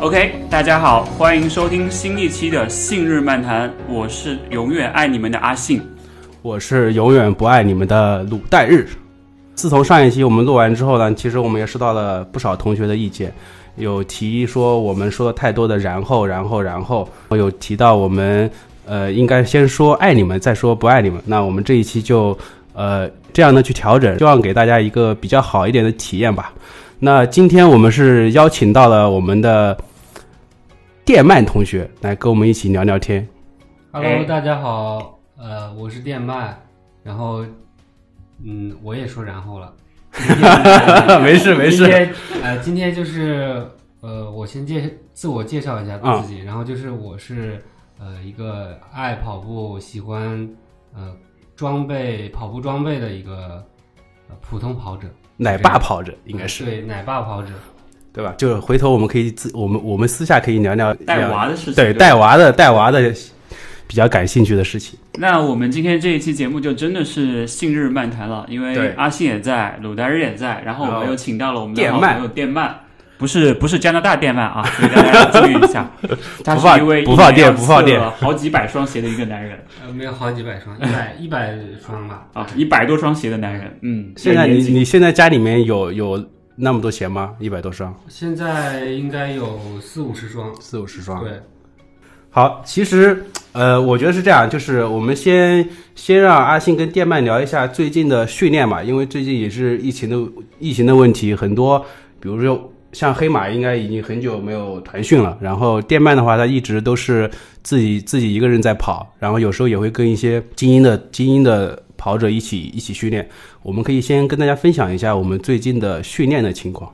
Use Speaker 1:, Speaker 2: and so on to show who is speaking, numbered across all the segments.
Speaker 1: OK，大家好，欢迎收听新一期的《信日漫谈》，我是永远爱你们的阿信。
Speaker 2: 我是永远不爱你们的卤蛋日。自从上一期我们录完之后呢，其实我们也收到了不少同学的意见，有提议说我们说的太多的然后，然后，然后，呃有提到我们呃应该先说爱你们，再说不爱你们。那我们这一期就呃这样的去调整，希望给大家一个比较好一点的体验吧。那今天我们是邀请到了我们的电鳗同学来跟我们一起聊聊天。
Speaker 1: 哎
Speaker 3: Hello，大家好，呃，我是电麦，然后，嗯，我也说然后了，
Speaker 2: 没事没
Speaker 3: 今
Speaker 2: 事，
Speaker 3: 天呃，今天就是呃，我先介自我介绍一下
Speaker 2: 啊
Speaker 3: 自己，然后就是我是呃一个爱跑步、喜欢呃装备跑步装备的一个、呃普通跑者，
Speaker 2: 奶爸跑着应该是。
Speaker 3: 对奶爸跑者，
Speaker 2: 对吧？就是回头我们可以自我们我们私下可以聊聊
Speaker 1: 带
Speaker 2: 聊
Speaker 1: 娃的事情，
Speaker 2: 对
Speaker 1: 吧
Speaker 2: 带娃的带娃的比较感兴趣的事情。
Speaker 1: 那我们今天这一期节目就真的是信日漫谈了，因为
Speaker 2: 对
Speaker 1: 阿信也在，鲁达日也在，然后我
Speaker 2: 然
Speaker 1: 们
Speaker 2: 后
Speaker 1: 又请到了我们的
Speaker 2: 电
Speaker 1: 好
Speaker 2: 鳗
Speaker 1: 朋友电鳗，不是不是加拿大电鳗啊， 所以大家要注意一 下，他
Speaker 2: 不放
Speaker 1: 是一位
Speaker 2: 不放电
Speaker 1: 一年
Speaker 2: 不放电
Speaker 1: 刺了好几百双鞋的一个男人
Speaker 3: 呃，没有好几百双，一百一百双吧，
Speaker 1: 啊，一百多双鞋的男人，嗯，
Speaker 2: 现在
Speaker 1: 有
Speaker 2: 你
Speaker 1: 年纪
Speaker 2: 你现在家里面有有那么多鞋吗？一百多双，
Speaker 3: 现在应该有四五十双，
Speaker 2: 四五十双。
Speaker 3: 对。
Speaker 2: 好，其实呃，我觉得是这样，就是我们先先让阿信跟电鳗聊一下最近的训练吧，因为最近也是疫情的疫情的问题，很多比如说像黑马应该已经很久没有团训了，然后电鳗的话，他一直都是自己自己一个人在跑，然后有时候也会跟一些精英的精英的跑者一起一起训练。我们可以先跟大家分享一下我们最近的训练的情况。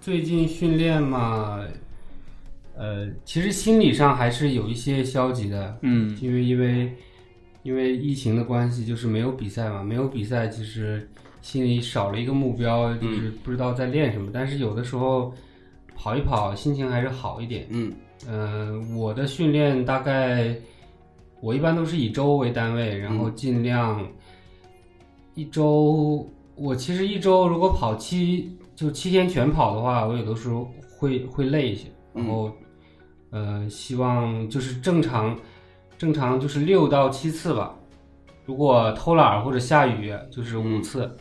Speaker 3: 最近训练嘛，呃，其实心理上还是有一些消极的，
Speaker 1: 嗯，
Speaker 3: 因为因为因为疫情的关系，就是没有比赛嘛，没有比赛，其实心里少了一个目标，就是不知道在练什么。但是有的时候跑一跑，心情还是好一点。
Speaker 2: 嗯，
Speaker 3: 呃，我的训练大概我一般都是以周为单位，然后尽量一周。我其实一周如果跑七就七天全跑的话，我有的时候会会累一些，
Speaker 2: 嗯
Speaker 3: 然后、呃，希望就是正常正常就是六到七次吧。如果偷懒儿或者下雨，就是五次。
Speaker 2: 嗯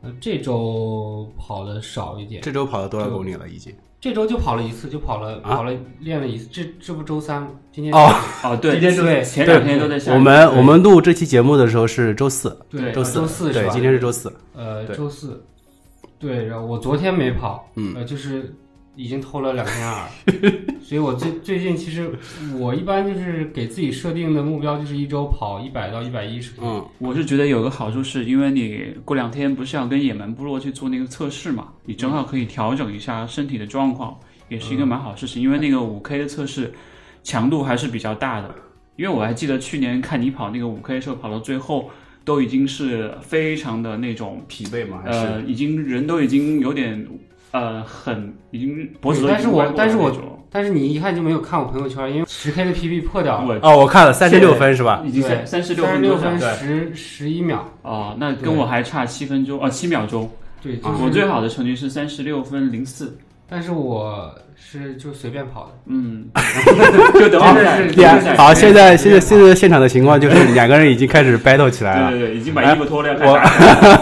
Speaker 3: 呃，这周跑的少一点，
Speaker 2: 这周跑了多
Speaker 3: 少
Speaker 2: 少
Speaker 3: 公
Speaker 2: 公里了？已经
Speaker 3: 这周就跑了一次，就跑了、
Speaker 2: 啊
Speaker 3: 跑了练了一次，这这不周三吗？今天
Speaker 2: 哦，
Speaker 1: 哦对，
Speaker 3: 今天就
Speaker 1: 对前两天都在下雨
Speaker 2: 我们
Speaker 3: 对
Speaker 2: 我们录这期节目的时候是周四。
Speaker 3: 对
Speaker 2: 周
Speaker 3: 啊周
Speaker 2: 四，
Speaker 3: 四是
Speaker 2: 对，
Speaker 3: 吧？
Speaker 2: 今天是周四。
Speaker 3: 呃
Speaker 2: 对
Speaker 3: 周四，对，然后我昨天没跑，
Speaker 2: 嗯
Speaker 3: 呃就是已经偷了两 天耳，所以我最最近其实我一般就是给自己设定的目标就是一周跑一百到一百一十，
Speaker 2: 嗯，
Speaker 1: 我是觉得有个好处是，因为你过两天不是要跟也门部落去做那个测试嘛，你正好可以调整一下身体的状况，也是一个蛮好事情。因为那个五 K 的测试强度还是比较大的，因为我还记得去年看你跑那个五 K 的时候，跑到最后都已经是非常的那种，
Speaker 2: 疲惫吗？还是
Speaker 1: 呃，已经人都已经有点呃很已经脖子都已
Speaker 3: 但是
Speaker 1: 经
Speaker 3: 我
Speaker 1: 歪过来
Speaker 3: 但是
Speaker 1: 那
Speaker 3: 我
Speaker 1: 种
Speaker 3: 但是你一看就没有看我朋友圈，因为十 K 的 PB 破掉了，
Speaker 1: 我
Speaker 2: 哦，我看了三十六分是吧？
Speaker 1: 已经
Speaker 3: 对
Speaker 1: 三三十六
Speaker 3: 三十
Speaker 1: 分
Speaker 3: 六
Speaker 1: 多少
Speaker 3: 分
Speaker 2: 对
Speaker 3: 十十一秒，
Speaker 1: 哦，那跟
Speaker 3: 对
Speaker 1: 我还差七分钟哦，七秒钟。
Speaker 3: 对，
Speaker 2: 啊
Speaker 3: 就
Speaker 1: 啊我
Speaker 3: 是
Speaker 1: 最好的成绩是三十六分零四，
Speaker 3: 但是我是就随便跑的，
Speaker 1: 嗯，就等
Speaker 3: 真
Speaker 1: 会
Speaker 3: 的
Speaker 1: 儿
Speaker 3: 是
Speaker 1: 对
Speaker 3: 对
Speaker 2: 对
Speaker 3: 对
Speaker 2: 哦好，
Speaker 3: 对
Speaker 2: 现在现在
Speaker 3: 对
Speaker 2: 现在现场的情况就是两个人已经开始 battle 起来了。
Speaker 1: 对对，已经把衣服脱了，要开
Speaker 2: 哎我
Speaker 1: 始打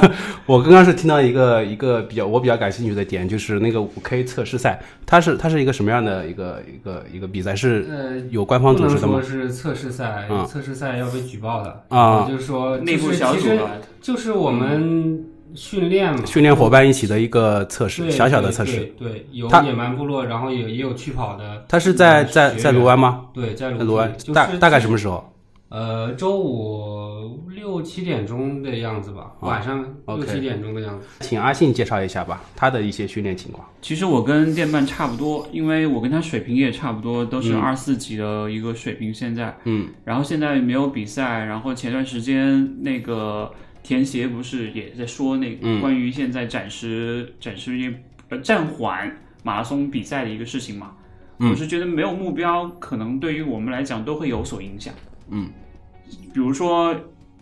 Speaker 2: 我刚刚是听到一个一个比较我比较感兴趣的点，就是那个五 K 测试赛，它是它是一个什么样的一个一个一个比赛？是
Speaker 3: 呃，
Speaker 2: 有官方组织的
Speaker 3: 不
Speaker 2: 吗
Speaker 3: 能说？是测试赛，
Speaker 2: 嗯
Speaker 3: 测试赛要被举报的
Speaker 2: 啊
Speaker 3: 我就是说
Speaker 1: 啊内部小组啊吧，
Speaker 3: 就是，就是我们训练嘛，
Speaker 2: 训练伙伴一起的一个测试，
Speaker 3: 对
Speaker 2: 小小的测试。
Speaker 3: 对，对对有
Speaker 2: 他
Speaker 3: 野蛮部落，然后也也有去跑的，
Speaker 2: 它是在
Speaker 3: 嗯
Speaker 2: 在
Speaker 3: 学员
Speaker 2: 在卢湾吗？
Speaker 3: 对，在
Speaker 2: 在
Speaker 3: 鲁
Speaker 2: 卢湾
Speaker 3: 就是
Speaker 2: 大大概什
Speaker 3: 么？
Speaker 2: 么时候？
Speaker 3: 呃，周五六七点钟的样子吧，
Speaker 2: 啊
Speaker 3: 晚上六
Speaker 2: OK
Speaker 3: 七点钟的样子。
Speaker 2: 请阿信介绍一下吧，他的一些训练情况。
Speaker 1: 其实我跟电鳗差不多，因为我跟他水平也差不多，都是二四级的一个水平。现在，
Speaker 2: 嗯，
Speaker 1: 然后现在没有比赛，然后前段时间那个田协不是也在说那
Speaker 2: 嗯
Speaker 1: 个关于现在暂时、暂时一呃暂缓马拉松比赛的一个事情嘛。
Speaker 2: 嗯
Speaker 1: 我是觉得没有目标，可能对于我们来讲都会有所影响。
Speaker 2: 嗯，
Speaker 1: 比如说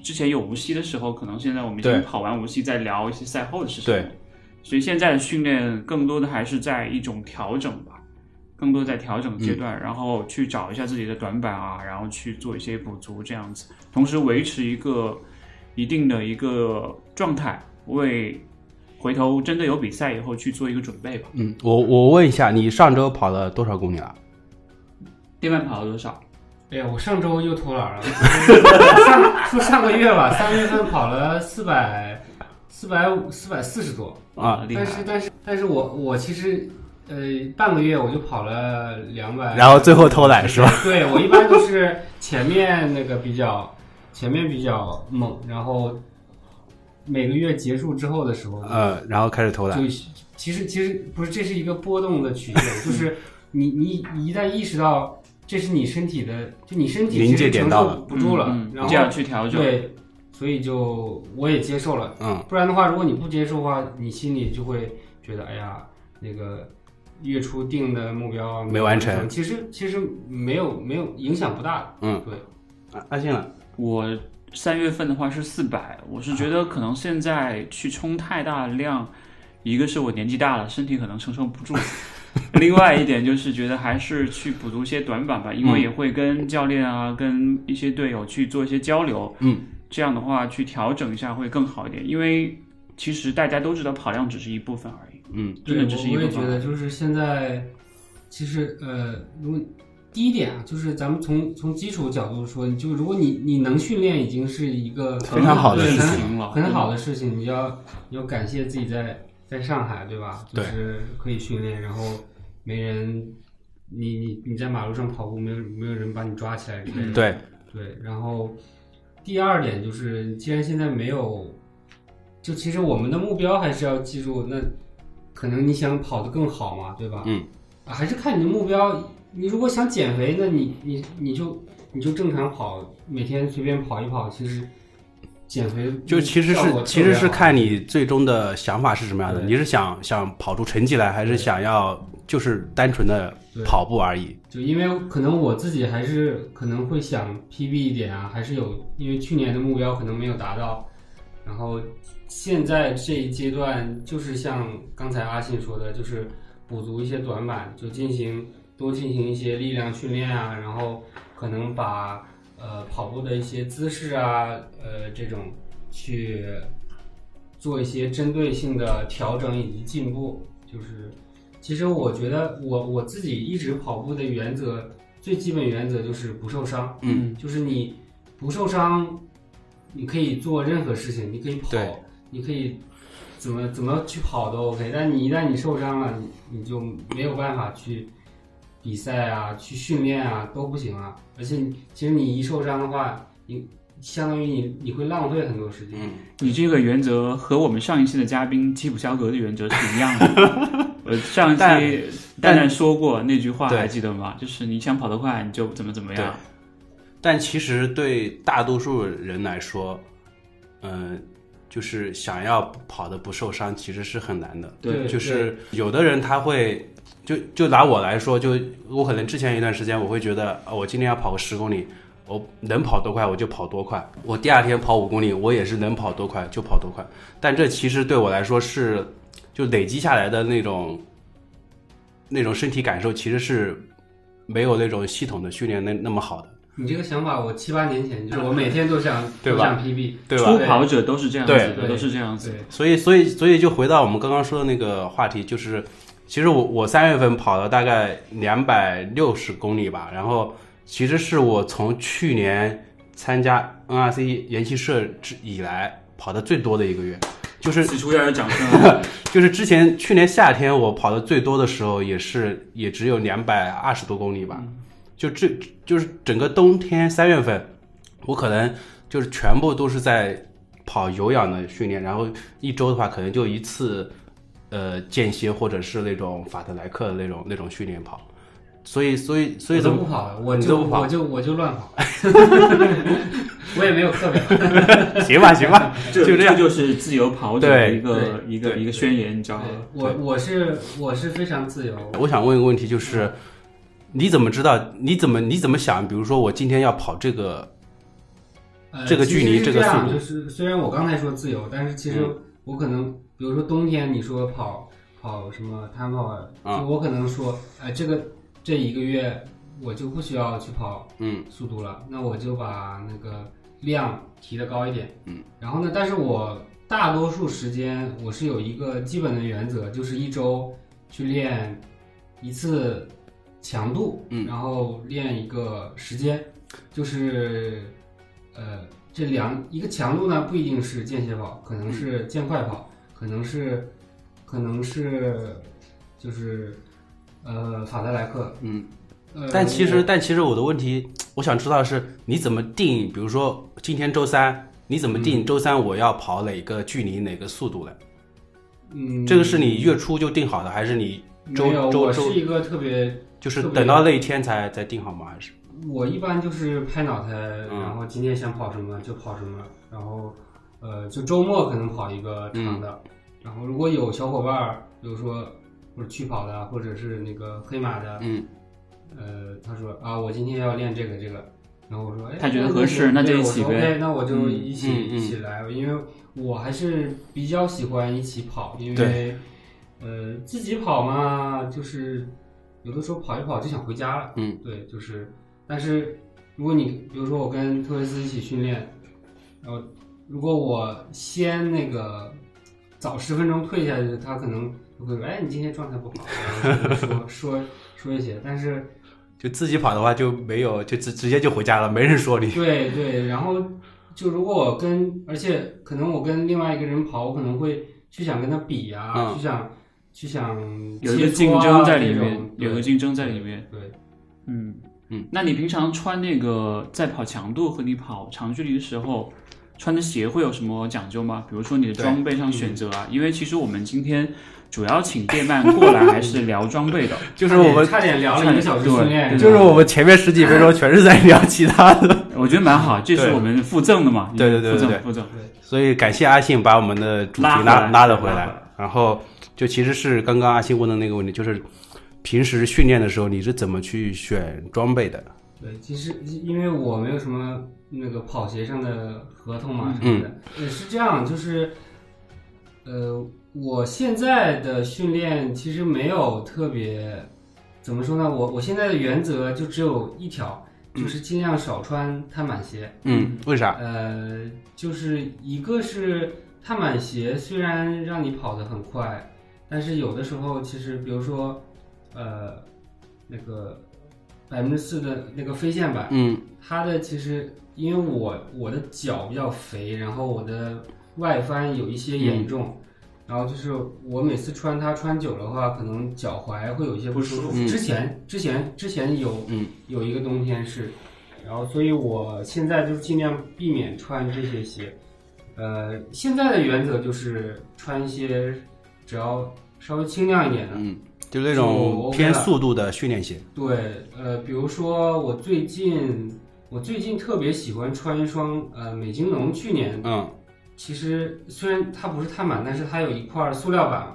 Speaker 1: 之前有无锡的时候，可能现在我们已
Speaker 2: 对
Speaker 1: 经跑完无锡，再聊一些赛后的事情。
Speaker 2: 对，
Speaker 1: 所以现在的训练更多的还是在一种调整吧。更多在调整
Speaker 2: 嗯
Speaker 1: 阶段，然后去找一下自己的短板啊，然后去做一些补足这样子，同时维持一个一定的一个状态，为回头真的有比赛以后去做一个准备吧。
Speaker 2: 嗯，我我问一下，你上周跑了多少公里了？
Speaker 1: 电慢跑了多少？
Speaker 3: 哎呀，我上周又偷懒了，上说上个月吧， 三月份跑了四百四百五四百四十多，
Speaker 2: 啊，
Speaker 1: 厉
Speaker 3: 但
Speaker 1: 害！
Speaker 3: 是但是但是我我其实呃半个月我就跑了两百，
Speaker 2: 然后最后偷懒是吧？
Speaker 3: 对我一般都是前面那个比较，前面比较猛，然后每个月结束之后的时候，
Speaker 2: 呃，然后开始偷懒。
Speaker 3: 就其实其实不是，这是一个波动的曲线，就是你你你一旦意识到这是你身体的，就你身体
Speaker 2: 临
Speaker 3: 其
Speaker 2: 界
Speaker 3: 实
Speaker 2: 点
Speaker 3: 承
Speaker 2: 到了
Speaker 3: 受不住了，
Speaker 1: 嗯嗯
Speaker 3: 然
Speaker 1: 就要
Speaker 3: 后
Speaker 1: 去调整。
Speaker 3: 对，所以就我也接受了，
Speaker 2: 嗯，
Speaker 3: 不然的话，如果你不接受的话，你心里就会觉得哎呀那个。月初定的目标
Speaker 2: 没完成
Speaker 3: 其实其实没有没有影响不大的，
Speaker 2: 嗯，
Speaker 3: 对，
Speaker 2: 啊阿信了，
Speaker 1: 我三月份的话是四百，我是觉得可能现在去冲太大的量，一个是我年纪大了，身体可能承受不住，另外一点就是觉得还是去补足一些短板吧，因为也会跟教练啊、跟一些队友去做一些交流，
Speaker 2: 嗯，
Speaker 1: 这样的话去调整一下会更好一点，因为其实大家都知道跑量只是一部分而已，
Speaker 2: 嗯
Speaker 1: 真的只是一
Speaker 3: 我
Speaker 1: 部
Speaker 3: 也觉
Speaker 1: 分。
Speaker 3: 得，就是现在，其实呃，如果第一点啊，就是咱们从从基础角度说，就如果你你能训练，已经是一个
Speaker 2: 非常好的
Speaker 3: 对
Speaker 2: 事情
Speaker 3: 很
Speaker 1: 情了，
Speaker 3: 很好的事情。你要你要感谢自己在在上海，对吧？
Speaker 2: 对
Speaker 3: 就是可以训练，然后没人，你你你在马路上跑步，没有没有人把你抓起来之类的。
Speaker 2: 对，
Speaker 3: 对，然后第二点就是，既然现在没有，就其实我们的目标还是要记住，那可能你想跑得更好嘛，对吧？
Speaker 2: 嗯
Speaker 3: 啊，还是看你的目标。你如果想减肥，那你你你就你就正常跑，每天随便跑一跑，其实减肥
Speaker 2: 就其实
Speaker 3: 效果
Speaker 2: 是
Speaker 3: 特
Speaker 2: 其
Speaker 3: 别
Speaker 2: 实是
Speaker 3: 好
Speaker 2: 看你最终的想法是什么样的，
Speaker 3: 对
Speaker 2: 你是想想跑出成绩来，还是想要就是单纯的
Speaker 3: 对
Speaker 2: 跑步而已？
Speaker 3: 就因为可能我自己还是可能会想 PB 一点啊，还是有，因为去年的目标可能没有达到，然后现在这一阶段就是像刚才阿信说的，就是补足一些短板，就进行多进行一些力量训练啊，然后可能把呃跑步的一些姿势啊，呃这种去做一些针对性的调整以及进步，就是其实我觉得我我自己一直跑步的原则，最基本原则就是不受伤。
Speaker 1: 嗯，
Speaker 3: 就是你不受伤，你可以做任何事情，你可以跑
Speaker 2: 对，
Speaker 3: 你可以怎么怎么去跑都 OK。但你一旦你受伤了，你你就没有办法去比赛啊，去训练啊，都不行啊。而且你其实你一受伤的话，你相当于你你会浪费很多时间。
Speaker 2: 嗯
Speaker 1: 你这个原则和我们上一期的嘉宾基普肖格的原则是一样的。 我上一
Speaker 2: 但
Speaker 1: 期蛋蛋说过那句话，
Speaker 2: 对
Speaker 1: 还记得吗？就是你想跑得快，你就怎么怎么样。
Speaker 2: 但其实对大多数人来说，嗯、就是想要跑的不受伤，其实是很难的。
Speaker 3: 对对
Speaker 2: 就是有的人他会，就就拿我来说，就我可能之前一段时间，我会觉得，啊，我今天要跑个十公里，我能跑多快我就跑多快，我第二天跑五公里，我也是能跑多快就跑多快。但这其实对我来说是，就累积下来的那种，那种身体感受其实是没有那种系统的训练那那么好的。
Speaker 3: 你这个想法，我七八年前就是我每天都想
Speaker 2: 嗯 对
Speaker 3: 都
Speaker 2: 吧
Speaker 3: 想 PB，
Speaker 2: 对吧
Speaker 1: 初跑者都是这样子的，
Speaker 3: 对
Speaker 1: 都是这样子
Speaker 3: 对
Speaker 1: 的。。
Speaker 2: 所以，所以，所以就回到我们刚刚说的那个话题，就是其实我我三月份跑了大概两百六十公里吧，然后其实是我从去年参加 NRC 研习社之以来跑的最多的一个月，就是
Speaker 1: 此处要有掌声啊！
Speaker 2: 就是之前去年夏天我跑的最多的时候，也是也只有两百二十多公里吧。就这就是整个冬天三月份，我可能就是全部都是在跑有氧的训练，然后一周的话可能就一次，呃间歇或者是那种法特莱克的那种那种训练跑。所以所以所以
Speaker 3: 我都
Speaker 2: 怎
Speaker 3: 不
Speaker 2: 么
Speaker 3: 跑了，我
Speaker 2: 你
Speaker 3: 就
Speaker 2: 都不跑
Speaker 3: 我就我就 乱跑，我也没有课表。
Speaker 2: 行吧行吧，
Speaker 1: 这
Speaker 2: 就这样
Speaker 1: 这就是自由跑者的
Speaker 2: 对
Speaker 1: 一个一个
Speaker 2: 对
Speaker 1: 一个宣言，你知道吗？
Speaker 3: 我我是我是非常自由，
Speaker 2: 我想问一个问题，就是你怎么知道？你怎么你怎么想？比如说我今天要跑这个，
Speaker 3: 呃，
Speaker 2: 这个距离
Speaker 3: 其实是
Speaker 2: 这
Speaker 3: 这
Speaker 2: 个
Speaker 3: 样
Speaker 2: 速度嗯
Speaker 3: 就是虽然我刚才说自由，但是其实我可能，比如说冬天你说跑跑什么 t e m p
Speaker 2: 啊
Speaker 3: 就我可能说，哎、这个这一个月我就不需要去跑
Speaker 2: 嗯
Speaker 3: 速度了，那我就把那个量提得高一点。
Speaker 2: 嗯，
Speaker 3: 然后呢，但是我大多数时间我是有一个基本的原则，就是一周去练一次强度，
Speaker 2: 嗯
Speaker 3: 然后练一个时间，就是呃这两一个强度呢不一定是间歇跑，
Speaker 2: 嗯
Speaker 3: 可能是健快跑，可能是可能是就是呃法德莱克，
Speaker 2: 嗯。
Speaker 3: 呃，
Speaker 2: 但其实，
Speaker 3: 我
Speaker 2: 但其实我的问题，我想知道的是你怎么定？比如说今天周三，你怎么定周三我要跑哪个距离、哪个速度嘞？
Speaker 3: 嗯
Speaker 2: 这个是你月初就定好的，还是你周
Speaker 3: 没有，
Speaker 2: 周
Speaker 3: 我
Speaker 2: 周
Speaker 3: 是一个特别，
Speaker 2: 就是
Speaker 3: 特别
Speaker 2: 等到那一天才才定好吗？还是
Speaker 3: 我一般就是拍脑袋，
Speaker 2: 嗯
Speaker 3: 然后今天想跑什么就跑什么，然后呃，就周末可能跑一个长的，
Speaker 1: 嗯
Speaker 3: 然后如果有小伙伴儿，比如说或者去跑的，或者是那个黑马的，
Speaker 2: 嗯
Speaker 3: 呃，他说啊，我今天要练这个这个，然后我说，哎，
Speaker 1: 他觉得合适
Speaker 3: 那
Speaker 1: 那就
Speaker 3: 对
Speaker 1: 一起
Speaker 3: 我
Speaker 1: 呗
Speaker 3: 说 OK，那我就一起、
Speaker 2: 嗯嗯嗯
Speaker 3: 一起来，因为我还是比较喜欢一起跑，因为呃自己跑嘛，就是有的时候跑一跑就想回家了。
Speaker 2: 嗯，
Speaker 3: 对，就是，但是如果你比如说我跟特维斯一起训练，然后如果我先那个早十分钟退下去，他可能就会说：“哎，你今天状态不好。”然后就说说说一些，但是
Speaker 2: 就自己跑的话就没有，就直直接就回家了，没人说你。
Speaker 3: 对对，然后就如果我跟，而且可能我跟另外一个人跑，我可能会去想跟他比啊，
Speaker 2: 嗯
Speaker 3: 去想去想
Speaker 1: 有一个
Speaker 3: 切磋
Speaker 1: 竞
Speaker 3: 啊
Speaker 1: 争在里
Speaker 3: 这种
Speaker 1: 面，
Speaker 3: 对
Speaker 1: 有一个竞争在里面。
Speaker 3: 对，
Speaker 1: 嗯
Speaker 2: 嗯，
Speaker 1: 那你平常穿那个在跑强度和你跑长距离的时候，穿的鞋会有什么讲究吗？比如说你的
Speaker 2: 对嗯
Speaker 1: 装备上选择啊，因为其实我们今天主要请电鳗过来还是聊装备的。
Speaker 2: 就是我们，
Speaker 3: 差点聊了一个小时
Speaker 1: 对
Speaker 3: 训练，
Speaker 1: 对
Speaker 2: 就是我们前面十几分钟全是在聊其他的，
Speaker 1: 我觉得蛮好，这是我们附赠的嘛。
Speaker 3: 嗯
Speaker 2: 对对对
Speaker 1: 附赠
Speaker 2: 对对
Speaker 1: 附赠。
Speaker 2: 所以感谢阿信把我们的主题
Speaker 1: 拉回
Speaker 2: 拉
Speaker 1: 来
Speaker 2: 了回
Speaker 1: 拉回
Speaker 2: 来
Speaker 1: 来。
Speaker 2: 然后就其实是刚刚阿信问的那个问题，就是平时训练的时候你是怎么去选装备的？
Speaker 3: 对，其实因为我没有什么那个跑鞋上的合同嘛什么的，呃，是这样，就是，呃，我现在的训练其实没有特别，怎么说呢？我我现在的原则就只有一条，就是尽量少穿碳板鞋。
Speaker 2: 嗯，为啥？
Speaker 3: 呃，就是一个是碳板鞋，虽然让你跑得很快，但是有的时候其实，比如说，呃，那个百分之四的那个飞线板，
Speaker 2: 嗯
Speaker 3: 它的其实因为我我的脚比较肥，然后我的外翻有一些严
Speaker 2: 嗯
Speaker 3: 重，然后就是我每次穿它穿久了的话，可能脚踝会有一些不舒
Speaker 2: 不
Speaker 3: 服。
Speaker 2: 舒服嗯
Speaker 3: 之前之前之前有
Speaker 2: 嗯
Speaker 3: 有一个冬天是，然后所以我现在就是尽量避免穿这些鞋。呃，现在的原则就是穿一些只要稍微轻量一点的，
Speaker 2: 嗯，就那
Speaker 3: 就
Speaker 2: 种
Speaker 3: OK
Speaker 2: 偏
Speaker 3: 了
Speaker 2: 速度的训练鞋。
Speaker 3: 对，呃，比如说我最近，我最近特别喜欢穿一双呃美津浓，去年
Speaker 2: 嗯
Speaker 3: 其实虽然它不是碳板，但是它有一块塑料板，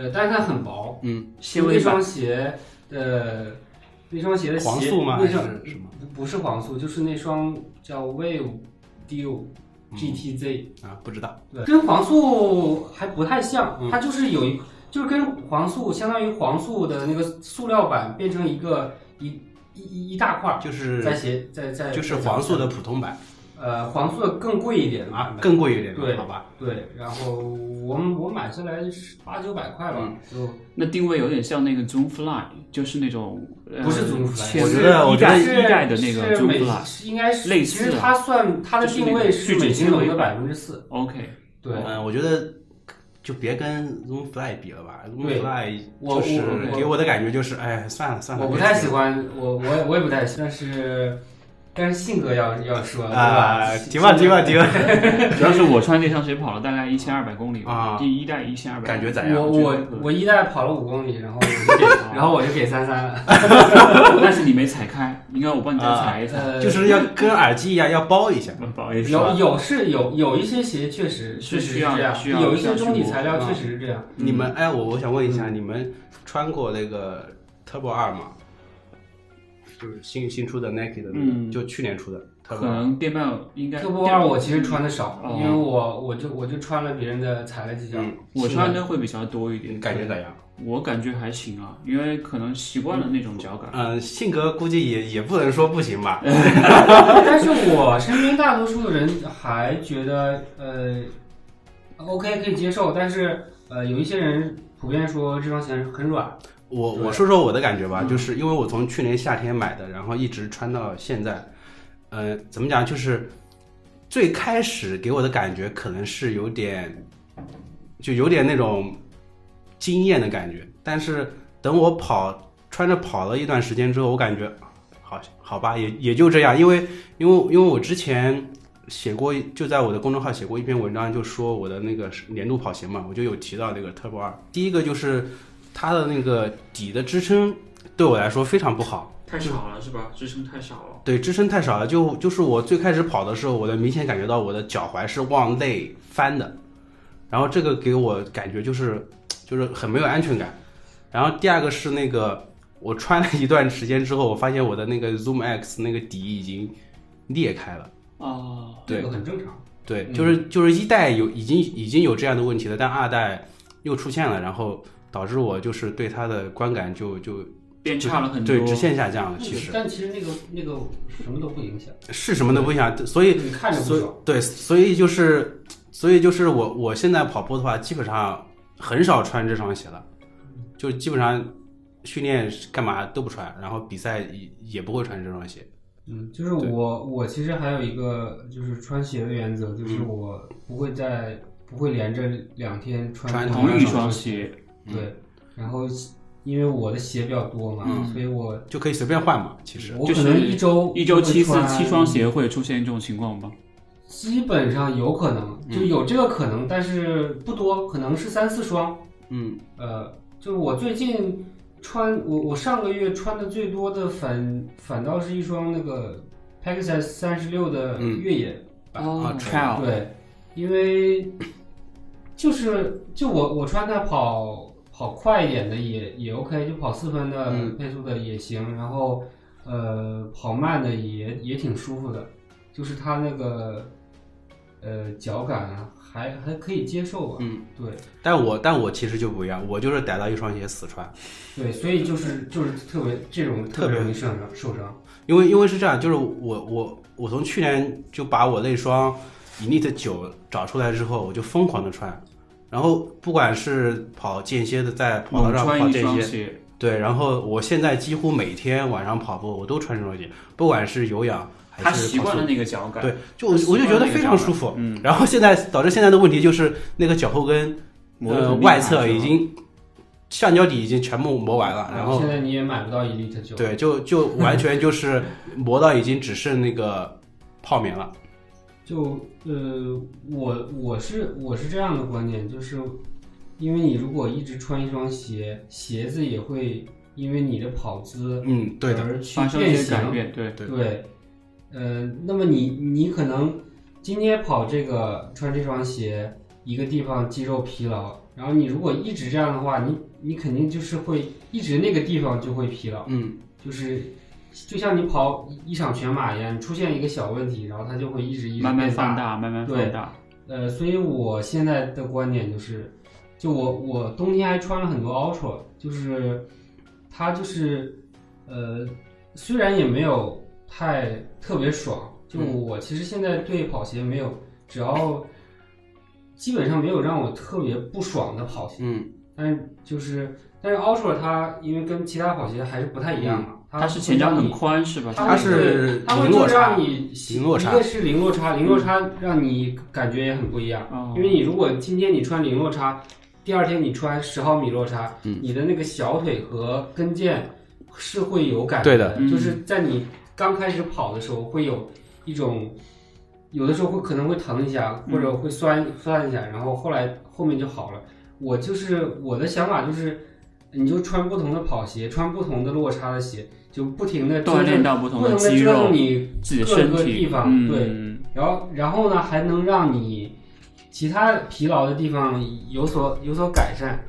Speaker 3: 呃，但是它很薄。
Speaker 2: 嗯，
Speaker 1: 纤
Speaker 3: 那
Speaker 1: 维版
Speaker 3: 双鞋的那双鞋的鞋
Speaker 2: 黄素吗？
Speaker 3: 那
Speaker 2: 还是
Speaker 3: 双
Speaker 2: 什么？
Speaker 3: 不是黄素，就是那双叫 Wave Deal
Speaker 2: 嗯
Speaker 3: GTZ，、
Speaker 2: 啊，不知道。
Speaker 3: 对，跟黄素还不太
Speaker 2: 嗯
Speaker 3: 像，它就是有一，就是跟黄素相当于黄素的那个塑料板变成一个一一一一大块儿，
Speaker 2: 就是
Speaker 3: 在鞋在在
Speaker 2: 就是
Speaker 3: 在
Speaker 2: 黄素的普通版
Speaker 3: 呃黄素的更贵一点
Speaker 2: 啊
Speaker 3: 嘛，，
Speaker 2: 更贵一点，
Speaker 3: 对
Speaker 2: 好吧？
Speaker 3: 对，然后我我买下来是八九百块吧，
Speaker 2: 嗯
Speaker 3: 就
Speaker 1: 那定位有点像那个 Zoom Fly，就是那种呃
Speaker 3: 不是 Zoom Fly
Speaker 1: 前
Speaker 2: 我觉得我
Speaker 1: 一
Speaker 2: 觉
Speaker 1: 代
Speaker 2: 得
Speaker 1: 一代的那个
Speaker 3: 是
Speaker 1: Zoom
Speaker 3: 美
Speaker 1: Fly。
Speaker 3: 是应该是
Speaker 1: 类
Speaker 3: 其
Speaker 1: 似
Speaker 3: 实
Speaker 1: 啊
Speaker 3: 它算它的
Speaker 1: 就是
Speaker 3: 定
Speaker 1: 那
Speaker 3: 位
Speaker 1: 个
Speaker 3: 是
Speaker 1: 聚酯
Speaker 3: 美津
Speaker 1: 纤
Speaker 3: 浓
Speaker 1: 维
Speaker 3: 的百分之四，
Speaker 1: OK，
Speaker 3: 对。
Speaker 2: 嗯，我觉得就别跟 Zoom Fly 比了吧，Zoom
Speaker 3: 对
Speaker 2: Fly
Speaker 3: 我
Speaker 2: 就是
Speaker 3: 我我
Speaker 2: 给我的感觉就是，哎，算了算了，
Speaker 3: 我不
Speaker 2: 别
Speaker 3: 太
Speaker 2: 提
Speaker 3: 喜
Speaker 2: 了
Speaker 3: 欢，我我也我也不太喜欢，但是但是性格要要说对
Speaker 2: 啊，
Speaker 3: 吧？
Speaker 2: 停吧停吧停吧，
Speaker 1: 主要是我穿这双鞋跑了大概一千二百公里吧
Speaker 2: 啊
Speaker 1: 第一代一千二百，
Speaker 2: 感觉咋
Speaker 3: 我
Speaker 2: 样？
Speaker 3: 我我一代跑了五公里，然后我 就给，然后我就给三三了。
Speaker 1: 但是你没踩开，应该我帮你再踩一踩。
Speaker 3: 呃，
Speaker 2: 就是要跟耳机一样要嗯包一下，
Speaker 1: 不好意思啊，
Speaker 3: 有有是有有一些鞋确实
Speaker 1: 是
Speaker 3: 确实是
Speaker 1: 需要
Speaker 3: 这样，
Speaker 1: 需要
Speaker 3: 有一
Speaker 1: 需
Speaker 3: 些
Speaker 1: 要
Speaker 3: 中底
Speaker 1: 去磨
Speaker 3: 材料
Speaker 2: 啊
Speaker 3: 确实是这样。
Speaker 2: 你们
Speaker 1: 嗯
Speaker 2: 哎，我我想问一下，你们穿过那个 Turbo 二吗？就是新新出的 Nike 的那个，
Speaker 1: 嗯
Speaker 2: 就去年出的，特
Speaker 1: 可
Speaker 2: 别好
Speaker 1: 能电报应该
Speaker 3: Turbo 二我其实穿的少，
Speaker 1: 哦
Speaker 3: 因为我我就我就穿了别人的踩了几脚
Speaker 2: 嗯，
Speaker 1: 我穿的会比较多一点
Speaker 2: 你，感觉咋样？
Speaker 1: 我感觉还行啊，因为可能习惯了那种脚感。
Speaker 2: 嗯，性格估计也也不能说不行吧。
Speaker 3: 但是我身边大多数的人还觉得呃，OK 可以接受，但是呃，有一些人普遍说这双鞋很软，
Speaker 2: 我
Speaker 3: 对
Speaker 2: 我说说我的感觉吧，
Speaker 1: 嗯
Speaker 2: 就是因为我从去年夏天买的，然后一直穿到现在，呃，怎么讲？就是最开始给我的感觉可能是有点，就有点那种惊艳的感觉，但是等我跑穿着跑了一段时间之后，我感觉好好吧，也也就这样，因为因为因为我之前。写过就在我的公众号写过一篇文章，就说我的那个年度跑鞋嘛，我就有提到那个 Turbo 二。第一个就是它的那个底的支撑对我来说非常不好，
Speaker 1: 太少了是吧？支撑太少了。
Speaker 2: 对支撑太少了。就就是我最开始跑的时候，我能明显感觉到我的脚踝是往内翻的，然后这个给我感觉就是就是很没有安全感。然后第二个是那个我穿了一段时间之后，我发现我的那个 Zoom X 那个底已经裂开了。
Speaker 1: 啊，
Speaker 2: 对
Speaker 3: 这个很正常。
Speaker 2: 对，
Speaker 1: 嗯
Speaker 2: 就是就是一代有已经已经有这样的问题了，但二代又出现了，然后导致我就是对它的观感就就
Speaker 1: 变差了很多。
Speaker 2: 对直线下降了。啊
Speaker 3: 那
Speaker 2: 其
Speaker 3: 个
Speaker 2: 实
Speaker 3: 但其实那个那个什么都不影响，
Speaker 2: 是什么都不想，所以
Speaker 3: 你看着不
Speaker 2: 所以
Speaker 3: 爽。
Speaker 2: 对，所以就是所以就是我我现在跑步的话，基本上很少穿这双鞋了，就基本上训练干嘛都不穿，然后比赛也也不会穿这双鞋。
Speaker 3: 嗯，就是
Speaker 2: 对
Speaker 3: 我我其实还有一个就是穿鞋的原则，就是我不会在不会连着两天
Speaker 2: 穿
Speaker 3: 穿
Speaker 1: 同一
Speaker 3: 一
Speaker 1: 双，鞋，
Speaker 3: 对，然后因为我的鞋比较多嘛，
Speaker 2: 嗯
Speaker 3: 所以我
Speaker 2: 就可以随便换嘛，其实
Speaker 3: 我
Speaker 1: 就
Speaker 3: 可
Speaker 1: 是
Speaker 3: 能一周
Speaker 1: 一周七次
Speaker 3: 会穿
Speaker 1: 七双，鞋会出现这种情况吧？
Speaker 3: 基本上有可能
Speaker 2: 嗯
Speaker 3: 就有这个可能，但是不多，可能是三四双。
Speaker 2: 嗯
Speaker 3: 呃，就是我最近穿我我上个月穿的最多的反反倒是一双那个 Pegasus 三十六的
Speaker 2: 嗯
Speaker 3: 越野。
Speaker 2: 哦
Speaker 1: ，trial，
Speaker 3: 对，因为就是就我我穿它跑跑快一点的也也 OK，就跑四分的
Speaker 2: 嗯
Speaker 3: 配速的也行，然后呃跑慢的也也挺舒服的，就是它那个呃脚感啊还还可以接受吧。
Speaker 2: 嗯，
Speaker 3: 对
Speaker 2: 但我但我其实就不一样，我就是逮到一双鞋死穿。
Speaker 3: 对，所以就是就是特别这种特别容易受伤受伤。
Speaker 2: 因为因为是这样，就是我我我从去年就把我那双 Elite 九找出来之后，我就疯狂的穿，然后不管是跑间歇的，在跑
Speaker 1: 猛
Speaker 2: 道上跑
Speaker 1: 穿一
Speaker 2: 间
Speaker 1: 双
Speaker 2: 歇，
Speaker 1: 鞋，
Speaker 2: 对，然后我现在几乎每天晚上跑步我都穿这双鞋，不管是有氧还
Speaker 1: 他
Speaker 2: 是
Speaker 1: 习
Speaker 2: 跑
Speaker 1: 惯
Speaker 2: 速
Speaker 1: 了那个脚感。
Speaker 2: 对，就我我就觉得非常舒服。
Speaker 1: 嗯，
Speaker 2: 然后现在导致现在的问题就是那个脚后跟
Speaker 1: 磨得
Speaker 2: 呃
Speaker 1: 很厉害
Speaker 2: 外侧已经橡胶底已经全部磨完了，啊然后
Speaker 3: 现在你也买不到 Elite 九，
Speaker 2: 对，就 就完全就是磨到已经只剩那个泡棉了。
Speaker 3: 就呃，我我是我是这样的观点，就是因为你如果一直穿一双鞋，鞋子也会因为你的跑姿
Speaker 2: 嗯，对的，
Speaker 3: 而去
Speaker 1: 发生一
Speaker 3: 变
Speaker 1: 些改
Speaker 3: 形。
Speaker 1: 变，对，
Speaker 2: 对
Speaker 3: 对，呃，那么你你可能今天跑这个穿这双鞋，一个地方肌肉疲劳，然后你如果一直这样的话，你你肯定就是会一直那个地方就会疲劳。
Speaker 2: 嗯，
Speaker 3: 就是就像你跑一一场全马一样，你出现一个小问题，然后它就会一直一直
Speaker 1: 慢慢
Speaker 3: 变
Speaker 1: 放
Speaker 3: 大。
Speaker 1: 大，慢慢
Speaker 3: 对
Speaker 1: 放大。
Speaker 3: 呃，所以我现在的观点就是，就我我冬天还穿了很多 Ultra，就是它就是呃，虽然也没有太特别爽，就
Speaker 2: 嗯
Speaker 3: 我其实现在对跑鞋没有，只要基本上没有让我特别不爽的跑鞋。
Speaker 2: 嗯，
Speaker 3: 但是就是，但是 Ultra 它因为跟其他跑鞋还是不太一样嘛，
Speaker 2: 嗯
Speaker 1: 它是前
Speaker 3: 脚
Speaker 1: 掌很宽是吧？
Speaker 2: 它
Speaker 3: 它
Speaker 2: 是
Speaker 3: 会它会
Speaker 2: 零落
Speaker 3: 就是
Speaker 2: 差
Speaker 3: 让你
Speaker 2: 零落差嗯
Speaker 3: 一个是零落差，零落差让你感觉也很不一样，
Speaker 1: 哦
Speaker 3: 因为你如果今天你穿零落差，第二天你穿十毫米落差，你的那个小腿和跟腱是会有感觉
Speaker 2: 对
Speaker 1: 的嗯
Speaker 3: 就是在你刚开始跑的时候会有一种。有的时候会可能会疼一下，或
Speaker 1: 嗯
Speaker 3: 者会酸酸一下，然后后来后面就好了。我就是我的想法就是，你就穿不同的跑鞋，穿不同的落差的鞋，就不停的
Speaker 1: 锻炼到不同
Speaker 3: 不
Speaker 1: 的
Speaker 3: 能
Speaker 1: 肌
Speaker 3: 折
Speaker 1: 肉
Speaker 3: 腾、你，
Speaker 1: 自己的身
Speaker 3: 各个
Speaker 1: 体
Speaker 3: 地，方
Speaker 1: 嗯，
Speaker 3: 然后然后呢，还能让你其他疲劳的地方有所有所改善，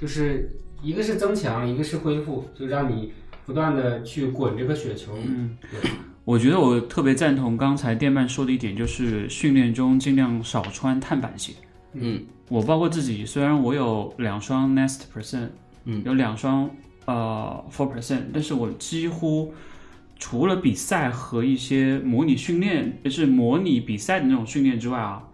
Speaker 3: 就是一个是增强，一个是恢复，就让你不断的去滚这个雪球。嗯，
Speaker 1: 我觉得我特别赞同刚才电鳗说的一点，就是训练中尽量少穿碳板鞋。
Speaker 2: 嗯，
Speaker 1: 我包括自己，虽然我有两双 Nest Percent，
Speaker 2: 嗯
Speaker 1: 有两双呃 Four Percent，但是我几乎除了比赛和一些模拟训练，就是模拟比赛的那种训练之外啊，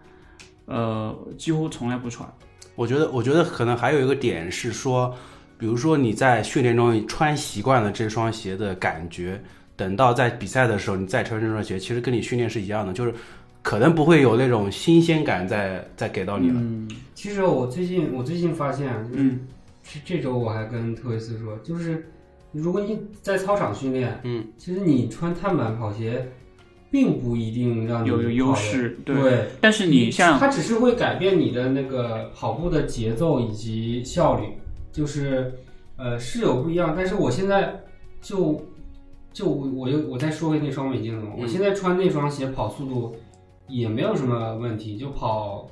Speaker 1: 呃，几乎从来不穿。
Speaker 2: 我觉得，我觉得可能还有一个点是说，比如说你在训练中你穿习惯了这双鞋的感觉，等到在比赛的时候你再穿这双鞋，其实跟你训练是一样的，就是可能不会有那种新鲜感再再给到你
Speaker 3: 嗯
Speaker 2: 了。
Speaker 3: 其实我最近我最近发现啊，就是、
Speaker 1: 嗯
Speaker 3: 这这周我还跟特维斯说，就是如果你在操场训练，
Speaker 2: 嗯，
Speaker 3: 其实你穿碳板跑鞋，并不一定让你
Speaker 1: 嗯有有优
Speaker 3: 跑得，
Speaker 1: 势，
Speaker 3: 对。
Speaker 1: 但是你像，
Speaker 3: 它只是会改变你的那个跑步的节奏以及效率，就是呃是有不一样，但是我现在就就我我又我再说回那双美镜的嘛，
Speaker 2: 嗯
Speaker 3: 我现在穿那双鞋跑速度也没有什么问题，就跑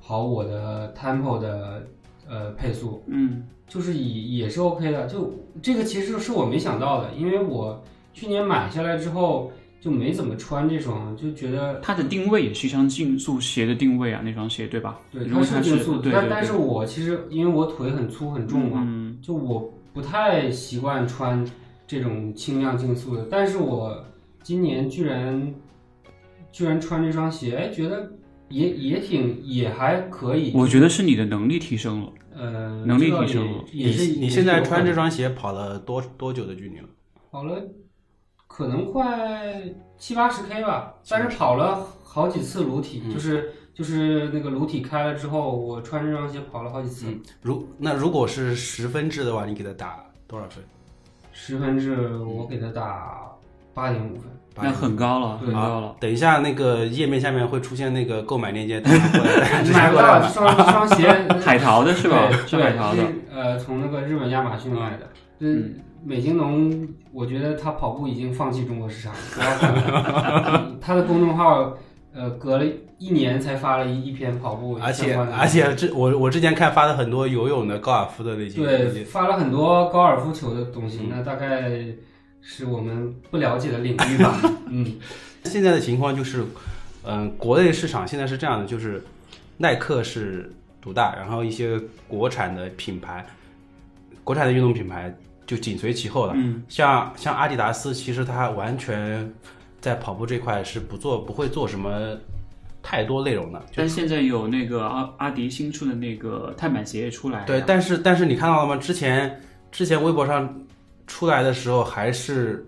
Speaker 3: 跑我的 tempo 的呃配速，
Speaker 1: 嗯
Speaker 3: 就是也也是 OK 的。就这个其实是我没想到的，因为我去年买下来之后就没怎么穿这双，就觉得
Speaker 1: 它的定位也是一双竞速鞋的定位啊，那双鞋对吧？
Speaker 3: 对，
Speaker 1: 如果
Speaker 3: 是竞速，
Speaker 1: 对对
Speaker 3: 但
Speaker 1: 对，
Speaker 3: 但是我其实因为我腿很粗很重嘛，
Speaker 1: 嗯，
Speaker 3: 就我不太习惯穿这种轻量竞速的，但是我今年居然居然穿这双鞋，哎，觉得也也挺也还可以，
Speaker 1: 我觉得是你的能力提升了。
Speaker 3: 呃，
Speaker 1: 能力
Speaker 3: 这个
Speaker 1: 提升了
Speaker 3: 也也是
Speaker 2: 你你现在穿这双鞋跑了多多久的距离了？
Speaker 3: 跑了，可能快七八十 K 吧，但是跑了好几次裸体，就是就是那个裸体开了之后，我穿这双鞋跑了好几次。
Speaker 2: 如那如果是十分制的话，你给他打多少分？
Speaker 3: 十分制我给他打八点五分。
Speaker 2: 八
Speaker 1: 那
Speaker 2: 分
Speaker 1: 很高了，很
Speaker 3: 对
Speaker 1: 高了。
Speaker 2: 等一下，那个页面下面会出现那个购买链接，大家过来直接
Speaker 3: 买不
Speaker 2: 过来
Speaker 3: 到这
Speaker 2: 买。
Speaker 3: 双这双鞋
Speaker 1: 海淘的是吧？
Speaker 3: 对
Speaker 1: 是
Speaker 3: 对
Speaker 1: 海淘的。
Speaker 3: 是呃，从那个日本亚马逊买的。嗯，美津浓，我觉得他跑步已经放弃中国市场了不要管了。嗯他的公众号呃，隔了一年才发了一一篇跑步
Speaker 2: 而且
Speaker 3: 相关的
Speaker 2: 而且这我我之前看发的很多游泳的、高尔夫的那些，
Speaker 3: 对，发了很多高尔夫球的东西，那大概是我们不了解的领域吧。嗯，
Speaker 2: 现在的情况就是，嗯、国内市场现在是这样的，就是耐克是独大，然后一些国产的品牌，国产的运动品牌就紧随其后了。
Speaker 1: 嗯，
Speaker 2: 像像阿迪达斯，其实它完全在跑步这块是不做不会做什么太多内容的。
Speaker 1: 但现在有那个阿阿迪新出的那个碳板鞋也出来了，
Speaker 2: 对，但是但是你看到了吗？之前之前微博上出来的时候，还是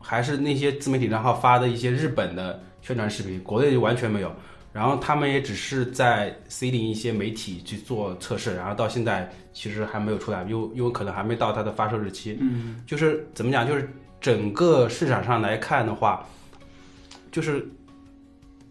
Speaker 2: 还是那些自媒体账号发的一些日本的宣传视频，国内就完全没有。然后他们也只是在 C 零一些媒体去做测试，然后到现在其实还没有出来，因为因为可能还没到它的发售日期。
Speaker 1: 嗯，
Speaker 2: 就是怎么讲，就是整个市场上来看的话，就是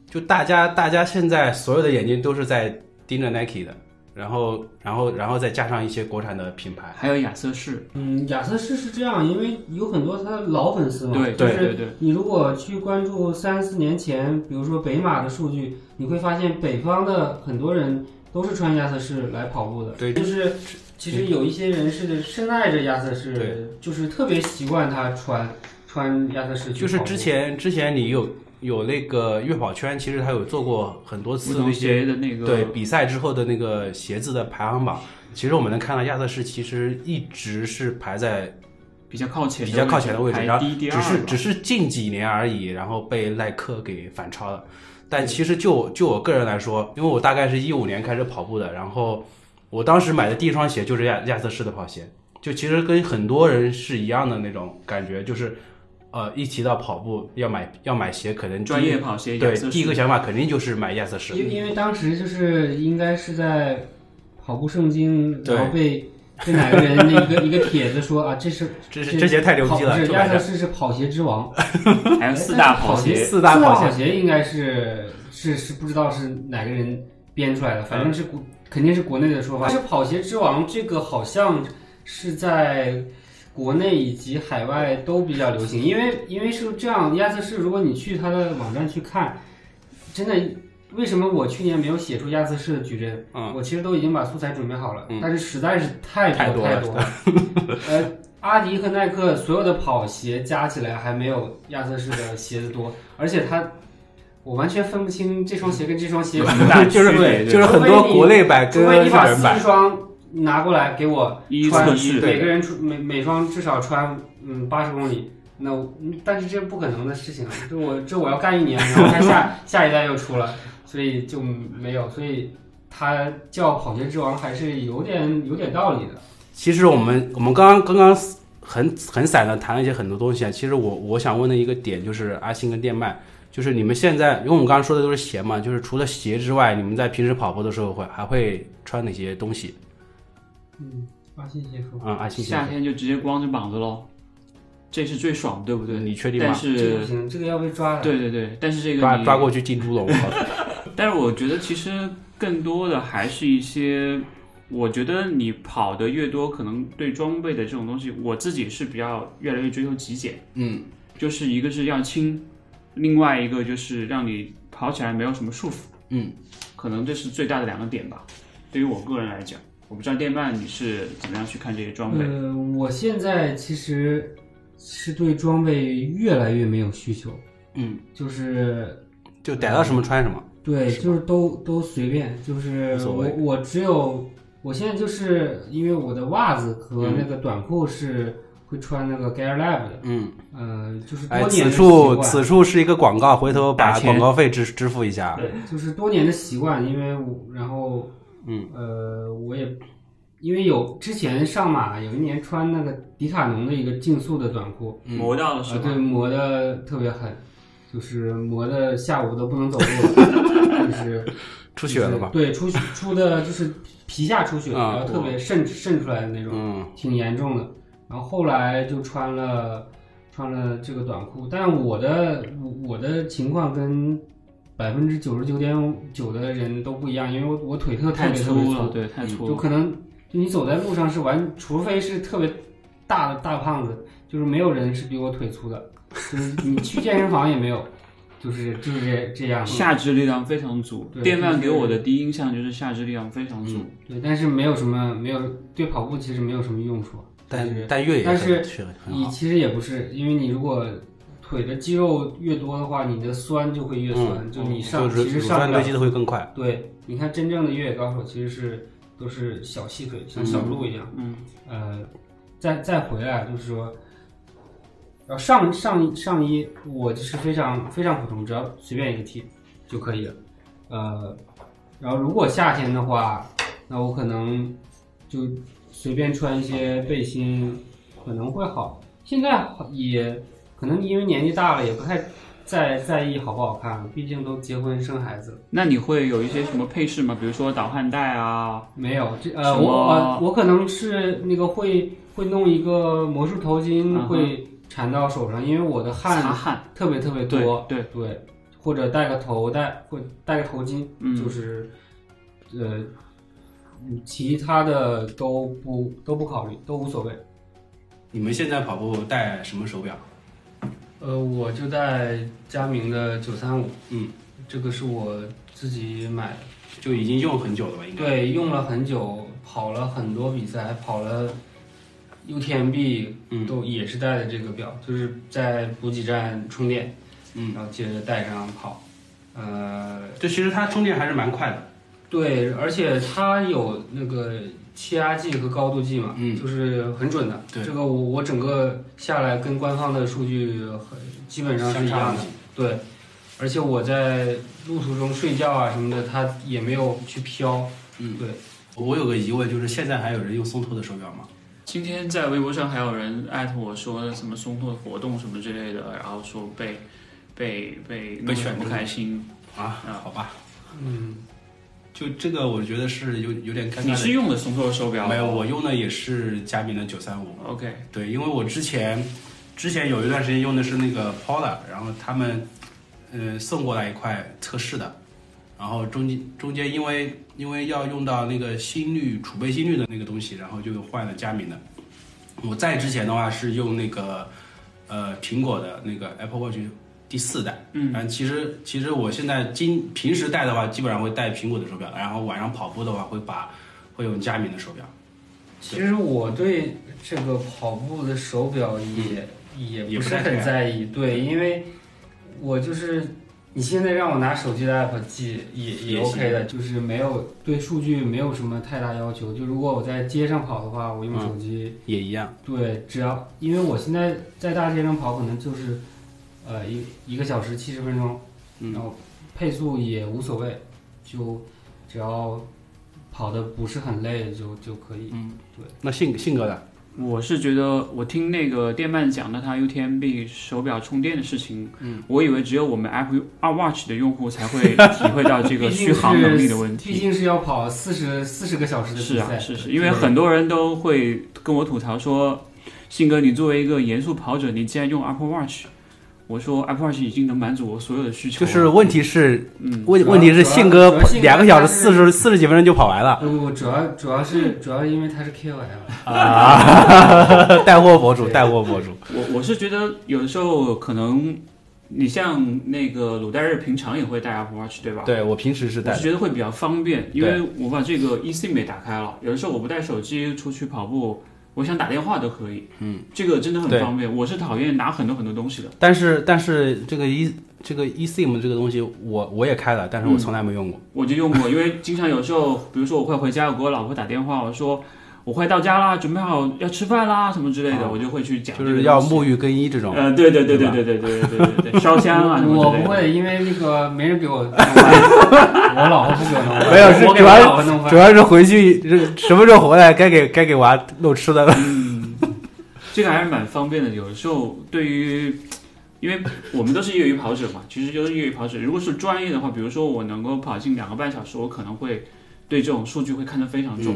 Speaker 2: 就大家大家现在所有的眼睛都是在盯着 Nike 的，然后然后然后再加上一些国产的品牌，
Speaker 1: 还有亚瑟士，
Speaker 3: 嗯，亚瑟士是这样，因为有很多他的老粉丝嘛，
Speaker 1: 对
Speaker 3: 就
Speaker 1: 对
Speaker 3: 是
Speaker 1: 对对，
Speaker 3: 你如果去关注三四年前，比如说北马的数据，你会发现北方的很多人都是穿亚瑟士来跑步的，
Speaker 2: 对
Speaker 3: 就是其实有一些人是深爱着亚瑟士
Speaker 2: 对，
Speaker 3: 就是特别习惯他穿穿亚瑟士去
Speaker 2: 就
Speaker 3: 跑步，
Speaker 2: 是之前之前你有有那个月跑圈，其实他有做过很多
Speaker 1: 不
Speaker 2: 次那
Speaker 1: 同
Speaker 2: 些
Speaker 1: 鞋的那个
Speaker 2: 对比赛之后的那个鞋子的排行榜，其实我们能看到亚瑟士其实一直是排在
Speaker 1: 比较靠前的
Speaker 2: 比
Speaker 1: 位置，
Speaker 2: 较靠前的位置，
Speaker 1: 排
Speaker 2: 然后
Speaker 1: 第一第二
Speaker 2: 只
Speaker 1: 吧，
Speaker 2: 是只是近几年而已，然后被耐克给反超了。但其实就就我个人来说，因为我大概是一五年开始跑步的，然后我当时买的第一双鞋就是亚亚瑟士的跑鞋，就其实跟很多人是一样的那种感觉，就是呃一提到跑步要买要买鞋，可能第一
Speaker 1: 专业跑鞋，亚
Speaker 2: 对
Speaker 1: 瑟士
Speaker 2: 第一个想法肯定就是买亚瑟士。
Speaker 3: 因因为当时就是应该是在跑步圣经，
Speaker 2: 对
Speaker 3: 然后被被哪个人的一个一个帖子说啊，这是
Speaker 2: 这是这鞋太牛逼了
Speaker 3: 跑，是
Speaker 2: 就
Speaker 3: 亚
Speaker 2: 买
Speaker 3: 瑟
Speaker 2: 它。
Speaker 3: 士是跑鞋之王，
Speaker 1: 还有四大跑
Speaker 3: 哎但
Speaker 1: 鞋，
Speaker 3: 是
Speaker 2: 四大
Speaker 3: 跑
Speaker 2: 跑鞋
Speaker 3: 鞋应该是是是不知道是哪个人编出来的，反正是国肯定是国内的说法。嗯但是跑鞋之王这个好像是在国内以及海外都比较流行，因为因为是这样，亚瑟士如果你去它的网站去看，真的为什么我去年没有写出亚瑟士的矩阵？
Speaker 2: 嗯
Speaker 3: 我其实都已经把素材准备好了，
Speaker 2: 嗯
Speaker 3: 但是实在是太
Speaker 2: 太
Speaker 3: 多
Speaker 2: 多
Speaker 3: 太
Speaker 2: 了
Speaker 3: 多了。 呃，阿迪和耐克所有的跑鞋加起来还没有亚瑟士的鞋子多， 而且它，我完全分不清这双鞋跟这双鞋有什么大
Speaker 2: 就
Speaker 1: 区别
Speaker 2: 是就是很多国内版跟
Speaker 3: 除非
Speaker 2: 日
Speaker 3: 你把
Speaker 2: 本
Speaker 3: 四
Speaker 2: 版，
Speaker 3: 双拿过来给我
Speaker 1: 一一
Speaker 3: 穿
Speaker 1: 测试
Speaker 3: 每个人出每每双至少穿嗯八十公里。那我嗯但是这不可能的事情啊！这我这我要干一年，然后看下下一代又出了，所以就没有，所以它叫跑鞋之王还是有点有点道理的。
Speaker 2: 其实我们我们刚刚刚刚很很散的谈了一些很多东西啊。其实我我想问的一个点就是阿信跟电麦，就是你们现在，因为我们刚刚说的都是鞋嘛，就是除了鞋之外，你们在平时跑步的时候会还会穿哪些东西？
Speaker 3: 嗯，阿信先说，
Speaker 2: 嗯，阿信先
Speaker 1: 夏天就直接光着膀子喽，这是最爽，对不
Speaker 2: 说，
Speaker 1: 对？
Speaker 2: 你确定
Speaker 1: 但
Speaker 2: 吗？
Speaker 3: 这个
Speaker 1: 是
Speaker 3: 不，行，这个要被抓的。
Speaker 1: 对对对，但是这个
Speaker 2: 抓
Speaker 1: 你
Speaker 2: 抓过去进猪笼，
Speaker 1: 但是我觉得其实更多的还是一些，我觉得你跑的越多，可能对装备的这种东西，我自己是比较越来越追求极简。
Speaker 2: 嗯，
Speaker 1: 就是一个是要轻，另外一个就是让你跑起来没有什么束缚。
Speaker 2: 嗯，
Speaker 1: 可能这是最大的两个点吧。对于我个人来讲，我不知道电鳗你是怎么样去看这些装备。
Speaker 3: 呃，我现在其实是对装备越来越没有需求，
Speaker 2: 嗯，
Speaker 3: 就是
Speaker 2: 就逮到什么穿什 么。
Speaker 3: 对，
Speaker 2: 是吧
Speaker 3: 就是都都随便，就是
Speaker 2: 无所
Speaker 3: 我
Speaker 2: 谓
Speaker 3: 我只有我现在就是因为我的袜子和那个短裤是会穿那个 Gear Lab 的，
Speaker 2: 嗯，
Speaker 3: 呃，就是多
Speaker 2: 哎，
Speaker 3: 年
Speaker 2: 此
Speaker 3: 的习
Speaker 2: 处
Speaker 3: 惯，
Speaker 2: 此处是一个广告，回头
Speaker 1: 打
Speaker 2: 把
Speaker 1: 钱
Speaker 2: 广告费支支付一下。
Speaker 3: 对，就是多年的习惯，因为我然后
Speaker 2: 嗯
Speaker 3: 呃，我也因为有之前上马有一年穿那个迪卡侬的一个竞速的短裤，
Speaker 2: 嗯
Speaker 1: 磨到了
Speaker 3: 啊
Speaker 1: 是，吧？
Speaker 3: 对，磨的特别狠，就是磨的下午都不能走路 了，就是。
Speaker 2: 出血了吧？
Speaker 3: 就是对，出血出的就是皮下出血，
Speaker 2: 啊
Speaker 3: 然后特别渗渗出来的那种，
Speaker 2: 嗯
Speaker 3: 挺严重的。然后后来就穿了穿了这个短裤，但我的我我的情况跟百分之九十九点九的人都不一样，因为我我腿特特
Speaker 1: 太
Speaker 3: 别特别
Speaker 1: 粗
Speaker 3: 粗，嗯
Speaker 1: 了，对，太粗
Speaker 3: 就
Speaker 1: 了。
Speaker 3: 可能就你走在路上是完，除非是特别大的大胖子，就是没有人是比我腿粗的，就是你去健身房也没有，就是就是这这样。
Speaker 1: 下肢力量非常足
Speaker 3: 对，
Speaker 1: 电
Speaker 3: 就
Speaker 1: 鳗
Speaker 3: 是
Speaker 1: 给我的第一印象就是下肢力量非常足。
Speaker 3: 嗯对，但是没有什么，没有对跑步其实没有什么用处。
Speaker 2: 但但越野
Speaker 3: 但是
Speaker 2: 很是很
Speaker 3: 你
Speaker 2: 好。
Speaker 3: 其实也不是，因为你如果腿的肌肉越多的话，你的酸就会越酸，
Speaker 2: 嗯
Speaker 3: 就你上、
Speaker 2: 就是
Speaker 3: 其实
Speaker 2: 乳
Speaker 3: 上
Speaker 2: 酸
Speaker 3: 不了
Speaker 2: 堆积的会更快。
Speaker 3: 对，你看真正的越野高手其实是都是小细腿，像小鹿一样。
Speaker 1: 嗯，
Speaker 3: 呃，再再回来啊就是说，呃，上上上衣我就是非常非常普通，只要随便一个 T 就可以了。呃，然后如果夏天的话，那我可能就随便穿一些背心可能会好。现在也可能因为年纪大了，也不太再在意好不好看了，毕竟都结婚生孩子了。
Speaker 1: 那你会有一些什么配饰吗？比如说导汗带啊，
Speaker 3: 没有，这呃，
Speaker 1: 什
Speaker 3: 我
Speaker 1: 么
Speaker 3: 我我可能是那个会会弄一个魔术头巾，
Speaker 1: 嗯哼
Speaker 3: 会缠到手上，因为我的
Speaker 1: 擦
Speaker 3: 呃汗
Speaker 1: 汗，
Speaker 3: 特别特别
Speaker 1: 对
Speaker 3: 多，
Speaker 1: 对，
Speaker 3: 对，或者戴个头戴，或戴个头巾，
Speaker 1: 嗯
Speaker 3: 就是呃，其他的都不都不考虑，都无所谓。
Speaker 2: 你们现在跑步戴什么手表？
Speaker 3: 呃，我就戴佳明的九三五，
Speaker 2: 嗯，
Speaker 3: 这个是我自己买的。
Speaker 2: 就已经用很久了吧？应该。
Speaker 3: 对，用了很久，跑了很多比赛，跑了 UTMB，
Speaker 2: 嗯
Speaker 3: 都也是带的这个表，就是在补给站充电，
Speaker 2: 嗯，
Speaker 3: 然后接着带上跑。呃，
Speaker 2: 就其实它充电还是蛮快的。
Speaker 3: 对，而且它有那个气压计和高度计嘛，
Speaker 2: 嗯
Speaker 3: 就是很准的。
Speaker 2: 对
Speaker 3: 这个我我整个下来跟官方的数据很基本上是一样的。对，而且我在路途中睡觉啊什么的，它也没有去飘。
Speaker 2: 嗯
Speaker 3: 对。
Speaker 2: 我有个疑问，就是现在还有人用松兔的手表吗？
Speaker 1: 今天在微博上还有人艾特我说什么松拓活动什么之类的，然后说被被被
Speaker 2: 被选中
Speaker 1: 弄得不开心。
Speaker 2: 啊
Speaker 1: 嗯
Speaker 2: 好吧，
Speaker 3: 嗯，
Speaker 2: 就这个我觉得是有有点尴尬的。
Speaker 1: 你是用的松拓手表吗？
Speaker 2: 没有，我用的也是佳明的九三五。
Speaker 1: OK，
Speaker 2: 对，因为我之前之前有一段时间用的是那个 Polar，然后他们呃送过来一块测试的，然后中间中间因为因为要用到那个心率储备心率的那个东西，然后就换了佳明的。我在之前的话是用那个呃苹果的那个 Apple Watch 第四代，
Speaker 1: 嗯
Speaker 2: 嗯，其实其实我现在今平时戴的话，基本上会戴苹果的手表，然后晚上跑步的话会把会用佳明的手表。
Speaker 3: 其实我对这个跑步的手表也也
Speaker 2: 嗯也
Speaker 3: 不
Speaker 2: 不
Speaker 3: 是
Speaker 2: 太
Speaker 3: 很
Speaker 2: 看
Speaker 3: 在意，对，因为我就是你现在让我拿手机的 app 记也
Speaker 2: 也
Speaker 3: 也
Speaker 2: 行
Speaker 3: OK 的，就是没有对数据没有什么太大要求。就如果我在街上跑的话，我用
Speaker 2: 嗯
Speaker 3: 手机，
Speaker 2: 也一样，
Speaker 3: 对，只要因为我现在在大街上跑，可能就是呃一一个小时七十分钟，
Speaker 2: 嗯
Speaker 3: 然后配速也无所谓，就只要跑的不是很累就就可以。
Speaker 2: 那性性格的，
Speaker 1: 我是觉得，我听那个电鳗讲的他 UTMB 手表充电的事情，嗯，我以为只有我们 Apple Apple Watch 的用户才 会体会到这个
Speaker 3: 毕竟
Speaker 1: 续航能力的
Speaker 3: 是
Speaker 1: 问
Speaker 3: 毕
Speaker 1: 题。
Speaker 3: 竟是要跑四十四十个小时的比
Speaker 1: 是
Speaker 3: 赛，
Speaker 1: 啊，是是，因为很多人都会跟我吐槽说，信哥，你作为一个严肃跑者，你竟然用 Apple Watch。我说 Apple Watch 已经能满足我所有的需求
Speaker 2: 就
Speaker 1: 了，
Speaker 2: 是问题是
Speaker 1: 嗯，
Speaker 2: 问
Speaker 3: 主要
Speaker 2: 问题是
Speaker 3: 主要
Speaker 2: 性格
Speaker 3: 主要性格
Speaker 2: 两个小时
Speaker 3: 他是
Speaker 2: 四十四十几分钟就跑完了
Speaker 3: 不不，主要主要是主要因为它是 KOL，
Speaker 2: 啊！带货博主，
Speaker 3: 啊对
Speaker 2: 带货博主，
Speaker 1: 我我是觉得有的时候可能，你像那个鲁代日平常也会戴 Apple Watch 对吧？
Speaker 2: 对我平时是
Speaker 1: 我
Speaker 2: 带
Speaker 1: 是
Speaker 2: 的，
Speaker 1: 觉得会比较方便，因为我把这个 eSIM 也打开了，有的时候我不带手机出去跑步，我想打电话都可以。嗯，这个真的很
Speaker 2: 对
Speaker 1: 方便。我是讨厌拿很多很多东西的。
Speaker 2: 但是但是这个一这个 eSIM 这个东西我我也开了，但是我从来没用过。
Speaker 1: 我就用过，因为经常有时候，比如说我快回家，我给我老婆打电话，我说我快到家啦，准备好要吃饭啦什么之类的，
Speaker 2: 啊
Speaker 1: 我就会
Speaker 3: 嗯
Speaker 1: 去讲这
Speaker 2: 就
Speaker 1: 个东
Speaker 2: 是
Speaker 1: 西。
Speaker 2: 要沐浴更衣这种，
Speaker 1: 呃，对对对对
Speaker 2: 对吧
Speaker 1: 对对对对对对， 烧香啊什么之
Speaker 3: 我
Speaker 1: 类的。
Speaker 3: 不会，因为那个没人给我弄饭，我老婆不给我弄饭，
Speaker 2: 没有是
Speaker 3: 我给
Speaker 2: 主
Speaker 3: 我
Speaker 2: 要
Speaker 3: 老婆弄
Speaker 2: 主
Speaker 3: 饭。
Speaker 2: 要是回去这什么时候回来，该给该给娃弄吃的了。
Speaker 1: 这个还是蛮方便的。有的时候对于，因为我们都是业余跑者嘛，其实就是业余跑者。如果是专业的话，比如说我能够跑进两个半小时，我可能会对这种数据会看得非常
Speaker 2: 嗯
Speaker 1: 重。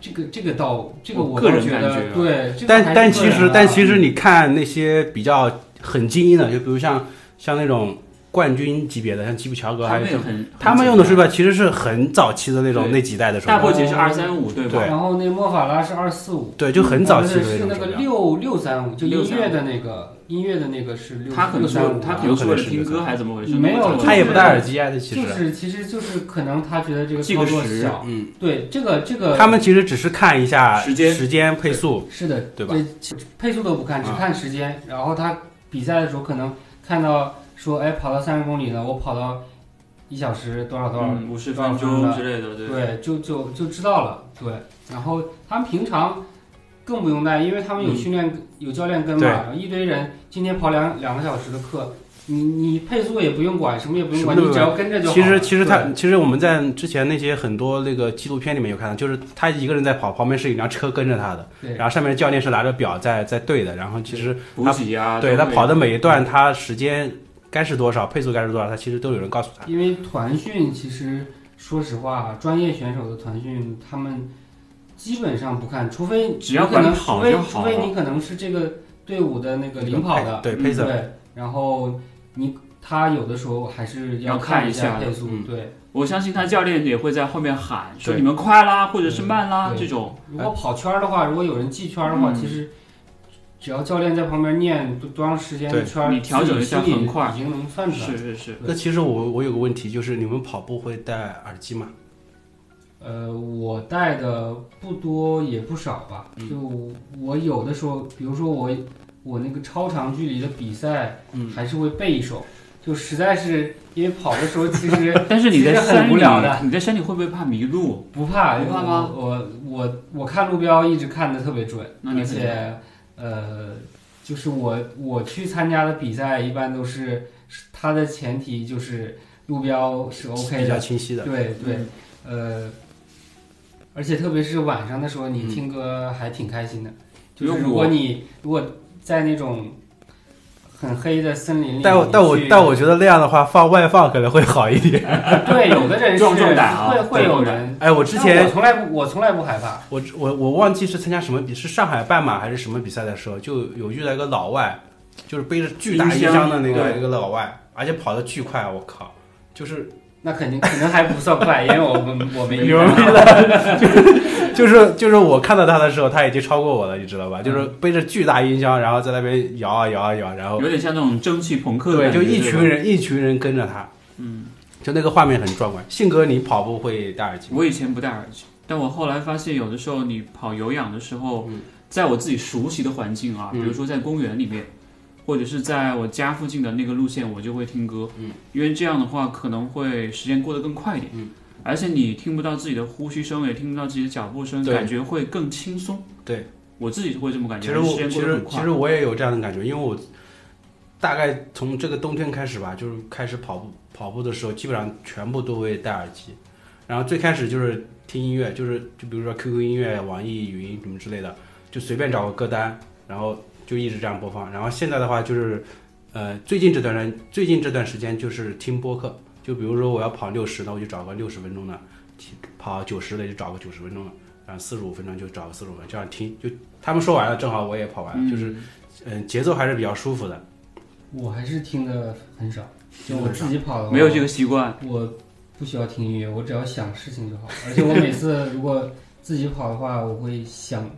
Speaker 3: 这个这个倒这个
Speaker 1: 我
Speaker 3: 我
Speaker 1: 个
Speaker 3: 倒
Speaker 1: 人
Speaker 3: 觉
Speaker 1: 感
Speaker 3: 得
Speaker 1: 觉啊
Speaker 3: 对，这个
Speaker 2: 但
Speaker 3: 还是
Speaker 2: 但
Speaker 3: 个
Speaker 2: 其
Speaker 3: 人
Speaker 2: 实
Speaker 3: 啊
Speaker 2: 但其实你看那些比较很精英的，就比如像像那种冠军级别的，像吉普乔格
Speaker 1: 他
Speaker 2: 还
Speaker 1: 们也
Speaker 2: 是
Speaker 1: 很，
Speaker 2: 他们用的手表其实是很早期的那种
Speaker 1: 对
Speaker 2: 那几代的手
Speaker 1: 大
Speaker 2: 表，
Speaker 1: 破节是二三五对吧？
Speaker 2: 对
Speaker 3: 然后那莫法拉是二四五，
Speaker 2: 对，就很早期
Speaker 3: 是
Speaker 2: 的
Speaker 3: 是
Speaker 2: 那
Speaker 3: 那
Speaker 2: 种
Speaker 3: 个
Speaker 2: 手表。
Speaker 3: 六六三五，就音乐
Speaker 1: 635
Speaker 3: 的那个音乐的那个是六
Speaker 1: 他可能
Speaker 3: 六
Speaker 1: 是
Speaker 3: 三五，
Speaker 1: 他可能
Speaker 2: 有可
Speaker 1: 是
Speaker 2: 能
Speaker 1: 为了
Speaker 2: 是
Speaker 1: 听歌还是怎么回事？
Speaker 3: 没有
Speaker 1: 我不知道
Speaker 2: 他也不戴耳
Speaker 3: 就是
Speaker 2: 机啊，其
Speaker 3: 就
Speaker 2: 实
Speaker 3: 是其实就是可能他觉得这个
Speaker 1: 计
Speaker 3: 操
Speaker 1: 个
Speaker 3: 作
Speaker 1: 时
Speaker 3: 小，
Speaker 2: 嗯，
Speaker 3: 对这个这个
Speaker 2: 他们其实只是看一下
Speaker 1: 时间
Speaker 2: 时间配速，
Speaker 3: 是的，
Speaker 2: 对吧？
Speaker 3: 其配速都不看，只
Speaker 2: 啊
Speaker 3: 看时间。然后他比赛的时候可能看到说，哎，跑到三十公里呢，我跑到一小时多少多少，
Speaker 1: 嗯五十分钟之类的，对。
Speaker 3: 对，就就就知道了。对，然后他们平常更不用带，因为他们有训练、有教练跟
Speaker 2: 嗯
Speaker 3: 嘛，
Speaker 2: 对
Speaker 3: 然后一堆人今天跑两两个小时的课，你你配速也不用管，什么也不用管，
Speaker 2: 什么
Speaker 3: 你
Speaker 2: 都
Speaker 3: 只
Speaker 2: 不用
Speaker 3: 要跟着就好
Speaker 2: 其实
Speaker 3: 了
Speaker 2: 其实
Speaker 3: 对
Speaker 2: 他其实我们在之前那些很多那个纪录片里面有看到，就是他一个人在跑，旁边是一辆车跟着他的，
Speaker 3: 对
Speaker 2: 然后上面的教练是拿着表在在对的，然后其实
Speaker 1: 补给啊，
Speaker 2: 对
Speaker 1: 都
Speaker 2: 他
Speaker 1: 会
Speaker 2: 跑的每一段，他时间该是多少，配速该是多少，他其实都有人告诉他。
Speaker 3: 因为团训其实说实话，啊专业选手的团训他们基本上不看，除非
Speaker 1: 只要
Speaker 3: 你可能，
Speaker 1: 管好
Speaker 3: 除非
Speaker 1: 就好
Speaker 3: 除非你可能是这个队伍的那个领跑的，
Speaker 2: 对
Speaker 1: 嗯
Speaker 2: 配速，
Speaker 3: 对，然后你他有的时候还是
Speaker 1: 要看
Speaker 3: 看
Speaker 1: 一下
Speaker 3: 下
Speaker 1: 的
Speaker 3: 配速，
Speaker 2: 嗯
Speaker 3: 对，
Speaker 1: 我相信他教练也会在后面喊说
Speaker 2: 对
Speaker 1: 你们快啦，或者是慢啦
Speaker 3: 对
Speaker 1: 这种。
Speaker 3: 如果跑圈儿的话，如果有人记圈儿的话，
Speaker 1: 嗯
Speaker 3: 其实。只要教练在旁边念多多长时间的
Speaker 2: 对
Speaker 3: 圈儿，
Speaker 1: 你调整一下
Speaker 3: 自己心
Speaker 1: 很
Speaker 3: 里
Speaker 1: 快
Speaker 3: 已经能算出
Speaker 1: 是
Speaker 3: 来。
Speaker 1: 是是，
Speaker 2: 那其实我我有个问题，就是你们跑步会戴耳机吗？
Speaker 3: 呃，我带的不多也不少吧，就我有的时候，比如说我我那个超长距离的比赛，
Speaker 2: 嗯
Speaker 3: 还是会备一手，就实在是因为跑的时候其实
Speaker 1: 但是你在
Speaker 3: 其实很
Speaker 1: 山里
Speaker 3: 无聊的，
Speaker 1: 你在山里会不会怕迷路？
Speaker 3: 不怕，
Speaker 1: 不怕吗
Speaker 3: 我我我看路标一直看的特别准，
Speaker 1: 那你
Speaker 3: 而且呃，就是我我去参加的比赛一般都是它的前提就是路标是 OK
Speaker 2: 比
Speaker 3: 的
Speaker 2: 较，清晰的。
Speaker 3: 对
Speaker 1: 嗯
Speaker 3: 对，呃，而且特别是晚上的时候，
Speaker 2: 嗯
Speaker 3: 你听歌还挺开心的。
Speaker 1: 因
Speaker 3: 就
Speaker 1: 为
Speaker 3: 是如
Speaker 1: 我
Speaker 3: 果你如果在那种很黑的森林里，
Speaker 2: 但我
Speaker 3: 你
Speaker 2: 但我
Speaker 3: 去啊
Speaker 2: 但我觉得那样的话，放外放可能会好一点。
Speaker 3: 对有的人是
Speaker 1: 壮壮胆啊
Speaker 3: 会
Speaker 1: 壮
Speaker 3: 会有
Speaker 1: 壮胆
Speaker 3: 人。
Speaker 2: 哎，我之
Speaker 3: 但
Speaker 2: 前
Speaker 3: 我从来不我从来不害怕，
Speaker 2: 我我我忘记是参加什么比是上海半马还是什么比赛的时候，就有遇到一个老外，就是背着巨大
Speaker 1: 音
Speaker 2: 音
Speaker 1: 箱
Speaker 2: 箱的那个
Speaker 1: 对
Speaker 2: 啊一个老外，而且跑得巨快，我靠！就是
Speaker 3: 那肯定可能还不算快，因为我们我没
Speaker 2: 牛逼了！ 就是就是我看到他的时候，他已经超过我了，你知道吧？就是背着巨大音箱，然后在那边摇啊摇啊摇，然后
Speaker 1: 有点像那种蒸汽朋克的
Speaker 2: 对，
Speaker 1: 感觉，
Speaker 2: 就一群
Speaker 1: 吧。
Speaker 2: 人一群人跟着他，
Speaker 1: 嗯，
Speaker 2: 就那个画面很壮观。信哥，你跑步会戴耳机吗？
Speaker 1: 我以前不戴耳机，但我后来发现，有的时候你跑有氧的时候，
Speaker 2: 嗯
Speaker 1: 在我自己熟悉的环境啊，比
Speaker 2: 嗯
Speaker 1: 如说在公园里面，或者是在我家附近的那个路线，我就会听歌，
Speaker 2: 嗯
Speaker 1: 因为这样的话可能会时间过得更快一点，
Speaker 2: 嗯
Speaker 1: 而且你听不到自己的呼吸声，也听不到自己的脚步声，
Speaker 2: 对
Speaker 1: 感觉会更轻松。
Speaker 2: 对，
Speaker 1: 我自己会这么感
Speaker 2: 其
Speaker 1: 觉，
Speaker 2: 实我
Speaker 1: 时间
Speaker 2: 其
Speaker 1: 过得
Speaker 2: 实
Speaker 1: 很
Speaker 2: 其
Speaker 1: 快
Speaker 2: 实。我也有这样的感觉，因为我大概从这个冬天开始吧，就是开始跑步，跑步的时候基本上全部都会戴耳机，然后最开始就是听音乐，就是就比如说 QQ 音乐、网易云什么之类的，就随便找个歌单，然后就一直这样播放。然后现在的话就是，呃，最近这段时间最近这段时间就是听播客，就比如说我要跑六十，那我就找个六十分钟的；听跑九十的就找个九十分钟的。然后四十五分钟就找个四十五分钟，这样听就他们说完了，正好我也跑完了，
Speaker 1: 嗯
Speaker 2: 就是嗯，节奏还是比较舒服的。
Speaker 3: 我还是听的很少，就我自己跑的话
Speaker 1: 没有这个习惯，
Speaker 3: 我不需要听音乐，我只要想事情就好。而且我每次如果自己跑的话，我会想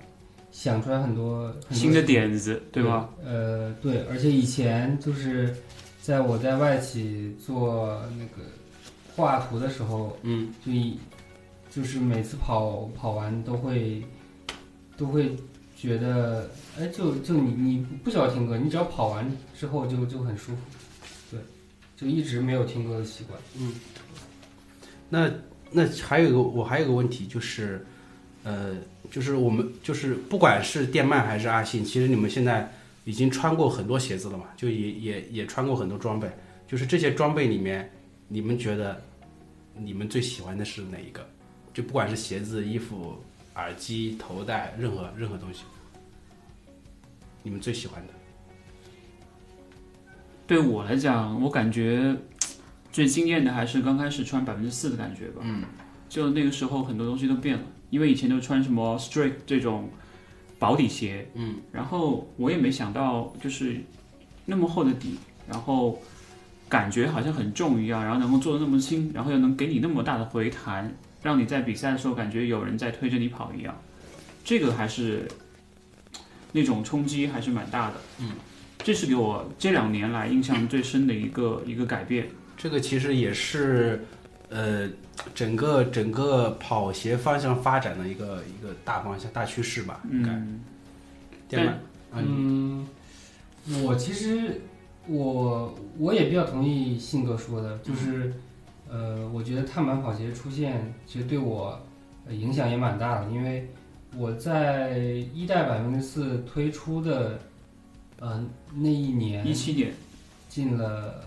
Speaker 3: 想出来很多很多
Speaker 1: 新的点子，对吧？？
Speaker 3: 呃，对，而且以前就是在我在外企做那个画图的时候，
Speaker 2: 嗯，
Speaker 3: 就以就是每次跑跑完都会都会觉得，哎，就就你你不需要听歌，你只要跑完之后就就很舒服，对，就一直没有听歌的习惯。
Speaker 2: 那那还有一个我还有一个问题就是，呃，就是我们就是不管是电鳗还是阿信，其实你们现在已经穿过很多鞋子了嘛，就也也也穿过很多装备，就是这些装备里面，你们觉得你们最喜欢的是哪一个？就不管是鞋子、衣服、耳机、头戴，任何任何东西，你们最喜欢的？
Speaker 1: 对我来讲，我感觉最惊艳的还是刚开始穿百分之四的感觉吧。嗯，就那个时候很多东西都变了，因为以前都穿什么 Strike 这种薄底鞋，嗯，然后我也没想到就是那么厚的底，然后感觉好像很重一样，然后能够做的那么轻，然后又能给你那么大的回弹，让你在比赛的时候感觉有人在推着你跑一样，这个还是那种冲击还是蛮大的。这是给我这两年来印象最深的一个一个改变。
Speaker 2: 这个其实也是，呃，整个整个跑鞋方向发展的一个一个大方向、大趋势吧。应该，
Speaker 1: 嗯，
Speaker 2: 电鳗，嗯，
Speaker 3: 嗯，我其实我我也比较同意信哥说的，就是呃，我觉得碳板跑鞋出现其实对我呃影响也蛮大的，因为我在一代百分之四推出的呃那一年
Speaker 1: 一七年，
Speaker 3: 进了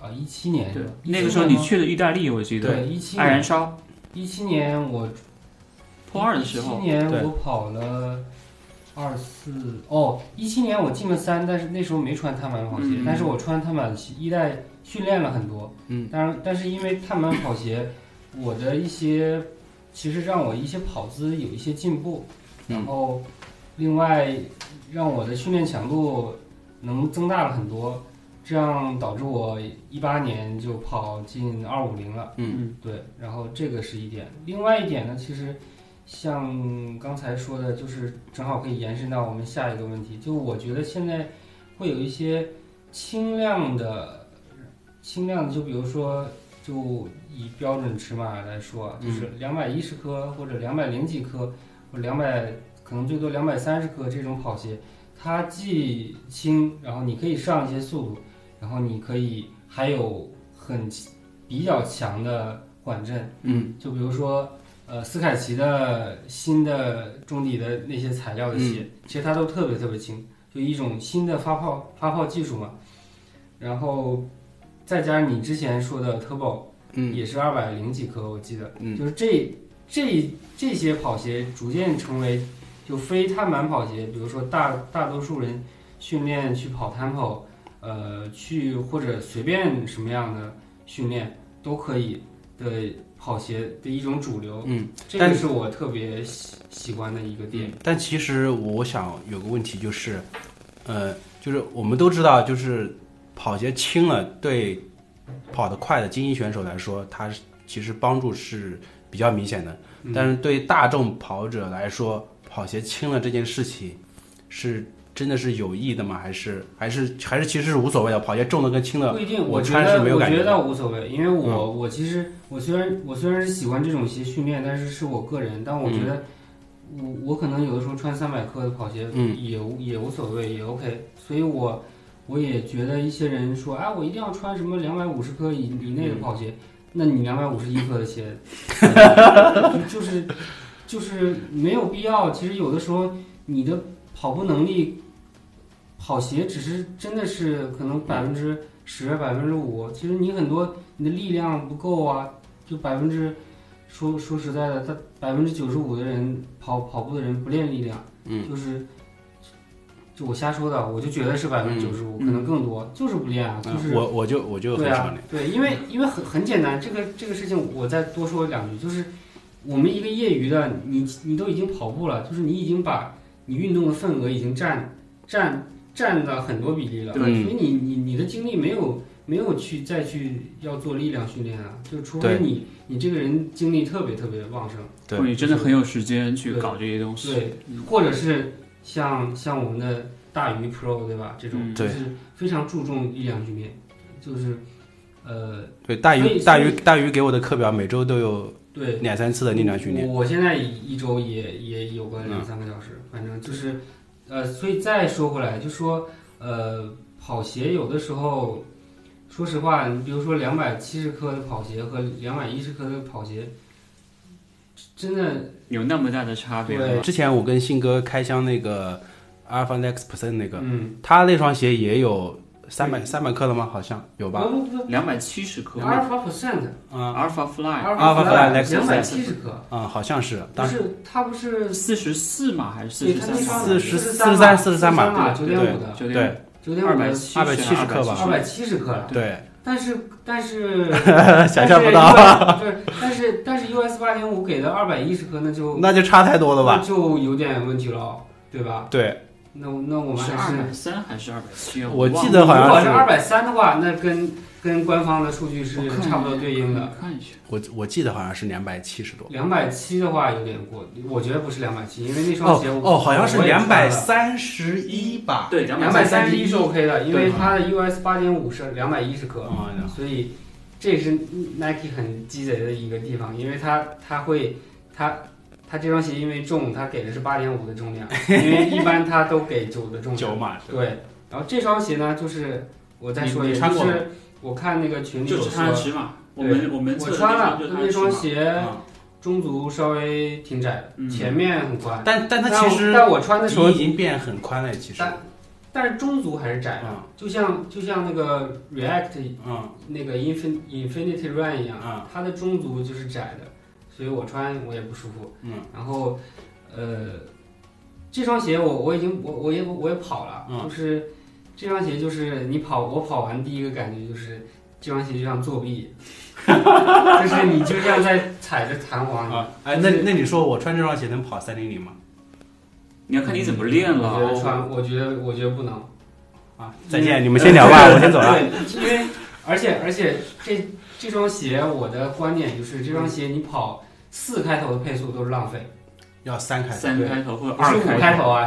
Speaker 3: 啊一七年
Speaker 1: 对
Speaker 3: 是吧，
Speaker 1: 那个时候你去了意大利，我记得，
Speaker 3: 对一七
Speaker 1: 爱燃
Speaker 3: 年
Speaker 1: 烧
Speaker 3: 一七年我
Speaker 1: 破二的时
Speaker 3: 一
Speaker 1: 候
Speaker 3: 七，年
Speaker 2: 对
Speaker 3: 我跑了二四哦，一七年我进了三，但是那时候没穿碳板跑鞋，
Speaker 1: 嗯
Speaker 3: 但是我穿碳板鞋一代训练了很多，
Speaker 2: 嗯，
Speaker 3: 当然，但是因为碳板跑鞋，我的一些其实让我一些跑姿有一些进步，
Speaker 2: 嗯
Speaker 3: 然后另外让我的训练强度能增大了很多，这样导致我一八年就跑进二五零了。
Speaker 1: 嗯，
Speaker 3: 对，然后这个是一点。另外一点呢，其实像刚才说的，就是正好可以延伸到我们下一个问题，就我觉得现在会有一些轻量的、轻量的，就比如说，就以标准尺码来说啊，就是两百一十克或者两百零几克，或两百可能最多两百三十克这种跑鞋，它既轻，然后你可以上一些速度，然后你可以还有很比较强的缓震，
Speaker 2: 嗯，
Speaker 3: 就比如说呃斯凯奇的新的中底的那些材料的鞋，
Speaker 2: 嗯
Speaker 3: 其实它都特别特别轻，就一种新的发泡发泡技术嘛。然后再加上你之前说的 Turbo，
Speaker 2: 嗯，
Speaker 3: 也是二百零几克，我记得，
Speaker 2: 嗯
Speaker 3: 就是这这这些跑鞋逐渐成为就非碳板跑鞋，比如说大大多数人训练去跑 tempo，呃，去或者随便什么样的训练都可以的跑鞋的一种主流，
Speaker 2: 嗯，
Speaker 3: 这
Speaker 2: 但
Speaker 3: 个
Speaker 2: 是
Speaker 3: 是我特别喜喜欢的一个点，
Speaker 2: 但其实我想有个问题就是，呃，就是我们都知道，就是跑鞋轻了对跑得快的精英选手来说，它是其实帮助是比较明显的。
Speaker 3: 嗯
Speaker 2: 但是对于大众跑者来说，跑鞋轻了这件事情是真的是有益的吗？还是还是还是其实是无所谓的？跑鞋重的跟轻的
Speaker 3: 不一定，
Speaker 2: 我
Speaker 3: 觉
Speaker 2: 穿
Speaker 3: 得
Speaker 2: 是没有
Speaker 3: 我
Speaker 2: 感
Speaker 3: 觉
Speaker 2: 觉
Speaker 3: 得
Speaker 2: 的嗯
Speaker 3: 倒无所谓，因为我、我其实我虽然我虽然是喜欢这种鞋训练，但是是我个人，但我
Speaker 2: 嗯
Speaker 3: 觉得我、我可能有的时候穿三百克的跑鞋，
Speaker 2: 嗯
Speaker 3: 也无也无所谓，也 OK，所以我我也觉得一些人说，哎，我一定要穿什么两百五十克以以
Speaker 2: 嗯
Speaker 3: 内的跑鞋，那你两百五十一克的鞋， 就是就是没有必要。其实有的时候你的跑步能力，跑鞋只是真的是可能百分之十、百分之五。其实你很多你的力量不够啊，就百分之说说实在的，他百分之九十五的人跑跑步的人不练力量，
Speaker 2: 嗯，
Speaker 3: 就是就我瞎说的，我就觉得是百分之九十五，
Speaker 1: 嗯
Speaker 3: 可能更多，就是不练啊，
Speaker 2: 嗯
Speaker 3: 就是
Speaker 2: 我我就我就很
Speaker 3: 对
Speaker 2: 少嗯
Speaker 3: 啊
Speaker 2: 练。，
Speaker 3: 对，因为因为很很简单，这个这个事情我再多说两句，就是我们一个业余的，你你都已经跑步了，就是你已经把你运动的份额已经占占占了很多比例了，
Speaker 2: 对
Speaker 3: 所以你你你的精力没有没有去再去要做力量训练啊，就除
Speaker 2: 对
Speaker 3: 非你你这个人精力特别特别旺盛，
Speaker 2: 对
Speaker 1: 或者你真的很有时间去搞这些东西。
Speaker 3: 对，或者是像像我们的大鱼 Pro 对吧？这种、
Speaker 1: 嗯
Speaker 3: 就
Speaker 2: 对
Speaker 3: 是非常注重力量训练，就是呃
Speaker 2: 对，大
Speaker 3: 所以
Speaker 2: 鱼大鱼大鱼给我的课表每周都有
Speaker 3: 对。
Speaker 2: 两三次的力量训练。嗯
Speaker 3: 我我现在一周也也有个两三个小时，反正就是，呃，所以再说回来，就说呃，跑鞋有的时候，说实话，你比如说两百七十克的跑鞋和两百一十克的跑鞋，真的
Speaker 1: 有那么大的差别吗？
Speaker 2: 之前我跟信哥开箱那个 Alpha Next Percent 那个，
Speaker 3: 嗯，
Speaker 2: 他那双鞋也有三百三百克了吗？好像有吧。
Speaker 3: 不不
Speaker 1: 两百七十
Speaker 3: 不
Speaker 1: 克
Speaker 3: ，alpha percent，
Speaker 2: 嗯
Speaker 1: ，Alpha Fly
Speaker 2: Alpha Fly Lexus
Speaker 3: 两百七十克，
Speaker 2: 嗯，好像是。
Speaker 3: 不
Speaker 2: 当时
Speaker 3: 是它不是，
Speaker 1: 四十四嘛，还是四
Speaker 3: 对
Speaker 1: 十
Speaker 3: 它
Speaker 1: 三
Speaker 3: 那双
Speaker 1: 嘛？
Speaker 2: 四
Speaker 3: 十
Speaker 2: 十
Speaker 3: 三
Speaker 2: 四十
Speaker 3: 三
Speaker 2: 三
Speaker 3: 嘛
Speaker 2: 嘛
Speaker 3: 九
Speaker 2: 对
Speaker 3: 点五的，
Speaker 1: 九
Speaker 2: 对
Speaker 1: 点
Speaker 3: 九点
Speaker 1: 二
Speaker 3: 五
Speaker 1: 百
Speaker 3: 的
Speaker 1: 七
Speaker 2: 270克吧
Speaker 3: 二百七十克了。
Speaker 2: 对，
Speaker 3: 但是但是
Speaker 2: 想象不到，啊
Speaker 3: 不是，但是但是 US 八零五给的二百一十克，那就
Speaker 2: 那就差太多了
Speaker 3: 那
Speaker 2: 吧？
Speaker 3: 就有点问题了，对吧？
Speaker 2: 对，
Speaker 3: 那那我们
Speaker 1: 是
Speaker 3: 还
Speaker 1: 二
Speaker 3: 是
Speaker 1: 百，三还是二百七？
Speaker 2: 我
Speaker 1: 忘
Speaker 2: 记
Speaker 1: 了
Speaker 2: 得好
Speaker 3: 如果是二
Speaker 2: 像是，
Speaker 3: 百三的话，那跟跟官方的数据是
Speaker 1: 我看
Speaker 3: 差不多对应的。。
Speaker 1: 看一嗯下，
Speaker 2: 我我记得好像是两百七十多。
Speaker 3: 两百七的话有点过，我觉得不是两百七，因为那双
Speaker 2: 哦
Speaker 3: 鞋我
Speaker 2: 哦，好像是两百
Speaker 3: 三，
Speaker 2: 三十一吧？
Speaker 1: 对，
Speaker 3: 两百三十
Speaker 1: 十
Speaker 3: 一是 OK 的，因为它的 US 八点五是两百一十克，
Speaker 2: 嗯
Speaker 3: 所以这是 Nike 很鸡贼的一个地方，因为它它会它它这双鞋因为重，它给的是八点五的重量，因为一般它都给九的重量。
Speaker 2: 九码。
Speaker 3: 对，然后这双鞋呢，就是我再说
Speaker 1: 你
Speaker 3: 一
Speaker 1: 你
Speaker 3: 下，
Speaker 1: 穿
Speaker 3: 就
Speaker 1: 过吗
Speaker 3: 是我看那个群里有
Speaker 1: 就只差
Speaker 3: 说，
Speaker 1: 尺码。我
Speaker 3: 对
Speaker 1: 们我们测
Speaker 3: 我
Speaker 1: 的
Speaker 3: 穿了
Speaker 1: 就差
Speaker 3: 那
Speaker 1: 尺
Speaker 3: 双
Speaker 1: 码。
Speaker 3: 鞋，
Speaker 2: 嗯
Speaker 3: 中足稍微挺窄的，
Speaker 1: 嗯
Speaker 3: 前面很宽。
Speaker 2: 但但它
Speaker 3: 我
Speaker 2: 其实
Speaker 3: 但我穿的时候
Speaker 2: 已，经变很宽了，其实。
Speaker 3: 但但是中足还是窄的，啊
Speaker 2: 嗯
Speaker 3: 就像就像那个 React
Speaker 2: 嗯
Speaker 3: 那个 Infin Infinity Run 一样，
Speaker 2: 嗯
Speaker 3: 它的中足就是窄的，所以我穿我也不舒服。
Speaker 2: 嗯
Speaker 3: 然后，呃，这双鞋我我已经我我也我也跑了，
Speaker 2: 嗯
Speaker 3: 就是这双鞋就是你跑我跑完第一个感觉就是这双鞋就像 作弊，就是你就像在踩着弹簧一样。
Speaker 2: 啊，哎，那那你说我穿这双鞋能跑三零零吗？
Speaker 1: 你要看你怎么练了
Speaker 3: 嗯我觉得
Speaker 1: 哦。
Speaker 3: 穿，我觉得我觉得不能。
Speaker 2: 啊，再见，
Speaker 3: 嗯
Speaker 2: 你们先聊吧，我先走 了。
Speaker 3: 对，因为而且而且这这双鞋，我的观点就是这双鞋你跑四开头的配速都是浪费，
Speaker 2: 要三开头。
Speaker 1: 三开头或者
Speaker 3: 不是
Speaker 1: 二
Speaker 3: 五
Speaker 1: 开
Speaker 3: 开
Speaker 1: 头，
Speaker 3: 头啊，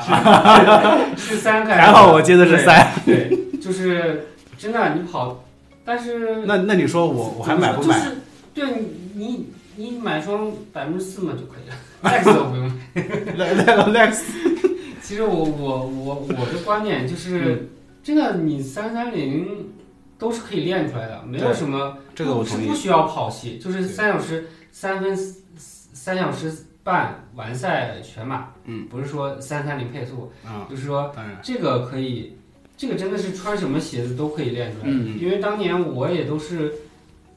Speaker 3: 是 是三开头。
Speaker 2: 还好我接的是三。
Speaker 3: 对，对，就是真的你跑，但是
Speaker 2: 那那你说我我还买不
Speaker 3: 就
Speaker 2: 买？
Speaker 3: 是对你你你买双百分之四嘛就可以了 ，X 都不用买。
Speaker 2: 来来 来，
Speaker 3: 其实我我我我的观点
Speaker 2: 嗯
Speaker 3: 就是，真的你三三零都是可以练出来的，没有
Speaker 2: 对
Speaker 3: 什么。
Speaker 2: 这个我
Speaker 3: 嗯是
Speaker 2: 同意
Speaker 3: 不。需要跑鞋，就是
Speaker 2: 对
Speaker 3: 三小时三分四三小时半完赛全马，
Speaker 2: 嗯，
Speaker 3: 不是说三三零配速，
Speaker 2: 啊，
Speaker 3: 就是说
Speaker 2: 当然。
Speaker 3: 这个可以，这个真的是穿什么鞋子都可以练出来，
Speaker 1: 嗯
Speaker 3: 因为当年我也都是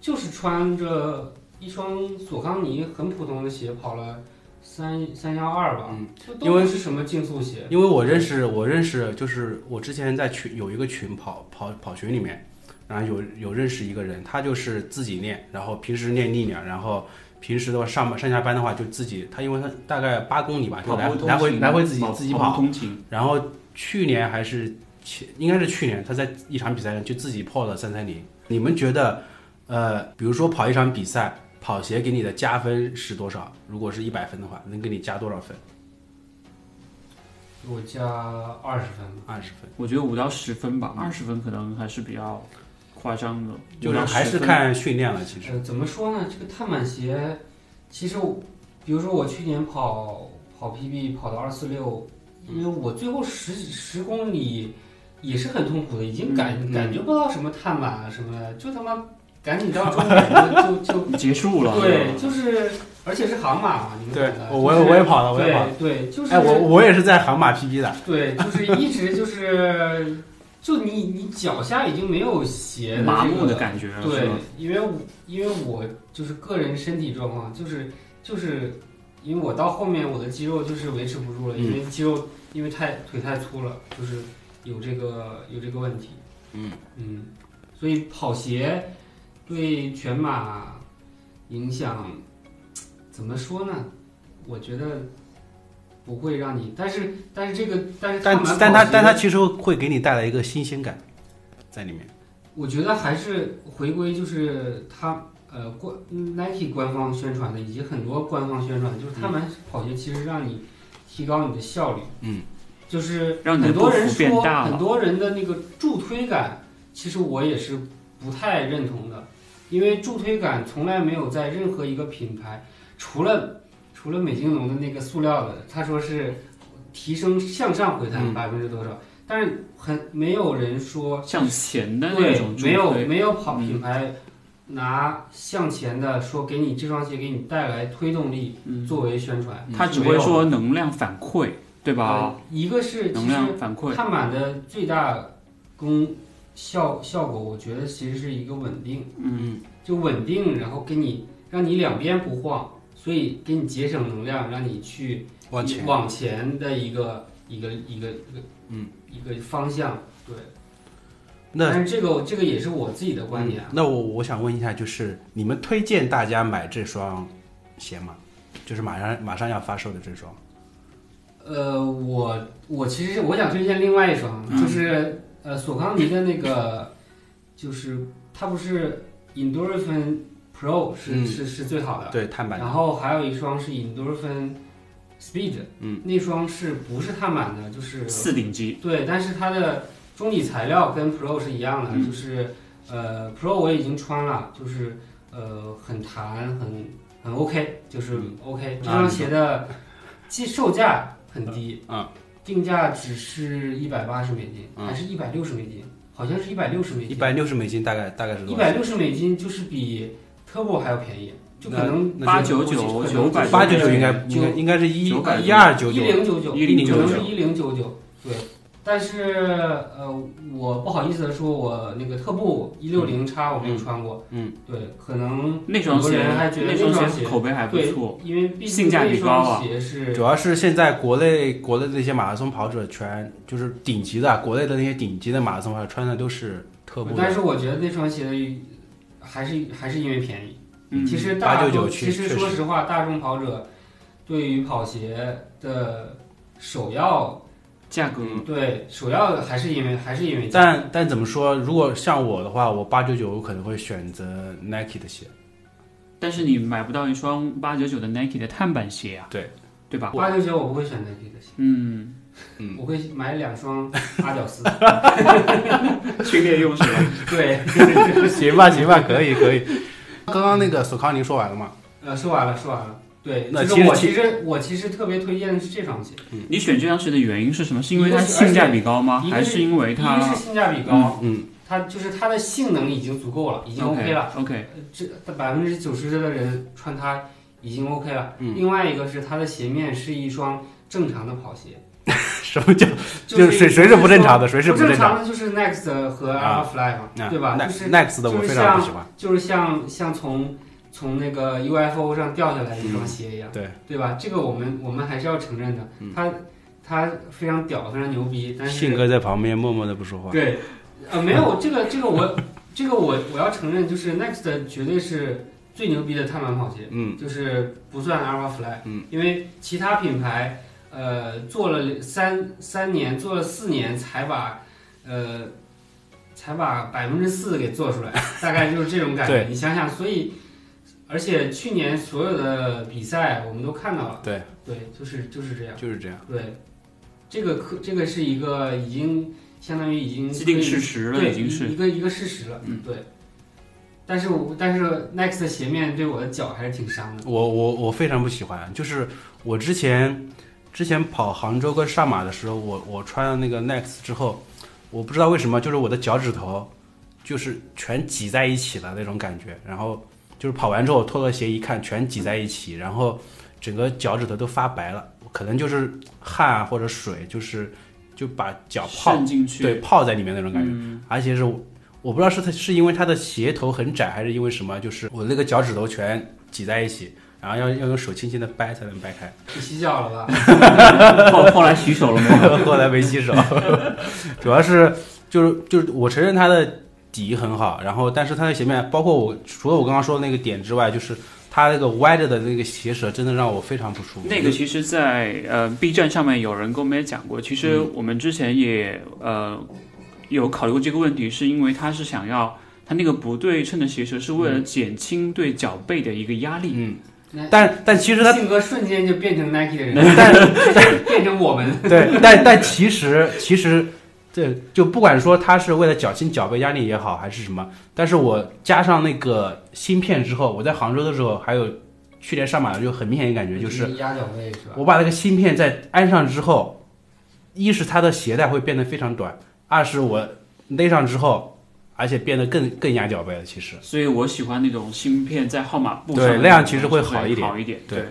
Speaker 3: 就是穿着一双索康尼很普通的鞋跑了三三幺二吧，
Speaker 2: 嗯
Speaker 3: 就都
Speaker 2: 因为
Speaker 3: 不是什么竞速鞋，
Speaker 2: 因为我认识，我认识，就是我之前在群有一个群跑跑跑群里面，然后有有认识一个人，他就是自己练，然后平时练力量，然后平时的话上班上下班的话就自己，他因为他大概八公里吧，就
Speaker 1: 跑
Speaker 2: 来
Speaker 1: 步通勤
Speaker 2: 来回来回自己自己跑
Speaker 1: 步，通勤，
Speaker 2: 然后去年还是前应该是去年，他在一场比赛上就自己破了三三零。你们觉得呃，比如说跑一场比赛，跑鞋给你的加分是多少？如果是一百分的话，能给你加多少分？
Speaker 3: 我加二十分吧。
Speaker 2: 二十分，
Speaker 1: 我觉得五到十分吧，二十分可能还是比较夸张的，
Speaker 2: 就
Speaker 1: 5
Speaker 2: 是
Speaker 1: 到10
Speaker 2: 还是
Speaker 1: 分
Speaker 2: 看训练了。其实，
Speaker 3: 呃，怎么说呢？这个碳板鞋，其实我比如说我去年跑跑 PB 跑到二四六，因为我最后十十公里也是很痛苦的，已经感、
Speaker 1: 嗯嗯
Speaker 3: 感觉不到什么碳板啊什么的，就他妈赶紧到 终点就就
Speaker 1: 结束了，
Speaker 3: 就对，就是而且是航马嘛，你们
Speaker 2: 对
Speaker 3: 看的
Speaker 2: 我我也我也跑了，我也跑了。
Speaker 3: 对对，就是
Speaker 2: 哎，我我也是在杭马 PB 的，
Speaker 3: 对，就是一直就是，就你你脚下已经没有鞋的
Speaker 1: 麻
Speaker 3: 这
Speaker 1: 木
Speaker 3: 个
Speaker 1: 的感觉，是
Speaker 3: 对
Speaker 1: 吧，
Speaker 3: 因为我因为我就是个人身体状况，就是就是因为我到后面我的肌肉就是维持不住了，
Speaker 2: 嗯
Speaker 3: 因为肌肉因为太腿太粗了，就是有这个有这个问题。
Speaker 2: 嗯
Speaker 3: 嗯，所以跑鞋对全马影响怎么说呢？我觉得不会让你，但是但是这个但是
Speaker 2: 但
Speaker 3: 看完
Speaker 2: 但
Speaker 3: 跑
Speaker 2: 它
Speaker 3: 鞋
Speaker 2: 但它其实会给你带来一个新鲜感在里面。
Speaker 3: 我觉得还是回归就是它呃官 Nike 官方宣传的，以及很多官方宣传，就是
Speaker 1: 嗯
Speaker 3: 他们跑鞋其实让你提高你的效率，
Speaker 2: 嗯，
Speaker 3: 就是
Speaker 1: 让你的
Speaker 3: 很多人
Speaker 1: 步幅变
Speaker 3: 说
Speaker 1: 大了
Speaker 3: 很多人的那个助推感，其实我也是不太认同的，因为助推感从来没有在任何一个品牌，除了除了美津浓的那个塑料的，他说是提升向上回
Speaker 1: 嗯
Speaker 3: 弹百分之多少，但是很没有人说
Speaker 1: 向前的那
Speaker 3: 对
Speaker 1: 种，
Speaker 3: 没有
Speaker 1: 对嗯
Speaker 3: 没有跑品牌拿向前的说给你这双鞋给你带来推动力
Speaker 1: 嗯
Speaker 3: 作为宣传，
Speaker 1: 他只
Speaker 3: 没
Speaker 1: 会
Speaker 3: 有
Speaker 1: 说能量反馈，对吧？
Speaker 3: 呃一个是
Speaker 1: 能
Speaker 3: 其实
Speaker 1: 量反馈，
Speaker 3: 碳板的最大功效效果，我觉得其实是一个稳定，
Speaker 2: 嗯，
Speaker 3: 就稳定，然后给你让你两边不晃，所以给你节省能量，让你去
Speaker 2: 往前。
Speaker 3: 往前的一个一个一个一个
Speaker 2: 嗯
Speaker 3: 一个方向，对。
Speaker 2: 那
Speaker 3: 但是这个这个也是我自己的观点啊，
Speaker 2: 那我我想问一下，就是你们推荐大家买这双鞋吗？就是马上马上要发售的这双，
Speaker 3: 呃，我我其实是我想推荐另外一双，
Speaker 1: 嗯
Speaker 3: 就是呃索康尼的那个，就是它不是 Endorphin Pro 是、
Speaker 2: 嗯
Speaker 3: 是是最好的，
Speaker 2: 对碳板
Speaker 3: 然后还有一双是 Endorphin Speed，
Speaker 2: 嗯，
Speaker 3: 那双是不是碳板的？就是
Speaker 1: 四顶级，
Speaker 3: 对，但是它的中底材料跟 Pro 是一样的，
Speaker 1: 嗯
Speaker 3: 就是呃 Pro 我已经穿了，就是呃很弹，很很 OK，就是
Speaker 2: 嗯
Speaker 3: OK、
Speaker 2: 啊
Speaker 3: 这双鞋的既售价很低，
Speaker 2: 嗯
Speaker 3: 定价只是一百八十美金，
Speaker 2: 嗯
Speaker 3: 还是一百六十美金？好像是一百六十美
Speaker 2: 一
Speaker 3: 金，
Speaker 2: 百六十美金，大概大概是
Speaker 3: 一
Speaker 2: 多
Speaker 3: 百
Speaker 2: 少？
Speaker 3: 六十美金就是比 Turbo 还要便宜，就可
Speaker 2: 那
Speaker 3: 能
Speaker 1: 那是899 900
Speaker 2: 八九九应该
Speaker 3: 就
Speaker 2: 应该应该是一
Speaker 1: 900
Speaker 2: 一二九
Speaker 3: 一
Speaker 2: 九，
Speaker 3: 零九九，
Speaker 1: 1099
Speaker 3: 可能是一零九九，对。但是呃，我不好意思的说，我那个特步一六零叉我没有穿过，
Speaker 2: 嗯，
Speaker 3: 对，可能
Speaker 1: 那双
Speaker 3: 有
Speaker 1: 鞋
Speaker 3: 人还觉得
Speaker 1: 那双
Speaker 3: 那双
Speaker 1: 鞋
Speaker 3: 鞋
Speaker 1: 口碑还不
Speaker 3: 对
Speaker 1: 错，，
Speaker 3: 因为毕竟
Speaker 1: 性价比
Speaker 3: 那
Speaker 1: 高啊
Speaker 3: 双鞋是
Speaker 2: 主要是现在国内国内的那些马拉松跑者全就是顶级的，啊国内的那些顶级的马拉松跑者穿的都是特步
Speaker 3: 但
Speaker 2: 的，
Speaker 3: 是我觉得那双鞋还是还是因为便宜。
Speaker 1: 嗯，
Speaker 3: 其实大
Speaker 2: 899
Speaker 3: 众，
Speaker 2: 确
Speaker 3: 其实
Speaker 2: 确
Speaker 3: 说
Speaker 2: 实
Speaker 3: 实话，大众跑者对于跑鞋的首要
Speaker 1: 价格
Speaker 3: 对首要还是因为还是因为价格
Speaker 2: 但但怎么说？如果像我的话，我八九九我可能会选择 Nike 的鞋，
Speaker 1: 但是你买不到一双八九九的 Nike 的碳板鞋啊，
Speaker 2: 对
Speaker 1: 对吧？
Speaker 3: 八九九我不会选择这个鞋，
Speaker 1: 嗯，
Speaker 3: 我会买两双阿屌丝。
Speaker 1: 训练用是 吧？
Speaker 3: 对，
Speaker 2: 行吧，行吧，可以，可以。刚刚那个索康尼说完了嘛？
Speaker 3: 呃，说完了，说完了。对，
Speaker 2: 那
Speaker 3: 就
Speaker 2: 其实
Speaker 3: 是我其实我其实特别推荐的是这双鞋，
Speaker 1: 你选这双鞋的原因是什么？是因为
Speaker 3: 一个
Speaker 1: 它
Speaker 3: 是
Speaker 1: 性价比高吗？
Speaker 3: 一个
Speaker 1: 还是因为
Speaker 3: 一个
Speaker 1: 它
Speaker 3: 是性价比高，
Speaker 2: 嗯，
Speaker 3: 它就是它的性能已经足够了，已经 OK 了，呃
Speaker 1: ？OK，
Speaker 3: 这百分之九十的人穿它已经 OK 了。
Speaker 2: 嗯
Speaker 3: 另外一个是它的鞋面是一双正常的跑鞋，
Speaker 2: 什么叫
Speaker 3: 就是
Speaker 2: 谁谁是不正常的，谁是
Speaker 3: 不
Speaker 2: 不正
Speaker 3: 正
Speaker 2: 常
Speaker 3: 常的就是 Next 和
Speaker 2: 啊
Speaker 3: Alpha Fly 嘛，
Speaker 2: 的？
Speaker 3: 对吧？
Speaker 2: 那
Speaker 3: 就是
Speaker 2: Next 的我
Speaker 3: 就是
Speaker 2: 非常不喜欢。
Speaker 3: 就是像像从从那个 UFO 上掉下来的一双鞋一样，
Speaker 2: 嗯对嗯
Speaker 3: 对吧？这个我们我们还是要承认的，他他非常屌，非常牛逼，但
Speaker 2: 信
Speaker 3: 是
Speaker 2: 哥在旁边默默的不说话。
Speaker 3: 对，呃，没有这个这个我这个我我要承认，就是 Next 绝对是最牛逼的碳板跑鞋，
Speaker 2: 嗯，
Speaker 3: 就是不算 Alpha Fly，
Speaker 2: 嗯，
Speaker 3: 因为其他品牌呃做了三三年，做了四年才把呃才把百分之四给做出来，大概就是这种感觉。
Speaker 2: 对
Speaker 3: 你想想，所以而且去年所有的比赛我们都看到了，
Speaker 2: 对，
Speaker 3: 对，就是就是这样。
Speaker 2: 就是这样。
Speaker 3: 对，这个可这个是一个已经相当于已经
Speaker 1: 既定
Speaker 3: 可以
Speaker 1: 事实了，
Speaker 3: 嗯对
Speaker 1: 已经是
Speaker 3: 一个一个事实了，
Speaker 1: 嗯
Speaker 3: 对。但是我但是 Next 的鞋面对我的脚还是挺伤的，
Speaker 2: 我我我非常不喜欢，就是我之前之前跑杭州跟上马的时候，我我穿了那个 Next 之后，我不知道为什么，就是我的脚趾头就是全挤在一起了那种感觉，然后就是跑完之后脱了鞋一看，全挤在一起，然后整个脚趾头都发白了，可能就是汗啊或者水，就是就把脚泡
Speaker 1: 渗进去，
Speaker 2: 对泡在里面那种感觉。
Speaker 1: 嗯，
Speaker 2: 而且是我我不知道是它是因为它的鞋头很窄，还是因为什么，就是我那个脚趾头全挤在一起，然后要要用手轻轻的掰才能掰开。
Speaker 3: 你洗脚了吧？
Speaker 1: 嗯后后来洗 手了吗？
Speaker 2: 后来没洗手， 主要是就是就是我承认它的底很好，然后但是它的鞋面，包括我除了我刚刚说的那个点之外，就是它那个歪着的那个鞋舌，真的让我非常不舒服。
Speaker 1: 那个其实在，呃 B 站上面有人跟我们也讲过，其实
Speaker 3: 嗯
Speaker 1: 我们之前也呃有考虑过这个问题，是因为他是想要他那个不对称的鞋舌是为
Speaker 3: 嗯
Speaker 1: 了减轻对脚背的一个压力。
Speaker 2: 嗯
Speaker 3: 那，
Speaker 2: 但但其实 它
Speaker 3: 性格瞬间就变成 Nike 的人了，但变成我们，
Speaker 2: 对，但但其实其实这就不管说它是为了减轻脚背压力也好，还是什么，但是我加上那个芯片之后，我在杭州的时候，还有去年上马就很明显的 感觉就是，
Speaker 3: 压脚位是吧？
Speaker 2: 我把那个芯片在安上之后，一是它的鞋带会变得非常短，二是我勒上之后，而且变得更更压脚背了。其实
Speaker 1: 所以我喜欢那种芯片在号码布上
Speaker 2: 对
Speaker 1: 的种，
Speaker 2: 那样其实会
Speaker 1: 好
Speaker 2: 好一点
Speaker 1: 一点，
Speaker 2: 对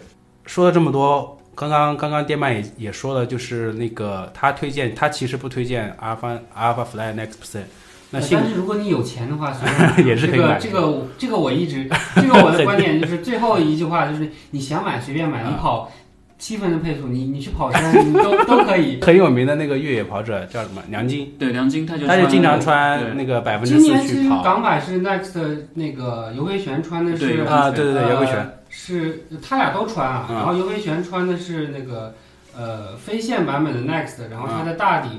Speaker 2: 说了这么多。刚刚刚刚电鳗也也说了，就是那个他推荐，他其实不推荐 Alpha Alpha Fly Next Percent。那
Speaker 3: 呃
Speaker 2: 幸
Speaker 3: 但是如果你有钱的话，随 便
Speaker 2: 也是可以买的
Speaker 3: 这个这个这个我一直，这个我的观点就是最后一句话就是你想买随便买，
Speaker 2: 啊
Speaker 3: 你跑七分的配速，你你去跑山你都都可以。
Speaker 2: 很有名的那个越野跑者叫什么？梁晶，
Speaker 1: 对，梁晶他就
Speaker 2: 他就经常
Speaker 1: 穿
Speaker 2: 穿那个百分
Speaker 3: 今
Speaker 2: 之四
Speaker 3: 年其
Speaker 2: 去
Speaker 3: 实
Speaker 2: 跑
Speaker 3: 港版是 Next 的那个尤飞旋穿的
Speaker 1: 对
Speaker 3: 是
Speaker 1: 有
Speaker 2: 啊，对对对，
Speaker 3: 呃
Speaker 2: 姚贵璇，
Speaker 3: 是他俩都穿啊，
Speaker 2: 嗯
Speaker 3: 然后尤飞旋穿的是那个呃飞线版本的 Next，然后
Speaker 2: 嗯
Speaker 3: 他的大底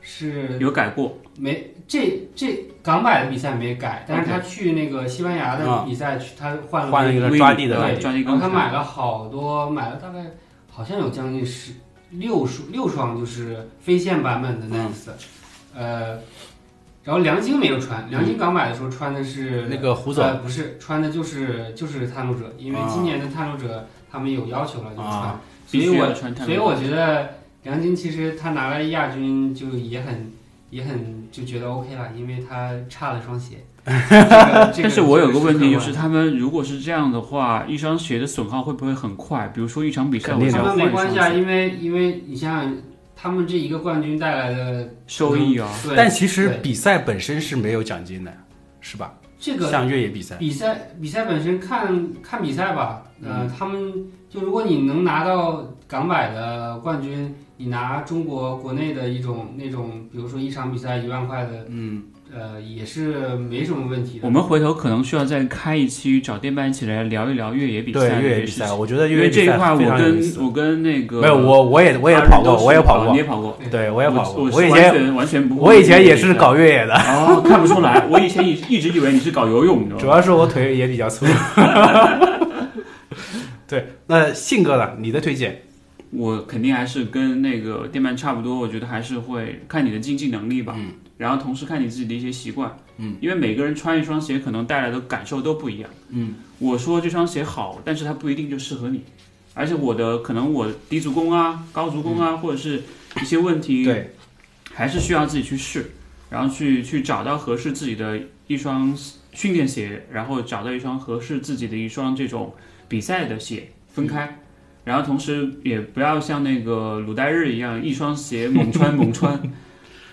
Speaker 3: 是
Speaker 1: 有改过，
Speaker 3: 没这这港版的比赛没改，但是他去那个西班牙的
Speaker 2: 嗯
Speaker 3: 比赛去，他换了
Speaker 2: 换了一个抓地的
Speaker 1: 对
Speaker 2: 感觉
Speaker 1: 抓地
Speaker 3: 然后
Speaker 1: 跟
Speaker 3: 他买了好多，买了大概好像有将近十六双六双，就是飞线版本的
Speaker 2: 嗯
Speaker 3: Next，、呃，然后梁晶没有穿，梁晶
Speaker 2: 嗯
Speaker 3: 刚买的时候穿的是
Speaker 2: 那个胡
Speaker 3: 呃
Speaker 2: 总，
Speaker 3: 不是穿的就是就是探路者，因为今年的
Speaker 1: 啊
Speaker 3: 探路者他们有要求了，就穿，
Speaker 2: 啊
Speaker 3: 所
Speaker 1: 必
Speaker 3: 以
Speaker 1: 须
Speaker 3: 我
Speaker 1: 要穿碳
Speaker 3: 所以我觉得梁晶其实他拿了亚军就也很也很就觉得 OK 了，因为他差了 双鞋。这个这个
Speaker 1: 但是我有个问题就
Speaker 3: 这
Speaker 1: 是，
Speaker 3: 个
Speaker 1: 他们如果是这样的话，一双鞋的损耗会不会很快？比如说一场比赛，
Speaker 2: 肯
Speaker 1: 我
Speaker 2: 定
Speaker 1: 只
Speaker 2: 的
Speaker 1: 要
Speaker 3: 他
Speaker 1: 换
Speaker 3: 们
Speaker 1: 一
Speaker 3: 没
Speaker 1: 双
Speaker 3: 关系啊，
Speaker 1: 鞋，
Speaker 3: 因为因为你想想，他们这一个冠军带来的
Speaker 1: 收益啊，
Speaker 3: 对，
Speaker 2: 但其实
Speaker 3: 对
Speaker 2: 比赛本身是没有奖金的，是吧？
Speaker 3: 这个
Speaker 2: 像越野比赛，
Speaker 3: 比赛比赛本身看看比赛吧，呃，他们就如果你能拿到港百的冠军，你拿中国国内的一种那种，比如说一场比赛一万块的，
Speaker 2: 嗯，
Speaker 3: 呃，也是没什么问题的。
Speaker 1: 我们回头可能需要再开一期，找电鳗一起来聊一聊越野比赛。
Speaker 2: 对越野比赛，，我觉得
Speaker 1: 因
Speaker 2: 越
Speaker 1: 为
Speaker 2: 野
Speaker 1: 这
Speaker 2: 比
Speaker 1: 一
Speaker 2: 赛
Speaker 1: 块我
Speaker 2: 非常有意
Speaker 1: 跟
Speaker 2: 思。
Speaker 1: 我跟那个
Speaker 2: 没有，我我也我也跑过，我也跑
Speaker 1: 你
Speaker 2: 过，
Speaker 1: 也跑过，
Speaker 2: 对我也跑过，
Speaker 1: 我
Speaker 2: 我以
Speaker 1: 完
Speaker 2: 前
Speaker 1: 全完全不会
Speaker 2: 我以前也是搞越野的，
Speaker 1: 哦，看不出 来，我以前一一直以为你是搞游泳的，
Speaker 2: 主要是我腿也比较粗。 对，那信哥呢？你的推荐？
Speaker 1: 我肯定还是跟那个电鳗差不多，我觉得还是会看你的经济能力吧，
Speaker 2: 嗯
Speaker 1: 然后同时看你自己的一些习惯，
Speaker 2: 嗯，
Speaker 1: 因为每个人穿一双鞋可能带来的感受都不一样，
Speaker 2: 嗯，
Speaker 1: 我说这双鞋好，但是它不一定就适合你，而且我的可能我低足弓啊、高足
Speaker 2: 嗯
Speaker 1: 弓啊，或者是一些问题，
Speaker 2: 对，
Speaker 1: 还是需要自己去试，然后去去找到合适自己的一双训练鞋，然后找到一双合适自己的一双这种比赛的鞋分开。
Speaker 2: 嗯
Speaker 1: 然后同时也不要像那个鲁代日一样一双鞋猛穿猛 穿，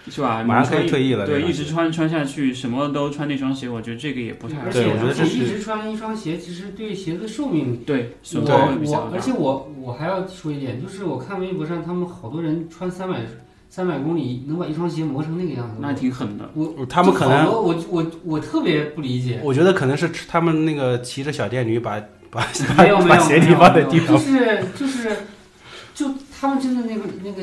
Speaker 1: 是吧？
Speaker 2: 马上可以
Speaker 1: 猛穿
Speaker 2: 退役了。
Speaker 1: 对，
Speaker 2: 这个
Speaker 1: 一直穿穿下去，什么都穿那双鞋，我觉得这个也不太好
Speaker 3: 而。
Speaker 2: 对
Speaker 3: 且
Speaker 2: 我觉得这
Speaker 3: 而且
Speaker 2: 是
Speaker 3: 一直穿一双鞋，其实对鞋子寿命，
Speaker 1: 对，
Speaker 3: 我
Speaker 1: 损耗会比较
Speaker 3: 我
Speaker 1: 大
Speaker 3: 而。且我我还要说一点，就是我看微博上他们好多人穿三百三百公里能把一双鞋磨成那个样子，
Speaker 1: 那挺狠的，
Speaker 2: 他们可能
Speaker 3: 就好多我我我特别不理解。
Speaker 2: 我觉得可能是他们那个骑着小电驴把把
Speaker 3: 没有
Speaker 2: 把
Speaker 3: 没
Speaker 2: 把
Speaker 3: 有
Speaker 2: 鞋
Speaker 3: 没
Speaker 2: 底
Speaker 3: 有
Speaker 2: 放在
Speaker 3: 没有
Speaker 2: 地上
Speaker 3: 就，是就是就他们真的那个那个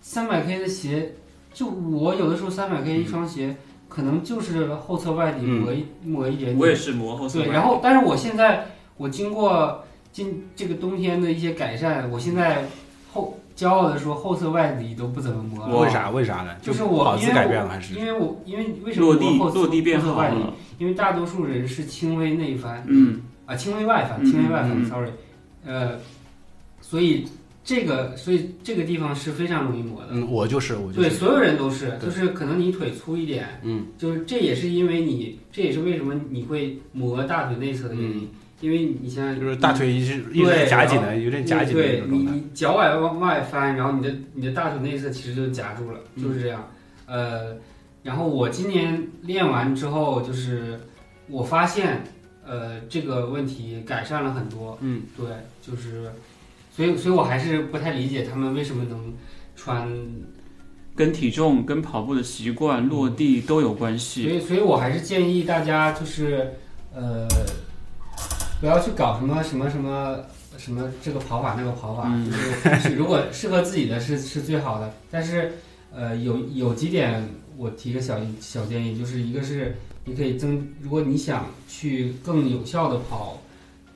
Speaker 3: 三百 K 的鞋，就我有的时候三百 K 一双鞋。可能就是后侧外底
Speaker 2: 嗯
Speaker 3: 磨一、磨一点
Speaker 1: 我也
Speaker 3: 点。
Speaker 1: 是磨后侧
Speaker 3: 对，
Speaker 1: 弯
Speaker 3: 然后但是我现在我经过今这个冬天的一些改善，我现在后骄傲的说后侧外底都不怎么磨了。
Speaker 2: 为啥？为啥呢？
Speaker 3: 就是我
Speaker 2: 跑姿
Speaker 3: 因为
Speaker 2: 改
Speaker 3: 我
Speaker 2: 变了还是？
Speaker 3: 因为我因为为什么
Speaker 1: 落地
Speaker 3: 磨后
Speaker 1: 落地变
Speaker 3: 后侧
Speaker 1: 好
Speaker 3: 外底？
Speaker 1: 了，
Speaker 3: 因为大多数人是轻微内翻，
Speaker 1: 嗯，
Speaker 3: 啊，轻微外翻，
Speaker 1: 嗯
Speaker 3: 轻微外翻、
Speaker 1: 嗯嗯
Speaker 3: s o r r y 呃，所以这个所以这个地方是非常容易磨的。
Speaker 2: 嗯，我就是我就
Speaker 3: 对，
Speaker 2: 是，
Speaker 3: 所有人都是，
Speaker 2: 对
Speaker 3: 就是可能你腿粗一点，
Speaker 2: 嗯，
Speaker 3: 就是这也是因为你，这也是为什么你会磨大腿内侧的原因，因为你现在
Speaker 2: 嗯就是大腿一直一直是夹紧的，有点夹紧的那
Speaker 3: 嗯对
Speaker 2: 种
Speaker 3: 你
Speaker 2: 状态。
Speaker 3: 你脚崴往外翻，然后你的你的大腿内侧其实就夹住了，
Speaker 2: 嗯
Speaker 3: 就是这样。呃，然后我今年练完之后，就是我发现，呃，这个问题改善了很多。
Speaker 2: 嗯，
Speaker 3: 对，就是，所以所以我还是不太理解他们为什么能穿，
Speaker 1: 跟体重、跟跑步的习惯、落地都有关
Speaker 3: 嗯所
Speaker 1: 系。
Speaker 3: 以所以我还是建议大家就是，呃，不要去搞什么什么什么。什么这个跑法那个跑法，
Speaker 1: 嗯
Speaker 3: 就是如果适合自己的是是最好的。但是，呃，有有几点我提个小小建议，就是一个是你可以增，如果你想去更有效的跑，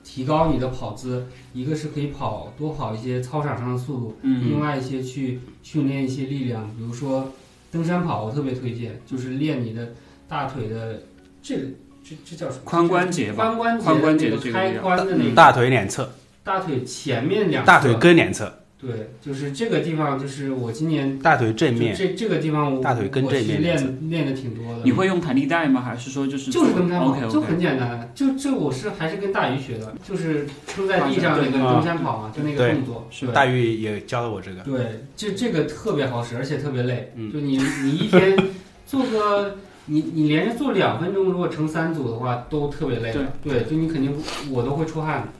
Speaker 3: 提高你的跑姿，一个是可以跑多跑一些操场上的速度，
Speaker 1: 嗯
Speaker 3: 另外一些去训练一些力量，比如说登山跑，我特别推荐，就是练你的大腿的这个这这叫什么
Speaker 1: 髋关节吧
Speaker 3: 髋关节
Speaker 1: 髋关节的
Speaker 3: 那
Speaker 1: 这
Speaker 3: 个
Speaker 1: 个
Speaker 3: 开
Speaker 1: 力量
Speaker 3: 髋的那个
Speaker 2: 大腿两侧，
Speaker 3: 大腿前面两侧
Speaker 2: 大腿根两侧，
Speaker 3: 对，就是这个地方，就是我今年
Speaker 2: 大腿正
Speaker 3: 就
Speaker 2: 面，
Speaker 3: 这这个地方我
Speaker 2: 大腿跟
Speaker 3: 我
Speaker 2: 这
Speaker 3: 是
Speaker 2: 面
Speaker 3: 练练的挺多的。
Speaker 1: 嗯你会用弹力带吗？还是说就是
Speaker 3: 就是登山跑
Speaker 1: OK
Speaker 3: 就
Speaker 1: OK，
Speaker 3: 很简单，就这我是还是跟大鱼学的，就是撑在地上那个
Speaker 1: 啊
Speaker 3: 登山跑嘛，就那个
Speaker 2: 对
Speaker 3: 动作。
Speaker 1: 是
Speaker 3: 对
Speaker 2: 大玉也教了我这个。
Speaker 3: 对，这这个特别好使，而且特别累。
Speaker 2: 嗯
Speaker 3: 就你你一天做个你你连着做两分钟，如果乘三组的话，都特别累了。对，就你肯定我都会出汗。
Speaker 2: 嗯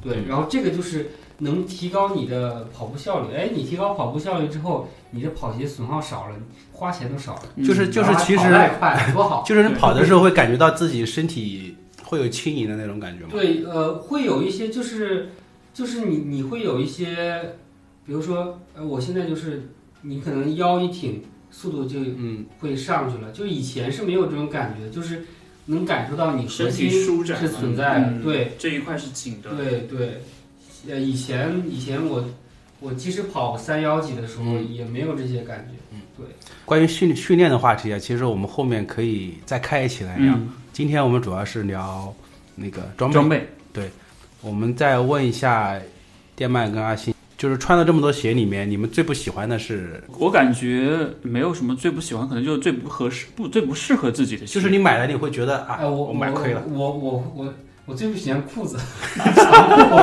Speaker 3: 对，然后这个就是能提高你的跑步效率。哎，你提高跑步效率之后，你的跑鞋损耗少了，花钱都少了，
Speaker 1: 嗯
Speaker 2: 就是就是
Speaker 3: 然后还
Speaker 2: 其实
Speaker 3: 跑得还快，多 好。
Speaker 2: 就是你跑的时候会感觉到自己身体会有轻盈的那种感觉吗？
Speaker 3: 对，呃，会有一些就是就是你你会有一些，比如说，呃，我现在就是你可能腰一挺，速度就
Speaker 2: 嗯，
Speaker 3: 会上去了。就是以前是没有这种感觉，就是能感受到你核
Speaker 1: 身
Speaker 3: 心
Speaker 1: 体舒展
Speaker 3: 是存在的。
Speaker 1: 嗯
Speaker 3: 对
Speaker 1: 这一块是紧的，
Speaker 3: 对对，呃，以前以前我我即使跑三幺几的时候也没有这些感觉。
Speaker 2: 关于训训练的话题啊，其实我们后面可以再开一期来聊。
Speaker 1: 嗯，
Speaker 2: 今天我们主要是聊那个装备，
Speaker 1: 装备
Speaker 2: 我们再问一下电鳗跟阿星，就是穿了这么多鞋里面，你们最不喜欢的是？
Speaker 1: 我感觉没有什么最不喜欢，可能就是最不合适、不最不适合自己的鞋。
Speaker 2: 就是你买了你会觉得
Speaker 3: 哎、
Speaker 2: 啊，
Speaker 3: 我我
Speaker 2: 买亏了。
Speaker 3: 我我我我最不喜欢裤子，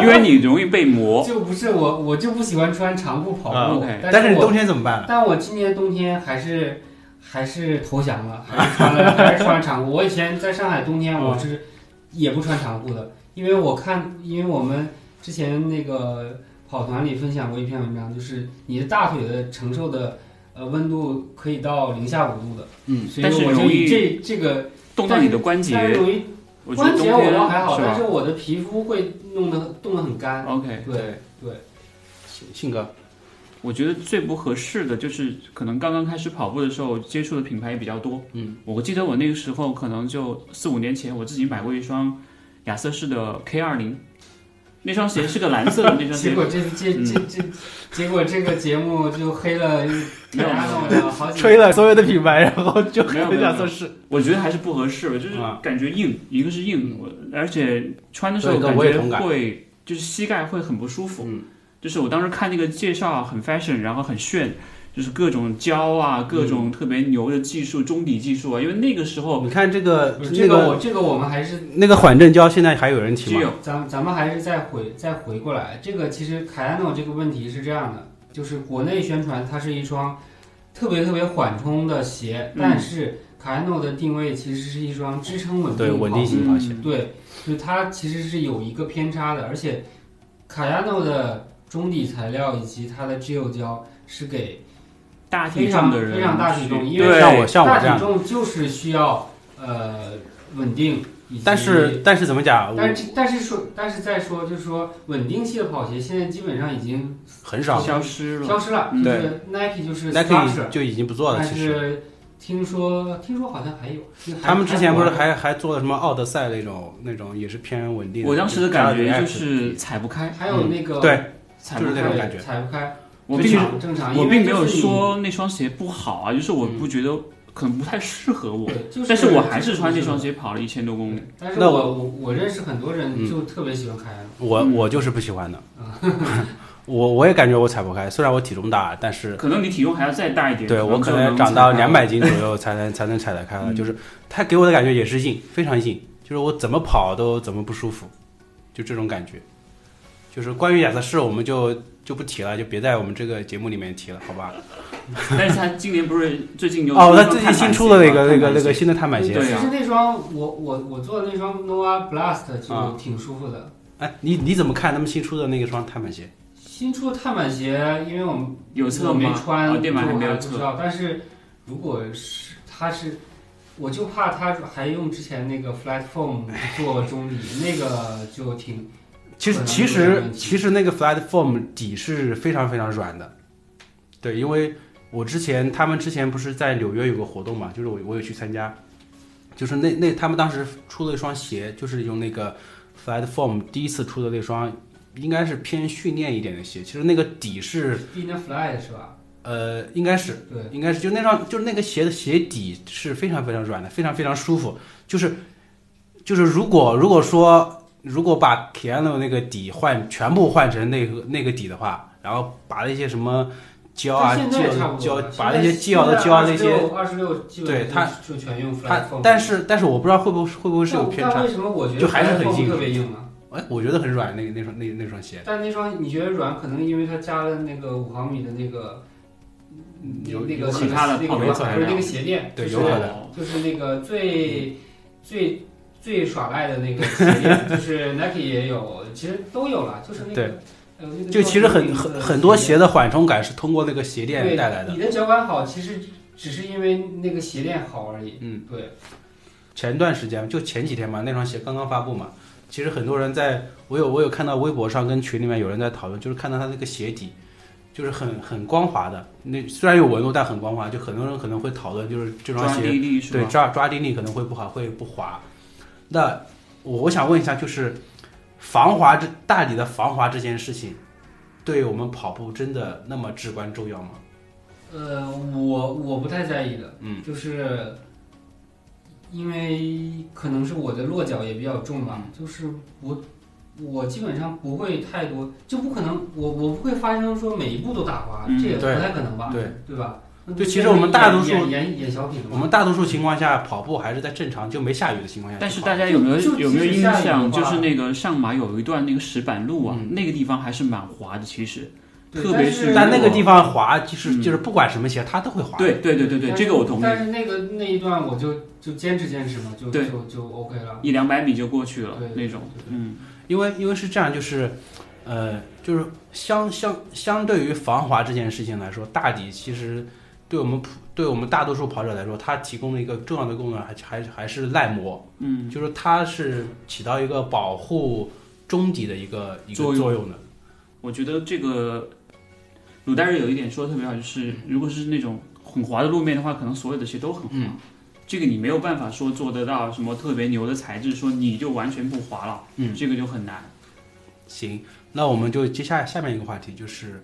Speaker 1: 因为你容易被磨，
Speaker 3: 就不是我我就不喜欢穿长裤跑
Speaker 2: 啊
Speaker 3: 步，
Speaker 1: 哦，OK
Speaker 2: 但是
Speaker 3: 是
Speaker 2: 你
Speaker 3: 我
Speaker 2: 冬天怎么 办啊呢？
Speaker 3: 但我今年冬天还是还是投降了， 还是穿了还是穿了长裤。我以前在上海冬天
Speaker 1: 嗯
Speaker 3: 我是也不穿长裤的，因为我看，因为我们之前那个跑团里分享过一篇文章，就是你的大腿的承受的呃温度可以到零下五度的，
Speaker 2: 嗯，
Speaker 3: 所以
Speaker 1: 但是
Speaker 3: 我就
Speaker 1: 容
Speaker 3: 以
Speaker 1: 易
Speaker 3: 这这个
Speaker 1: 动到你的关
Speaker 3: 但是
Speaker 1: 节。
Speaker 3: 容易
Speaker 1: 我觉
Speaker 3: 关
Speaker 1: 得冬
Speaker 3: 节
Speaker 1: 天
Speaker 3: 我倒还好，
Speaker 1: 是
Speaker 3: 但是
Speaker 1: 吧
Speaker 3: 我的皮肤会弄得冻得很干。
Speaker 1: ？OK，
Speaker 3: 对对，
Speaker 2: 信信哥，
Speaker 1: 我觉得最不合适的就是可能刚刚开始跑步的时候接触的品牌也比较多。
Speaker 2: 嗯，
Speaker 1: 我记得我那个时候可能就四五年前，我自己买过一双亚瑟士的 K 二零，那双鞋是个蓝色的那双
Speaker 3: 结
Speaker 1: 鞋。
Speaker 3: 果这这这这，结果这个节目就黑了，大家弄了好几
Speaker 2: 吹了所有的品牌，然后就
Speaker 1: 没有没
Speaker 2: 很
Speaker 1: 有
Speaker 2: 想测试。
Speaker 1: 我觉得还是不合适，就是
Speaker 2: 啊
Speaker 1: 感觉硬，一个是硬，我而且穿的时候
Speaker 2: 对对
Speaker 1: 感
Speaker 2: 我也
Speaker 1: 觉
Speaker 2: 同感
Speaker 1: 会就是膝盖会很不舒服。
Speaker 2: 嗯
Speaker 1: 就是我当时看那个介绍很 fashion，然后很炫，就是各种胶啊，各
Speaker 2: 嗯
Speaker 1: 种特别牛的技术，中底技术啊，因为那个时候
Speaker 2: 你看这个
Speaker 3: 不是
Speaker 2: 那
Speaker 3: 这个
Speaker 2: 个
Speaker 3: 我这个我们还是
Speaker 2: 那个缓震胶，现在还有人骑
Speaker 1: 只
Speaker 2: 吗？
Speaker 1: 有
Speaker 3: 咱咱们还是再回再回过来，这个其实凯安诺这个问题是这样的，就是国内宣传它是一双特别特别缓冲的鞋，
Speaker 1: 嗯
Speaker 3: 但是凯安诺的定位其实是一双支撑稳定
Speaker 2: 对
Speaker 3: 跑
Speaker 2: 稳定性
Speaker 1: 嗯
Speaker 2: 跑鞋
Speaker 3: 对，就是它其实是有一个偏差的，而且凯安诺的中底材料以及它的质釉胶是给
Speaker 1: 大体重的人
Speaker 3: 非常非常大体重因为
Speaker 1: 对
Speaker 2: 像我像我这
Speaker 3: 大体
Speaker 2: 样，
Speaker 3: 重就是需要呃稳定，以及
Speaker 2: 但是但是怎么讲，我
Speaker 3: 但是但是说但是再说就是说稳定系的跑鞋现在基本上已经
Speaker 2: 很少
Speaker 1: 消失了。
Speaker 3: 消失了，
Speaker 1: 嗯
Speaker 3: 就是 Nike 就是 s t r u c t u
Speaker 2: ，Nike
Speaker 3: r
Speaker 2: 就已经不做了。
Speaker 3: 但
Speaker 2: 其实
Speaker 3: 是听说听说好像还有，还
Speaker 2: 他们之前不是
Speaker 3: 还
Speaker 2: 还还做了什么奥德赛那种那种也是偏稳定的。
Speaker 1: 我当时的感觉就
Speaker 2: 加了点
Speaker 1: 是
Speaker 2: React
Speaker 1: 踩不开，
Speaker 3: 还有那个
Speaker 2: 嗯对，
Speaker 1: 踩
Speaker 2: 就
Speaker 1: 不
Speaker 2: 是
Speaker 1: 开
Speaker 2: 那。种感觉
Speaker 3: 踩不开，
Speaker 1: 我
Speaker 3: 正
Speaker 1: 并
Speaker 3: 常正常，
Speaker 1: 我
Speaker 3: 因为
Speaker 1: 并没有
Speaker 3: 就是你嗯
Speaker 1: 说那双鞋不好啊，就是我不觉得可能不太适合我，
Speaker 3: 对，就是
Speaker 1: 但是我还是穿这
Speaker 3: 这
Speaker 1: 双。鞋跑了一千多公里。
Speaker 3: 但是
Speaker 2: 那
Speaker 3: 我
Speaker 2: 我
Speaker 3: 我我认识很多人
Speaker 2: 嗯
Speaker 3: 就特别喜欢凯恩，
Speaker 2: 我
Speaker 1: 嗯
Speaker 2: 我就是不喜欢的。我我也感觉我踩不开，虽然我体重大，但是
Speaker 1: 可能你体重还要再大一点，
Speaker 2: 对我可
Speaker 1: 就
Speaker 2: 能
Speaker 1: 能
Speaker 2: 长
Speaker 1: 踩
Speaker 2: 到
Speaker 1: 开
Speaker 2: 两百斤左右才能才能踩得开了。
Speaker 1: 嗯
Speaker 2: 就是它给我的感觉也是硬，非常硬，就是我怎么跑都怎么不舒服，就这种感觉。就是关于亚瑟士，我们就就不提了，就别在我们这个节目里面提了，好吧？
Speaker 1: 但是他今年不是最近有
Speaker 2: 哦，
Speaker 1: 那
Speaker 2: 他
Speaker 1: 双
Speaker 2: 最
Speaker 1: 碳
Speaker 2: 近
Speaker 1: 板鞋
Speaker 2: 新出的那
Speaker 1: 嘛
Speaker 2: 个那
Speaker 1: 碳
Speaker 2: 个
Speaker 1: 板
Speaker 2: 那
Speaker 1: 鞋
Speaker 2: 个新的碳板
Speaker 3: 其
Speaker 2: 鞋，
Speaker 1: 对啊
Speaker 3: 实那双我我我做的那双 Nova Blast
Speaker 2: 啊
Speaker 3: 就挺舒服的。
Speaker 2: 哎，你你怎么看他们新出的那个双碳板鞋？
Speaker 3: 新出的碳板鞋，因为我们
Speaker 1: 有测
Speaker 3: 我没
Speaker 1: 吗？
Speaker 3: 穿，
Speaker 1: 哦，电板
Speaker 3: 就
Speaker 1: 还没有
Speaker 3: 不知
Speaker 1: 测。
Speaker 3: 道。但是如果是它是，我就怕它还用之前那个 Flat Foam 做中底，那个就挺
Speaker 2: 其实
Speaker 3: 可能
Speaker 2: 其
Speaker 3: 有
Speaker 2: 实
Speaker 3: 点问题
Speaker 2: 其实那个 Flat Foam 底是非常非常软的，对，因为我之前他们之前不是在纽约有个活动嘛，就是我我有去参加，就是那那他们当时出了一双鞋，就是用那个 Flat Foam 第一次出的那双，应该是偏训练一点的鞋，其实那个底是
Speaker 3: In a Fly 是吧？
Speaker 2: 呃应该是
Speaker 3: 对。
Speaker 2: 应该是就那双就是那个鞋的鞋底是非常非常软的，非常非常舒服。就是就是如果如果说如果把 Kiano 那个底换全部换成那个那个底的话，然后把那些什么胶啊
Speaker 3: 但现在也差
Speaker 2: 胶
Speaker 3: 不
Speaker 2: 胶
Speaker 3: 多了，
Speaker 2: 把那些胶的胶啊那些，
Speaker 3: 二十六基
Speaker 2: 对
Speaker 3: 本
Speaker 2: 它
Speaker 3: 上就全用 flat
Speaker 2: 它
Speaker 3: foam，
Speaker 2: 但是但是我不知道会不会会不会是有
Speaker 3: 但
Speaker 2: 偏
Speaker 3: 但
Speaker 2: 差
Speaker 3: 为。什么我觉得
Speaker 2: 就还是很
Speaker 3: flat foam
Speaker 2: 硬
Speaker 3: 特别硬啊？
Speaker 2: 哎，我觉得很软，那个那双那那双鞋
Speaker 3: 但那双你觉得软，可能因为它加了那个五毫米的那个嗯
Speaker 2: 有
Speaker 3: 那
Speaker 2: 有
Speaker 3: 个
Speaker 2: 可
Speaker 3: 鞋
Speaker 2: 能
Speaker 1: 它的
Speaker 3: 那
Speaker 1: 泡
Speaker 3: 个
Speaker 1: 棉
Speaker 3: 软
Speaker 1: 材
Speaker 3: 不是
Speaker 1: 料
Speaker 3: 那个鞋垫，
Speaker 2: 对
Speaker 3: 就是
Speaker 2: 有可能
Speaker 3: 就是那个最最最耍赖的那个鞋垫，就是 Nike 也有，其实都有了，就是那
Speaker 2: 对
Speaker 3: 个呃那个
Speaker 2: 就其实
Speaker 3: 叫什
Speaker 2: 很
Speaker 3: 么名字
Speaker 2: 很很多
Speaker 3: 鞋
Speaker 2: 鞋
Speaker 3: 垫
Speaker 2: 的缓冲感是通过那个鞋
Speaker 3: 对
Speaker 2: 垫带来的。
Speaker 3: 你的脚感好，其实只是因为那个鞋垫好而已。
Speaker 2: 嗯，
Speaker 3: 对，
Speaker 2: 前段时间就前几天嘛，那双鞋刚刚发布嘛，其实很多人在我有我有看到微博上跟群里面有人在讨论，就是看到它那个鞋底，就是很很光滑的，那虽然有纹路，但很光滑，就很多人可能会讨论，就是这双
Speaker 1: 抓
Speaker 2: 鞋
Speaker 1: 地力是
Speaker 2: 对
Speaker 1: 吧？
Speaker 2: 抓抓地力可能会不好，会不滑。那我我想问一下，就是防滑这大理的防滑这件事情，对我们跑步真的那么至关重要吗？
Speaker 3: 呃，我我不太在意的，
Speaker 2: 嗯，
Speaker 3: 就是因为可能是我的落脚也比较重吧，就是我我基本上不会太多，就不可能我我不会发生说每一步都打滑，
Speaker 1: 嗯
Speaker 3: 这也不
Speaker 2: 对
Speaker 3: 太可能吧，
Speaker 2: 对
Speaker 3: 对吧？那
Speaker 2: 对
Speaker 3: 就
Speaker 2: 其实我们大多数
Speaker 3: 演演演小品
Speaker 1: 嗯
Speaker 3: 了嘛
Speaker 2: 我们大多数情况下跑步还是在正常就没下雨的情况下去跑，
Speaker 1: 但是大家有没有
Speaker 3: 哎就
Speaker 1: 有没有
Speaker 3: 其实
Speaker 1: 印
Speaker 3: 下雨的
Speaker 1: 象？
Speaker 3: 话
Speaker 1: 就是那个上马有一段那个石板路啊，
Speaker 2: 嗯
Speaker 1: 那个地方还是蛮滑的。其实，
Speaker 3: 对
Speaker 1: 特别
Speaker 3: 是
Speaker 2: 但那个
Speaker 1: 如果
Speaker 2: 地方滑，就是
Speaker 1: 嗯
Speaker 2: 就是不管什么鞋，它都会滑。，
Speaker 1: 对对对对对，
Speaker 3: 但
Speaker 1: 这
Speaker 3: 是
Speaker 1: 个我同意，
Speaker 3: 但是那个那一段我就就坚持坚持嘛，就
Speaker 1: 对
Speaker 3: 就就 OK 了。
Speaker 1: 一两百米就过去了
Speaker 3: 对对
Speaker 1: 那种。嗯，
Speaker 2: 因为因为是这样，就是，呃，就是相相相对于防滑这件事情来说，大底其实对我们普对我们大多数跑者来说，它提供了一个重要的功能，还还还是耐磨。
Speaker 1: 嗯，
Speaker 2: 就是它是起到一个保护中底的一个一个
Speaker 1: 作用
Speaker 2: 作用的。
Speaker 1: 我觉得这个鲁代日有一点说的特别好，就是
Speaker 3: 嗯
Speaker 1: 如果是那种很滑的路面的话，可能所有的鞋都很滑。
Speaker 2: 嗯
Speaker 1: 这个你没有办法说做得到什么特别牛的材质，说你就完全不滑了，
Speaker 2: 嗯
Speaker 1: 这个就很难。
Speaker 2: 行，那我们就接下下面一个话题，就是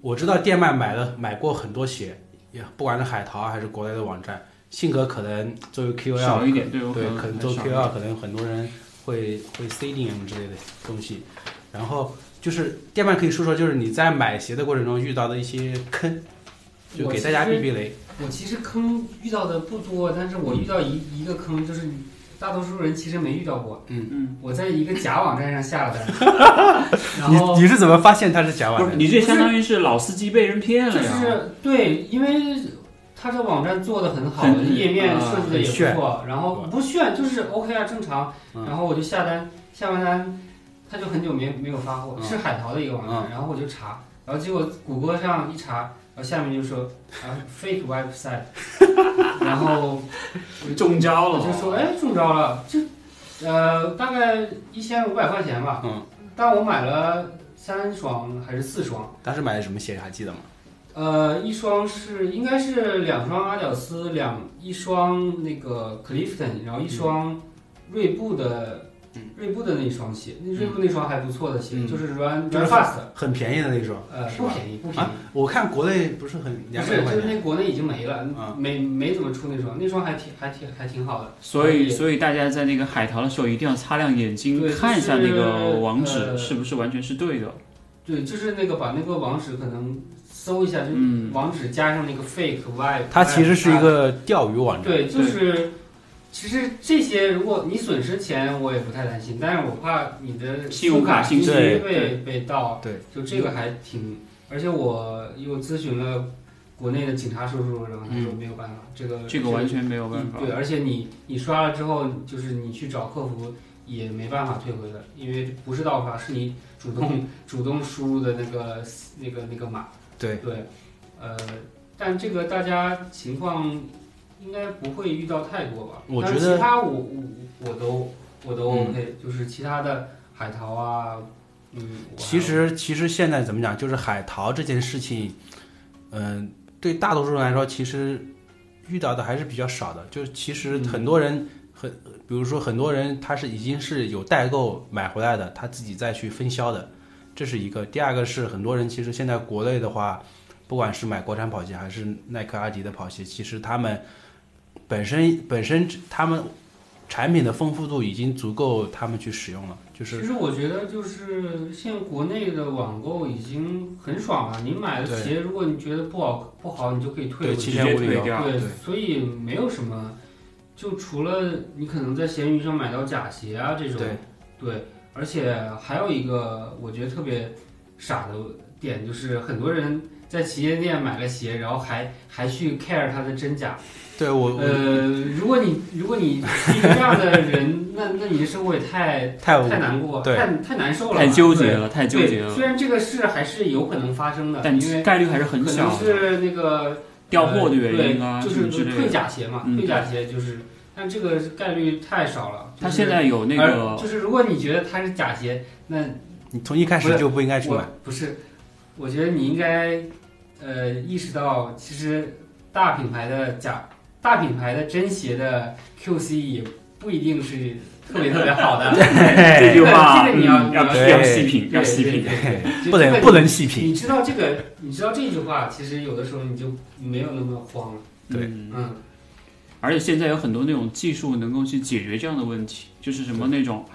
Speaker 2: 我知道店卖买了买过很多鞋，也不管是海淘啊还是国内的网站，性格可能作为 QL
Speaker 1: 少一点，对我
Speaker 2: 对，
Speaker 1: 能
Speaker 2: 可能
Speaker 1: 很
Speaker 2: 做
Speaker 1: 少一
Speaker 2: QL 可啊能很多人会会 CDM 之类的东西，然后就是店面可以说说，就是你在买鞋的过程中遇到的一些坑，就
Speaker 3: 我
Speaker 2: 给
Speaker 3: 其
Speaker 2: 大家
Speaker 3: 实
Speaker 2: 避避雷。
Speaker 3: 我其实坑遇到的不多，但是我遇到一一个坑，就是大多数人其实没遇到过。
Speaker 1: 嗯，
Speaker 3: 我在一个假网站上下了单，然后
Speaker 2: 你你是怎么发现它是假
Speaker 1: 不
Speaker 2: 碗
Speaker 1: 是
Speaker 2: 的？
Speaker 1: 你这相当于是老司机被人骗
Speaker 3: 就
Speaker 1: 了呀。
Speaker 3: 是对，因为他这网站做的很好，
Speaker 1: 很
Speaker 3: 页面
Speaker 1: 啊
Speaker 3: 设计的
Speaker 2: 呃很
Speaker 3: 也
Speaker 2: 炫
Speaker 3: 不错，然后不炫就是 OK 啊，正常。
Speaker 2: 嗯
Speaker 3: 然后我就下单，下完单他就很久没没有发货，
Speaker 2: 嗯
Speaker 3: 是海淘的一个网站，然后我就查，然后结果谷歌上一查，然后下面就说啊 fake website，然后
Speaker 1: 中招
Speaker 3: 我就说，哎，中招了，这呃大概一千五百块钱吧。
Speaker 2: 嗯，
Speaker 3: 但我买了三双还是四双，
Speaker 2: 当时买的什么鞋还记得吗？
Speaker 3: 呃，一双是应该是两双阿屌丝，两一双那个 Clifton，然后一
Speaker 2: 嗯
Speaker 3: 双锐步的、锐步的那一双鞋，那锐步那双还不错的鞋，
Speaker 2: 嗯
Speaker 3: 就是 Run
Speaker 2: 就
Speaker 3: Run
Speaker 2: 是
Speaker 3: Fast，
Speaker 2: 很便宜的那双，
Speaker 3: 呃，
Speaker 2: 是
Speaker 3: 不
Speaker 2: 吧？
Speaker 3: 便宜，不便
Speaker 2: 啊
Speaker 3: 宜。
Speaker 2: 我看国内不是很
Speaker 3: 不
Speaker 2: 两
Speaker 3: 是
Speaker 2: 百多，块
Speaker 3: 就是
Speaker 2: 钱，
Speaker 3: 那国内已经没了，
Speaker 2: 啊
Speaker 3: 没没怎么出那双，那双还挺还挺还挺好的。
Speaker 1: 所以，
Speaker 3: 也
Speaker 1: 所以大家在那个海淘的时候一定要擦亮眼睛，
Speaker 3: 对
Speaker 1: 看一下那个网
Speaker 3: 就是
Speaker 1: 址
Speaker 3: 呃
Speaker 1: 是不是完全是对的。
Speaker 3: 对，就是那个把那个网址可能搜一下，就
Speaker 1: 嗯
Speaker 3: 网址加上那哎个 fake vibe，
Speaker 4: 它其实是一个钓鱼网站，
Speaker 3: 对，就是其实这些如果你损失钱，我也不太担心，但是我怕你的
Speaker 1: 信用卡
Speaker 3: 信息
Speaker 4: 信息
Speaker 3: 被被盗，
Speaker 2: 对，
Speaker 3: 就这个还挺，而且我又咨询了国内的警察叔叔，然后他
Speaker 4: 嗯
Speaker 3: 说没有办法，这个
Speaker 1: 这个完全没有办法。
Speaker 3: 嗯对，而且你你刷了之后，就是你去找客服也没办法退回的，因为不是盗刷，是你主 动主动输入的那个那个那个码。
Speaker 2: 对
Speaker 3: 对，呃，但这个大家情况应该不会遇到太多吧？
Speaker 2: 我
Speaker 3: 但
Speaker 2: 觉得
Speaker 3: 其他我我我都我都
Speaker 2: 嗯
Speaker 3: OK，、就是其他的海淘啊，嗯，我还
Speaker 2: 其实其实现在怎么讲，就是海淘这件事情，嗯、对大多数人来说，其实遇到的还是比较少的。就是其实
Speaker 3: 嗯
Speaker 2: 很多人很，比如说很多人他是已经是有代购买回来的，他自己再去分销的，这是一个。第二个是很多人其实现在国内的话，不管是买国产跑鞋还是耐克、阿迪的跑鞋，其实他们本身本身他们产品的丰富度已经足够他们去使用了，就是
Speaker 3: 其实我觉得就是现在国内的网购已经很爽了，你买的
Speaker 2: 对
Speaker 3: 鞋，如果你觉得不好不好，你就可以退
Speaker 2: 对
Speaker 3: 回
Speaker 2: 七
Speaker 3: 去。
Speaker 1: 直接
Speaker 2: 千五
Speaker 1: 退
Speaker 2: 理由，
Speaker 1: 掉
Speaker 3: 对，
Speaker 2: 对
Speaker 3: 所以没有什么，就除了你可能在闲鱼上买到假鞋啊这种，
Speaker 2: 对
Speaker 3: 对而且还有一个我觉得特别傻的点就是，很多人在旗舰店买了鞋，然后还还去 care 它的真假。
Speaker 2: 对我我
Speaker 3: 呃，如果你如果你是一个这样的人， 那那你的生活也太
Speaker 2: 太无
Speaker 3: 太难过，
Speaker 2: 对
Speaker 3: 太太难受了吧，
Speaker 1: 太纠
Speaker 3: 对
Speaker 1: 结了，太纠
Speaker 3: 对，
Speaker 1: 结了，
Speaker 3: 虽然这个事还是有可能发生的，
Speaker 1: 但
Speaker 3: 因为
Speaker 1: 概率还是
Speaker 3: 可
Speaker 1: 很小的。
Speaker 3: 能是那个
Speaker 1: 调货的原因啊，
Speaker 3: 呃对
Speaker 1: 什
Speaker 3: 就是
Speaker 1: 么之类
Speaker 3: 退
Speaker 1: 的。
Speaker 3: 假鞋嘛，
Speaker 1: 嗯
Speaker 3: 退假鞋就是，但这个概率太少了。
Speaker 1: 他
Speaker 3: 就是
Speaker 1: 现在有那
Speaker 3: 而
Speaker 1: 个
Speaker 3: 就是如果你觉得它是假鞋，那
Speaker 2: 你从一开始就不应该去
Speaker 3: 我
Speaker 2: 买。
Speaker 3: 不是，我觉得你应该呃意识到，其实大品牌的假大品牌的真鞋的 QC 也不一定是特别特别 好的。
Speaker 1: 哎这句话，
Speaker 3: 哎这个你要
Speaker 1: 嗯要
Speaker 3: 你
Speaker 2: 要
Speaker 1: 要细品，要细
Speaker 3: 哎对
Speaker 1: 品。
Speaker 3: 对对
Speaker 4: 不
Speaker 3: 这
Speaker 4: 能
Speaker 3: 个
Speaker 4: 不能细品。
Speaker 3: 你知道这个，你知道这句话，其实有的时候你就没有那么慌了。
Speaker 2: 对
Speaker 1: 嗯
Speaker 3: 嗯，
Speaker 1: 而且现在有很多那种技术能够去解决这样的问题，就是什么那种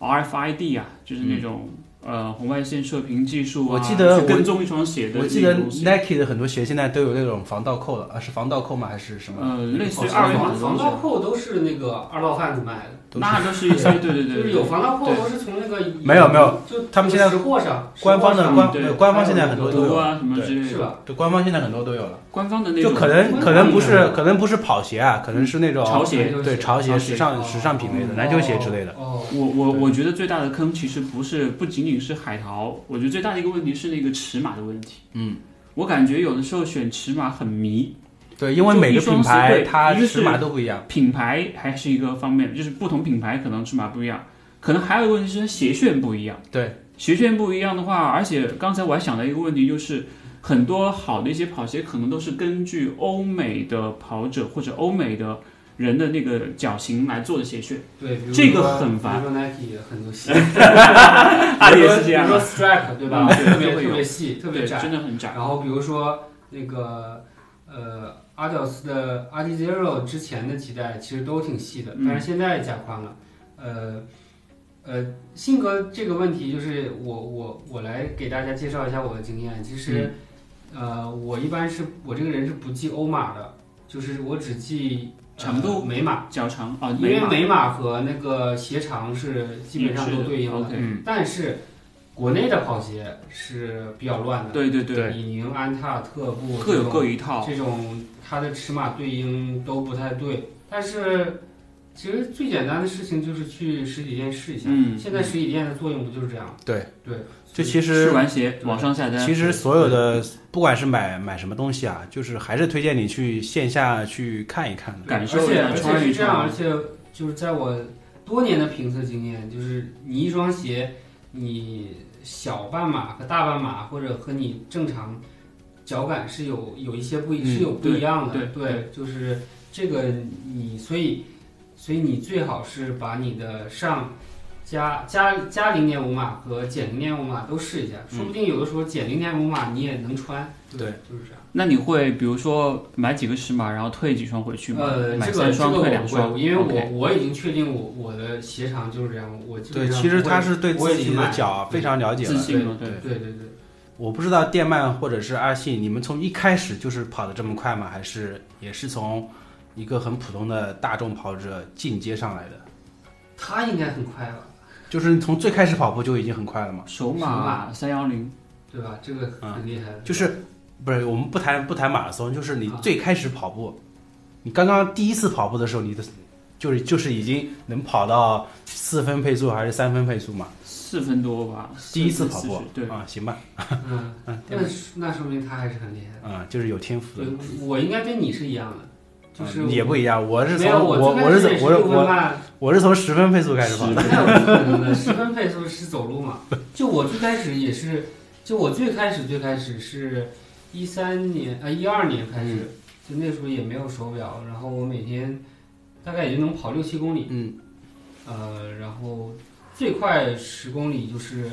Speaker 1: RFID 啊，就是那种、呃红外线射频技术啊，
Speaker 2: 嗯我记得
Speaker 1: 去
Speaker 2: 我
Speaker 1: 跟踪一双鞋的
Speaker 2: 我记
Speaker 1: 这
Speaker 2: 得
Speaker 1: 种东西
Speaker 2: Nike 的很多鞋现在都有那种防盗扣了，啊，是防盗扣吗？还是什么？
Speaker 1: 呃类似于
Speaker 3: 哦
Speaker 1: 二维码
Speaker 3: 防
Speaker 1: 的
Speaker 3: 防
Speaker 1: 东西，
Speaker 3: 盗扣都是那个二道贩子买的，
Speaker 2: 都是
Speaker 1: 那都是一 些对对对
Speaker 3: 就是
Speaker 1: 对
Speaker 3: 有
Speaker 1: 对。
Speaker 3: 防盗扣
Speaker 1: 对
Speaker 3: 都是从那个
Speaker 2: 没有没有，
Speaker 3: 就
Speaker 2: 他们现在
Speaker 3: 识货上，
Speaker 2: 官方的
Speaker 3: 识货
Speaker 2: 官
Speaker 3: 上
Speaker 1: 对
Speaker 2: 呃官方现在很多都
Speaker 1: 毒
Speaker 2: 有，
Speaker 1: 啊什么之类
Speaker 3: 是
Speaker 1: 的，
Speaker 3: 吧？
Speaker 2: 就官方现在很多都有了，
Speaker 1: 官方的那
Speaker 2: 就
Speaker 1: 种
Speaker 2: 可能
Speaker 3: 官方
Speaker 2: 可能不是
Speaker 1: 有
Speaker 2: 可能不是跑鞋啊，可能是那种
Speaker 1: 潮鞋。
Speaker 2: 对潮鞋
Speaker 1: 潮鞋
Speaker 2: 时尚
Speaker 3: 哦
Speaker 2: 时尚品类的篮球鞋之类的。
Speaker 3: 哦，
Speaker 1: 我我我觉得最大的坑其实不是不仅仅是海淘，我觉得最大的一个问题是那个尺码的问题。
Speaker 2: 嗯，
Speaker 1: 我感觉有的时候选尺码很迷，
Speaker 2: 对，因为每个
Speaker 1: 就一双
Speaker 2: 品
Speaker 1: 鞋
Speaker 2: 牌
Speaker 1: 对
Speaker 2: 它
Speaker 1: 一个是
Speaker 2: 尺码都不一样。
Speaker 1: 品牌还是一个方面，就是不同品牌可能尺码不一样，可能还有一个问题是它鞋楦不一样。
Speaker 2: 对，
Speaker 1: 鞋楦不一样的话，而且刚才我还想到一个问题，就是很多好的一些跑鞋可能都是根据欧美的跑者或者欧美的人的那个脚型来做的鞋 楦，
Speaker 3: 对，比如
Speaker 1: 这个
Speaker 3: 说
Speaker 1: 很烦
Speaker 3: 比如说 Nike 的很多细，
Speaker 1: 阿迪也是啊
Speaker 3: 比
Speaker 1: 这
Speaker 3: 如
Speaker 1: 样
Speaker 3: 说
Speaker 1: 的，
Speaker 3: Strike 对吧？
Speaker 1: 嗯对
Speaker 3: 特别
Speaker 1: 特别
Speaker 3: 特
Speaker 1: 有
Speaker 3: 别细，特别
Speaker 1: 对，
Speaker 3: 窄。
Speaker 1: 真的很窄。
Speaker 3: 然后比如说那个呃阿迪达斯的阿迪 Zero 之前的几代其实都挺细的，
Speaker 1: 嗯
Speaker 3: 但是现在加宽了。呃呃，性格这个问题，就是我我我来给大家介绍一下我的经验。其实、
Speaker 1: 嗯
Speaker 3: 呃，我一般是我这个人是不记欧码的，就是我只记呃
Speaker 1: 长度
Speaker 3: 美码，
Speaker 1: 脚长啊，
Speaker 3: 因为
Speaker 1: 码
Speaker 3: 美码和那个鞋长是基本上都对应的。
Speaker 1: OK，
Speaker 2: 嗯，
Speaker 3: 但是国内的跑鞋是比较乱的，
Speaker 1: 对对对，
Speaker 3: 李宁、安踏、特步
Speaker 1: 各有各
Speaker 3: 这种
Speaker 1: 一套。
Speaker 3: 这种它的尺码对应都不太对。但是其实最简单的事情就是去实体店试一下。
Speaker 1: 嗯
Speaker 3: 现在实体店的作用不就是这样？
Speaker 2: 对
Speaker 3: 对，
Speaker 2: 就其
Speaker 1: 试
Speaker 2: 实
Speaker 1: 完鞋网上下单，
Speaker 2: 其实所有的不管是买买什么东西啊，就是还是推荐你去线下去看一看的。
Speaker 1: 感受
Speaker 3: 而
Speaker 1: 一
Speaker 3: 且
Speaker 1: 下
Speaker 3: 而且
Speaker 1: 穿一
Speaker 3: 是这样，
Speaker 1: 穿
Speaker 3: 而且就是在我多年的评测经验，就是你一双鞋，你小半码和大半码，或者和你正常脚感是有有一些不一
Speaker 1: 嗯
Speaker 3: 是有不
Speaker 1: 对
Speaker 3: 一样的，
Speaker 1: 对
Speaker 3: 对，就是这个你所以所以你最好是把你的上加加加零点五码和减零点五码都试一下，
Speaker 1: 嗯
Speaker 3: 说不定有的时候减零点五码你也能穿，
Speaker 2: 对，
Speaker 3: 就是这样。
Speaker 1: 那你会比如说买几个尺码，然后退几双回去吗？
Speaker 3: 呃，
Speaker 1: 买
Speaker 3: 这个
Speaker 1: 三
Speaker 3: 这
Speaker 1: 双
Speaker 3: 个我
Speaker 1: 退
Speaker 3: 不
Speaker 1: 两双
Speaker 3: 会，因为我
Speaker 1: OK
Speaker 3: 我已经确定我我的鞋长就是这样，我基本
Speaker 2: 对，
Speaker 3: 上
Speaker 2: 其实
Speaker 3: 不会
Speaker 2: 他是对
Speaker 3: 我也
Speaker 2: 自
Speaker 3: 去
Speaker 2: 己的
Speaker 3: 买
Speaker 2: 脚非常了解
Speaker 1: 自
Speaker 2: 了。
Speaker 1: 信了，
Speaker 2: 对
Speaker 1: 对。
Speaker 3: 对对对。
Speaker 2: 我不知道电鳗或者是阿信，你们从一开始就是跑得这么快吗？还是也是从一个很普通的大众跑者进阶上来的？
Speaker 3: 他应该很快吧，
Speaker 2: 就是从最开始跑步就已经很快了嘛？
Speaker 1: 首
Speaker 3: 手
Speaker 1: 马
Speaker 3: 码
Speaker 1: 三幺零，
Speaker 3: 对吧？这个很厉害的，
Speaker 2: 嗯就是不是我们不谈不谈马拉松，就是你
Speaker 3: 啊
Speaker 2: 最开始跑步，你刚刚第一次跑步的时候，你的就是就是已经能跑到四分配速还是三分配速嘛？
Speaker 1: 四分多吧，
Speaker 2: 第一次跑步
Speaker 1: 40对，
Speaker 2: 啊，行吧，
Speaker 3: 嗯，
Speaker 2: 嗯，
Speaker 3: 那是那说明他还是很厉害的。
Speaker 2: 啊，就是有天赋的
Speaker 3: 对。，我应该跟你是一样的，就是
Speaker 2: 嗯也不一样，我是
Speaker 3: 没
Speaker 2: 从
Speaker 3: 有
Speaker 2: 我
Speaker 3: 我
Speaker 2: 是
Speaker 3: 最
Speaker 2: 怎
Speaker 3: 开始也
Speaker 2: 我
Speaker 3: 是六分
Speaker 2: 我
Speaker 3: 半，
Speaker 2: 我是从十分配速开始 跑的。
Speaker 3: 那有什么可能的？十分配速是走路嘛？就我最开始也是，就我最开始最开始是一三年啊一二年开
Speaker 2: 嗯
Speaker 3: 始，就那时候也没有手表，然后我每天大概也就能跑六七公里，
Speaker 2: 嗯，
Speaker 3: 呃，然后最快十公里就是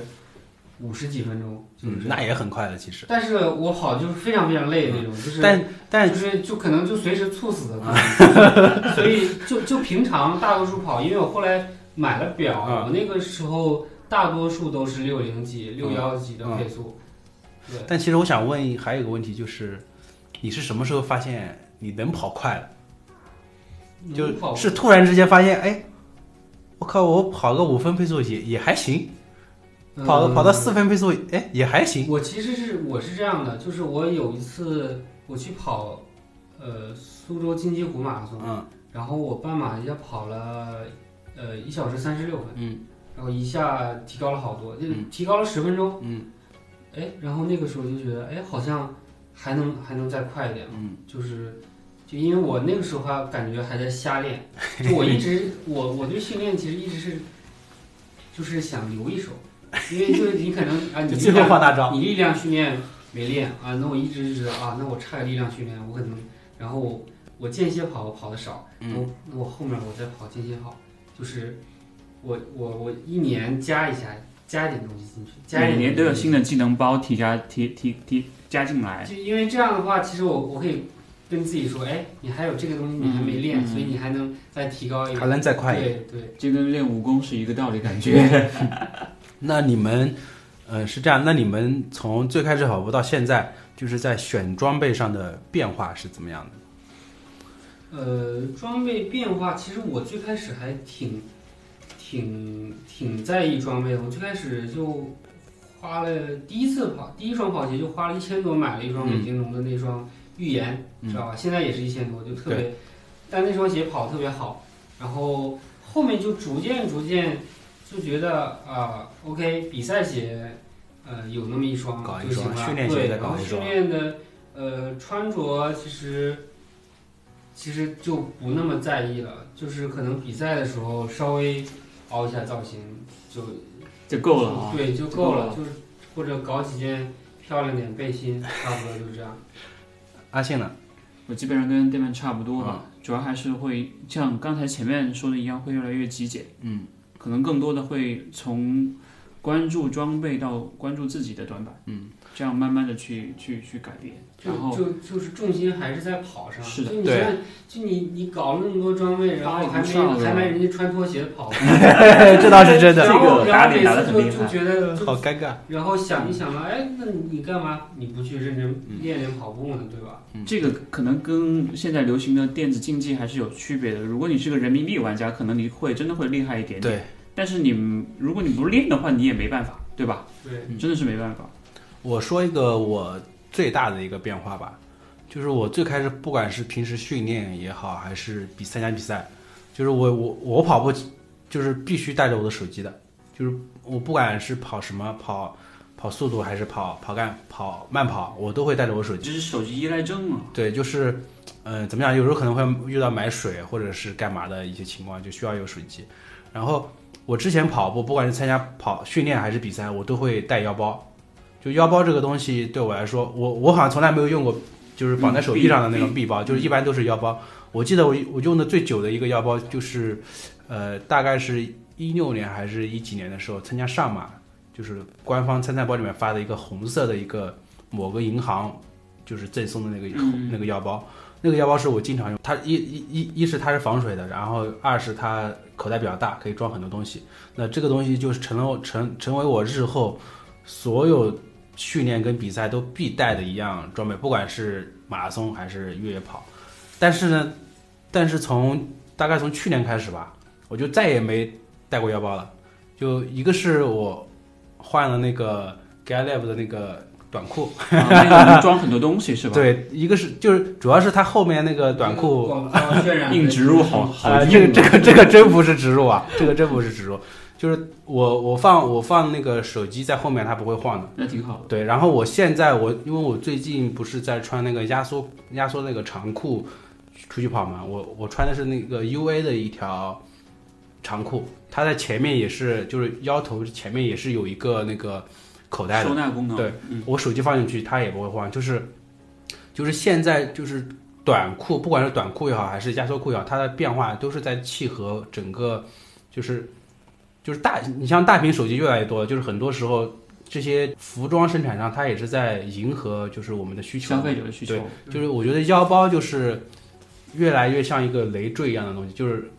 Speaker 3: 五十几分钟，就是
Speaker 2: 嗯
Speaker 3: 这样
Speaker 2: 那也很快了，其实。
Speaker 3: 但是我跑就是非常非常累的那种，就是
Speaker 2: 但但
Speaker 3: 就是就可能就随时猝死的那 种，所以就就平常大多数跑，因为我后来买了表，
Speaker 2: 啊
Speaker 3: 我那个时候大多数都是六零几、六幺几
Speaker 2: 嗯
Speaker 3: 的配速，对，
Speaker 2: 但其实我想问，还有一个问题就是，你是什么时候发现你能跑快了？
Speaker 3: 能跑
Speaker 2: 就。是突然之间发现，哎，我靠，我跑个五分配速也也还行，
Speaker 3: 嗯
Speaker 2: 跑个跑到四分配速，哎，也还行。
Speaker 3: 我其实是我是这样的，就是我有一次我去跑，呃，苏州金鸡湖马拉松，
Speaker 2: 嗯
Speaker 3: 然后我半马一下跑了，呃，一小时三十六分，
Speaker 2: 嗯，
Speaker 3: 然后一下提高了好多，就
Speaker 2: 嗯
Speaker 3: 提高了十分钟，
Speaker 2: 嗯
Speaker 3: 哎，然后那个时候就觉得，哎，好像还能还能再快一点，
Speaker 2: 嗯，
Speaker 3: 就是就因为我那个时候还感觉还在瞎练， 就我一直我我对训练其实一直是就是想留一手，因为就是你可能啊，你
Speaker 2: 就
Speaker 3: 力
Speaker 2: 最后
Speaker 3: 量
Speaker 2: 放大招。
Speaker 3: 你力量训练没练啊，那我一直是啊，那我差个力量训练，我可能然后我我间歇跑我跑的少，
Speaker 2: 嗯
Speaker 3: 我那我后面我再跑间歇跑，就是我我我一年加一下加一点东西进去，加
Speaker 1: 每
Speaker 3: 一点
Speaker 1: 年都有新
Speaker 3: 的。
Speaker 1: 的技能包提加提提提加进来，
Speaker 3: 就因为这样的话，其实我我可以跟自己说，哎，你还有这个东西你还没练，
Speaker 1: 嗯嗯
Speaker 3: 所以你还能再提高一
Speaker 2: 还
Speaker 3: 个。
Speaker 2: 能再快一点。
Speaker 3: 对对，
Speaker 1: 这跟练武功是一个道理，感觉。
Speaker 2: 那你们，呃，是这样，那你们从最开始跑步到现在，就是在选装备上的变化是怎么样的？
Speaker 3: 呃，装备变化，其实我最开始还挺挺挺在意装备的。我最开始就花了第一次跑第一双跑鞋就花了一千多买了一双
Speaker 2: 嗯
Speaker 3: 美津浓的那双预言，
Speaker 2: 嗯
Speaker 3: 知道吧？现在也是一千多，就特别，但那双鞋跑得特别好，然后后面就逐渐逐渐就觉得啊、o k 比赛鞋，呃，有那么一双
Speaker 2: 搞一
Speaker 3: 就行
Speaker 2: 双
Speaker 3: 了
Speaker 2: 训练鞋
Speaker 3: 对
Speaker 2: 再
Speaker 3: 然
Speaker 2: 搞
Speaker 3: 后
Speaker 2: 一
Speaker 3: 训
Speaker 2: 双
Speaker 3: 练的呃穿着其实其实就不那么在意了，就是可能比赛的时候稍微凹一下造型就
Speaker 1: 就够了啊。
Speaker 3: 对，就
Speaker 1: 就
Speaker 3: 够
Speaker 1: 够
Speaker 3: 了，
Speaker 1: 了
Speaker 3: 就是或者搞几件漂亮点背心，差不多就这样。
Speaker 2: 阿信呢？
Speaker 1: 我基本上跟电鳗差不多
Speaker 2: 啊
Speaker 1: 吧，主要还是会像刚才前面说的一样，会越来越极简。
Speaker 2: 嗯，
Speaker 1: 可能更多的会从关注装备到关注自己的短板，
Speaker 2: 嗯，
Speaker 1: 这样慢慢的去去去改变。
Speaker 3: 就
Speaker 1: 然后
Speaker 3: 就就是重心还是在跑上，
Speaker 1: 是的
Speaker 3: 就你
Speaker 2: 对
Speaker 3: 现在就你你搞了那么多装备，然后还
Speaker 1: 搭也不上
Speaker 3: 没
Speaker 1: 了
Speaker 3: 还没人家穿拖鞋 跑，
Speaker 2: 这倒是真的，
Speaker 1: 这
Speaker 3: 然后
Speaker 1: 个
Speaker 3: 然
Speaker 1: 打
Speaker 3: 后
Speaker 1: 脸
Speaker 3: 每
Speaker 1: 打得
Speaker 3: 次
Speaker 1: 很
Speaker 3: 就
Speaker 1: 厉
Speaker 3: 就
Speaker 1: 害
Speaker 3: 觉得就
Speaker 2: 好尴尬。
Speaker 3: 然后想一想了，哎，那你干嘛你不去认
Speaker 1: 嗯
Speaker 3: 真练练跑步呢？对吧？
Speaker 2: 嗯
Speaker 1: 这个可能跟现在流行的电子竞技还是有区别的。如果你是个人民币玩家，可能你会真的会厉害一点点。
Speaker 2: 对，
Speaker 1: 但是你如果你不练的话，你也没办法，对吧？
Speaker 3: 对，
Speaker 2: 嗯
Speaker 1: 真的是没办法。
Speaker 2: 我说一个我最大的一个变化吧，就是我最开始不管是平时训练也好，还是比参加比赛，就是我我我跑步就是必须带着我的手机的，就是我不管是跑什么跑跑速度还是跑跑干跑慢跑，我都会带着我手
Speaker 1: 这
Speaker 2: 机。
Speaker 1: 是手机依赖症啊。
Speaker 2: 对，就是，呃，怎么讲？有时候可能会遇到买水或者是干嘛的一些情况，就需要有手机。然后我之前跑步，不管是参加跑训练还是比赛，我都会带腰包，就腰包这个东西对我来说，我我好像从来没有用过，就是绑在手臂上的那种
Speaker 1: 嗯
Speaker 2: 臂包，就是一般都是腰包。我记得我我用的最久的一个腰包就是，呃，大概是一六年还是一几年的时候参加上马，就是官方参赛包里面发的一个红色的一个某个银行就是赠送的那个、
Speaker 1: 嗯
Speaker 2: 那个腰包，那个腰包是我经常用。它一一一一是它是防水的，然后二是它口袋比较大，可以装很多东西。那这个东西就是成了我成成为我日后所有训练跟比赛都必带的一样装备，不管是马拉松还是越野跑。但是呢，但是从大概从去年开始吧，我就再也没带过腰包了。就一个是我换了那个 g a l a b 的那个短裤，
Speaker 1: 啊那个能装很多东西是吧？，
Speaker 2: 对，一个是就是主要是它后面那个短裤，
Speaker 3: 广告渲染的
Speaker 1: 硬植入好好
Speaker 2: 呃，这
Speaker 1: 硬
Speaker 2: 个这个这个真不是植入啊， 这个真不是植入，就是我我放我放那个手机在后面，它不会晃的。
Speaker 1: 那挺好的。
Speaker 2: 对，然后我现在我因为我最近不是在穿那个压缩压缩那个长裤出去跑嘛，我我穿的是那个 UA 的一条长裤，它在前面也是就是腰头前面也是有一个那个口袋的
Speaker 1: 收，纳功能，
Speaker 2: 对
Speaker 1: 嗯，
Speaker 2: 我手机放进去它也不会晃，就是就是现在就是短裤，不管是短裤也好，还是压缩裤也好，它的变化都是在契合整个就是就是大，你像大屏手机越来越多，就是很多时候这些服装生产商它也是在迎合就是我们的需求
Speaker 1: 消费者的需求，
Speaker 2: 就是我觉得腰包就是越来越像一个累赘一样的东西，就是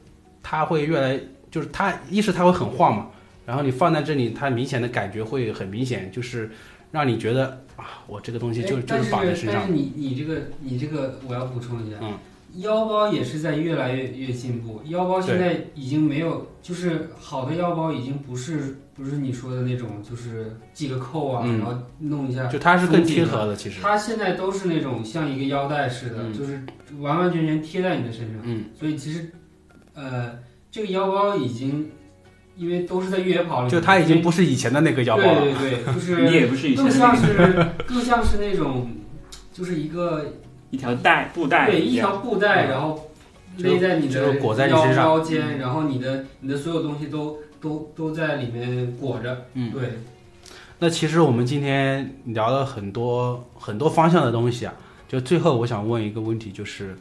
Speaker 2: 它会越来，就是它一是它会很晃嘛，然后你放在这里，它明显的感觉会很明显，就是让你觉得啊，我这个东西就
Speaker 3: 哎
Speaker 2: 就
Speaker 3: 但
Speaker 2: 绑在身
Speaker 3: 但
Speaker 2: 上
Speaker 3: 是。你你这个你这个我要补充一下，
Speaker 2: 嗯
Speaker 3: 腰包也是在越来越越进步，腰包现在已经没有，就是好的腰包已经不是不是你说的那种，就是系个扣啊，
Speaker 2: 嗯
Speaker 3: 然后弄一下，
Speaker 2: 就它是更贴合的，其实，
Speaker 3: 它现在都是那种像一个腰带似的，
Speaker 2: 嗯
Speaker 3: 就是完完全全贴在你的身上。
Speaker 2: 嗯，
Speaker 3: 所以其实，呃，这个腰包已经，因为都是在越野跑里面，
Speaker 2: 就它已经不是以前的那个腰包了。
Speaker 3: 对对对，就
Speaker 1: 你
Speaker 3: 是
Speaker 1: 也不是以前
Speaker 3: 更
Speaker 1: 的
Speaker 3: 像
Speaker 1: 那个
Speaker 3: 是更像是那种，就是 一个
Speaker 1: 一条带布带
Speaker 3: 对，
Speaker 1: 一
Speaker 3: 一
Speaker 1: 样，
Speaker 3: 条布带，然后
Speaker 2: 嗯就是
Speaker 3: 勒在你
Speaker 2: 就
Speaker 3: 的
Speaker 2: 是裹在你身上嗯
Speaker 3: 腰腰间，然后你的你的所有东西都都都在里面裹着。
Speaker 2: 嗯
Speaker 3: 对，
Speaker 2: 那其实我们今天聊了很多很多方向的东西啊，就最后我想问一个问题，就是，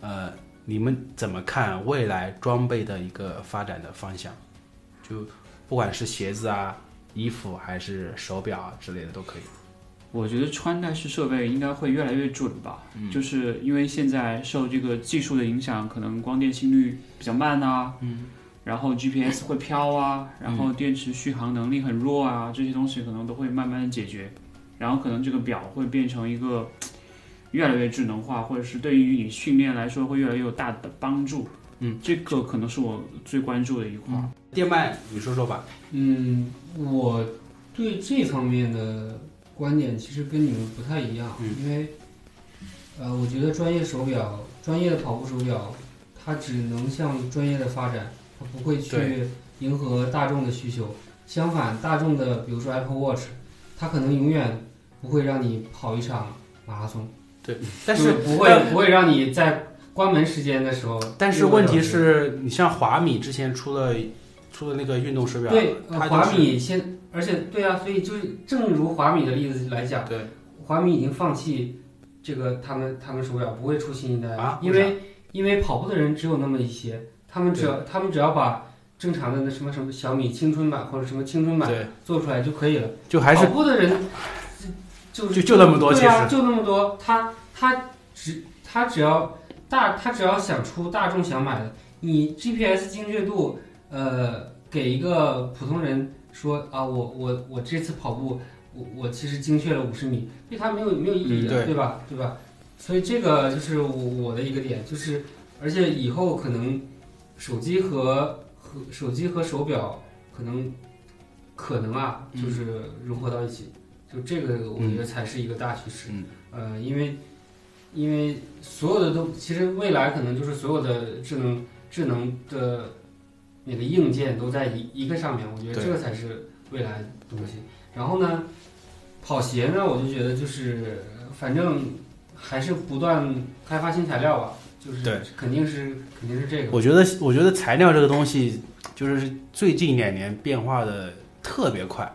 Speaker 2: 呃，你们怎么看未来装备的一个发展的方向？就不管是鞋子啊、衣服还是手表啊之类的都可以。
Speaker 1: 我觉得穿戴式设备应该会越来越准吧，就是因为现在受这个技术的影响，可能光电心率比较慢啊，嗯，然后 GPS 会飘啊，然后电池续航能力很弱啊，这些东西可能都会慢慢的解决，然后可能这个表会变成一个越来越智能化，或者是对于你训练来说会越来越有大的帮助。
Speaker 2: 嗯，
Speaker 1: 这个可能是我最关注的一块儿。
Speaker 2: 电鳗，你说说吧。
Speaker 3: 嗯，我对这方面的观点其实跟你们不太一样，
Speaker 2: 嗯
Speaker 3: 因为呃，我觉得专业手表、专业的跑步手表，它只能向专业的发展，它不会去
Speaker 2: 对
Speaker 3: 迎合大众的需求。相反，大众的比如说 Apple Watch，它可能永远不会让你跑一场马拉松，
Speaker 2: 但
Speaker 3: 就是不会不会让你在关门时间的时候。
Speaker 2: 但是问题，是你像华米之前出了出了那个运动手表，
Speaker 3: 对、呃
Speaker 2: 它
Speaker 3: 华
Speaker 2: 啊就是
Speaker 3: 米先，而且对啊，所以就是正如华米的例子来讲。
Speaker 2: 对
Speaker 3: 华米已经放弃这个他们他们手表不会出新一代了，
Speaker 2: 啊
Speaker 3: 因为因为跑步的人只有那么一些，他们只要他们只要把正常的那什么什么小米青春版或者什么青春版
Speaker 2: 对，
Speaker 3: 做出来就可以了。
Speaker 2: 就还是
Speaker 3: 跑步的人就
Speaker 2: 就就那么多
Speaker 3: 对啊，就那么多，他他只他只要大他只要想出大众想买的，你 GPS 精确度呃给一个普通人说啊，我我我这次跑步我我其实精确了五十米，对他没有没有意
Speaker 2: 嗯
Speaker 3: 义的，
Speaker 2: 对
Speaker 3: 对吧？对吧？所以这个就是我我的一个点，就是而且以后可能手机和和手机和手表可能可能啊，
Speaker 2: 嗯
Speaker 3: 就是融合到一起，就这个我觉得才是一个大趋势。
Speaker 2: 嗯
Speaker 3: 呃，因为因为所有的都其实未来可能就是所有的智能智能的那个硬件都在一一个上面，我觉得
Speaker 2: 对
Speaker 3: 这个才是未来的东西。然后呢，跑鞋呢，我就觉得就是反正还是不断开发新材料吧，就是
Speaker 2: 对
Speaker 3: 肯定是肯定是这个。
Speaker 2: 我觉得，我觉得材料这个东西，就是最近两年变化的特别快，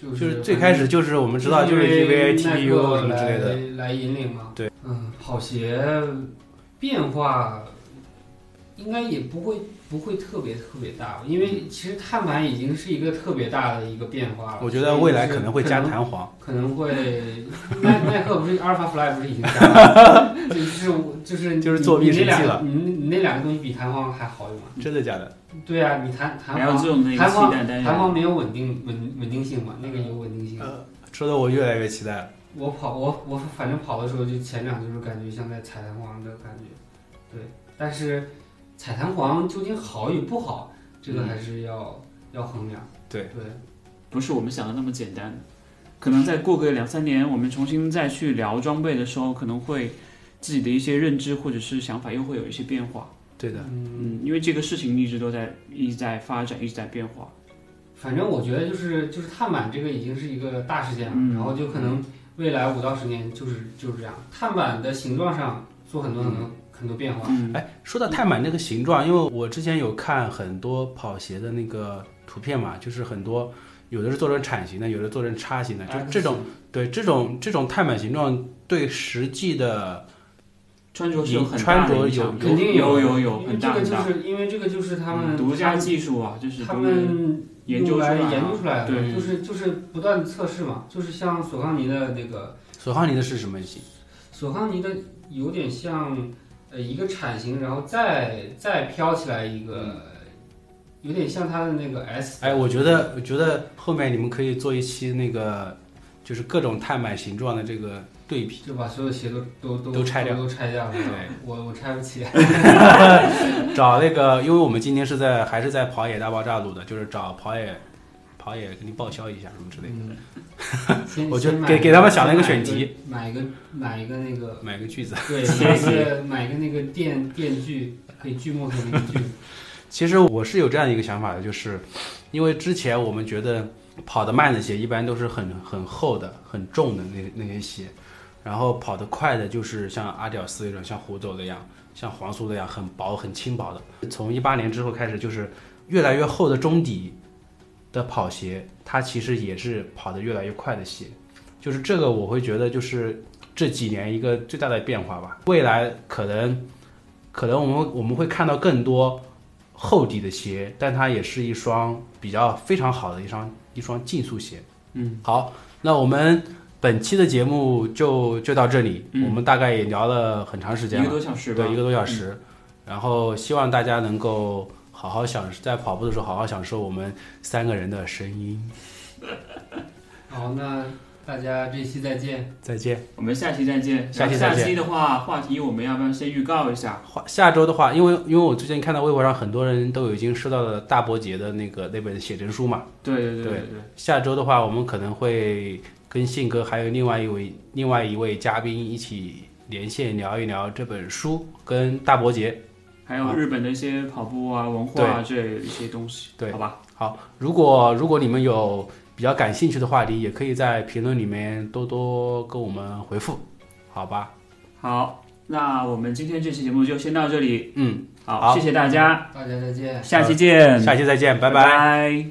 Speaker 3: 就就
Speaker 2: 就是最开始就是我们知道就是 EVA、TPU 什么之类的，
Speaker 3: 的来引领嘛。
Speaker 2: 对，
Speaker 3: 嗯，跑鞋变化应该也不会不会特别特别大，因为其实碳板已经是一个特别大的一个变化了。
Speaker 2: 嗯啊我觉得未来
Speaker 3: 所以
Speaker 2: 可
Speaker 3: 就是
Speaker 2: 能会加弹簧，
Speaker 3: 可能 会，耐耐克不是阿尔法 Fly 不是已经加了，就是我就是
Speaker 2: 就是作弊
Speaker 3: 你你那
Speaker 2: 神器
Speaker 3: 两
Speaker 2: 了
Speaker 3: 个你那你那两个东西比弹簧还好用吗？
Speaker 2: 真的假的？
Speaker 3: 对啊，你弹弹
Speaker 1: 没有这
Speaker 3: 簧
Speaker 1: 种那个
Speaker 3: 弹
Speaker 1: 期
Speaker 3: 簧
Speaker 1: 待单
Speaker 3: 弹
Speaker 1: 元，
Speaker 3: 簧没有稳定稳稳定性嘛，那个有稳定性。
Speaker 2: 呃，说的我越来越期待了。
Speaker 3: 我跑我我反正跑的时候就前掌就是感觉像在踩弹簧的感觉，对，但是踩弹簧究竟好与不好，这
Speaker 1: 嗯
Speaker 3: 个还是要、要衡量。
Speaker 2: 对
Speaker 3: 对，
Speaker 1: 不是我们想的那么简单。可能再过个两三年，我们重新再去聊装备的时候，可能会自己的一些认知或者是想法又会有一些变化。
Speaker 2: 对的，
Speaker 1: 嗯，因为这个事情一直都在一直在发展，一直在变化。
Speaker 3: 反正我觉得就是就是碳板这个已经是一个大事件了，
Speaker 1: 嗯
Speaker 3: 然后就可能未来五到十年就是就是这样，碳板的形状上做很多很多、很多变化。
Speaker 1: 嗯，
Speaker 2: 哎，说到碳板这个形状，因为我之前有看很多跑鞋的那个图片嘛，就是很多有的是做成铲型的，有的做成叉型的，就这种对这种这种碳板形状对实际的
Speaker 1: 穿着是有很
Speaker 2: 穿
Speaker 1: 大
Speaker 2: 着
Speaker 1: 的
Speaker 2: 有
Speaker 1: 影响，
Speaker 3: 肯定
Speaker 1: 有
Speaker 3: 有
Speaker 1: 有有
Speaker 3: 因为
Speaker 1: 很
Speaker 3: 这
Speaker 1: 大
Speaker 3: 个
Speaker 1: 很
Speaker 3: 就
Speaker 1: 大。
Speaker 3: 是因为这个就是他
Speaker 1: 嗯
Speaker 3: 们
Speaker 1: 独家技术啊，就是
Speaker 3: 他
Speaker 1: 都
Speaker 3: 们
Speaker 1: 研究
Speaker 3: 用
Speaker 1: 出
Speaker 3: 来
Speaker 1: 来啊
Speaker 3: 研究出来的，
Speaker 1: 对
Speaker 3: 就是就是不断的测试嘛，就是像索康尼的那个
Speaker 2: 索康尼的是什么型？
Speaker 3: 索康尼的有点像呃一个铲型，然后再再飘起来一个，有点像它的那个 S。
Speaker 2: 哎，我觉得我觉得后面你们可以做一期那个就是各种碳板形状的这个对 比。
Speaker 3: 就把所有鞋都都都
Speaker 2: 都拆掉
Speaker 3: 都拆掉。
Speaker 2: 对，
Speaker 3: 我我拆不起。啊
Speaker 2: 找那个，因为我们今天是在还是在跑野大爆炸录的，就是找跑野跑野给你报销一下什么之类的，
Speaker 3: 嗯，先
Speaker 2: 我就
Speaker 3: 先买
Speaker 2: 给给他们想了一个选题，
Speaker 3: 买一个买一个买一个 那个，
Speaker 2: 买个句子。
Speaker 3: 对，买一个买一个那个电电锯，可以锯木头那个锯。
Speaker 2: 其实我是有这样一个想法的，就是因为之前我们觉得跑得慢的鞋一般都是很很厚的、很重的那那些鞋，然后跑得快的就是像阿屌丝那种，像胡走那样，像黄苏那样很薄、很轻薄的。从一八年之后开始，就是越来越厚的中底的跑鞋，它其实也是跑得越来越快的鞋。就是这个，我会觉得就是这几年一个最大的变化吧。未来可能可能我们我们会看到更多。厚底的鞋，但它也是一双比较非常好的一双一双竞速鞋。嗯，好，那我们本期的节目就就到这里，
Speaker 1: 嗯
Speaker 2: 我们大概也聊了很长时间
Speaker 1: 一个
Speaker 2: 了，
Speaker 1: 多小时吧
Speaker 2: 对，一。个多小时。然后希望大家能够好好享在跑步的时候好好享受我们三个人的声音。
Speaker 3: 好，那大家这期再见。
Speaker 2: 再见。
Speaker 1: 我们下期再见。
Speaker 2: 下期再见
Speaker 1: 下期的话，话题我们要不要先预告一下？
Speaker 2: 话下周的话，因为因为我最近看到微博上很多人都已经收到了大伯杰的那个那本写真书嘛，
Speaker 1: 对对对
Speaker 2: 对
Speaker 1: 对对，
Speaker 2: 下周的话，我们可能会跟信哥还有另外一位另外一位嘉宾一起连线聊一聊这本书跟大伯杰。
Speaker 1: 还有
Speaker 2: 好
Speaker 1: 日本的一些跑步啊、文化啊这一些东西，
Speaker 2: 对
Speaker 1: 好吧？
Speaker 2: 好，如果如果你们有比较感兴趣的话题，也可以在评论里面多多跟我们回复，好吧？
Speaker 1: 好，那我们今天这期节目就先到这里。
Speaker 2: 嗯，
Speaker 1: 好，
Speaker 2: 好
Speaker 1: 谢谢大家，
Speaker 3: 大家再见。
Speaker 1: 下期见，
Speaker 2: 下期再见，拜
Speaker 1: 拜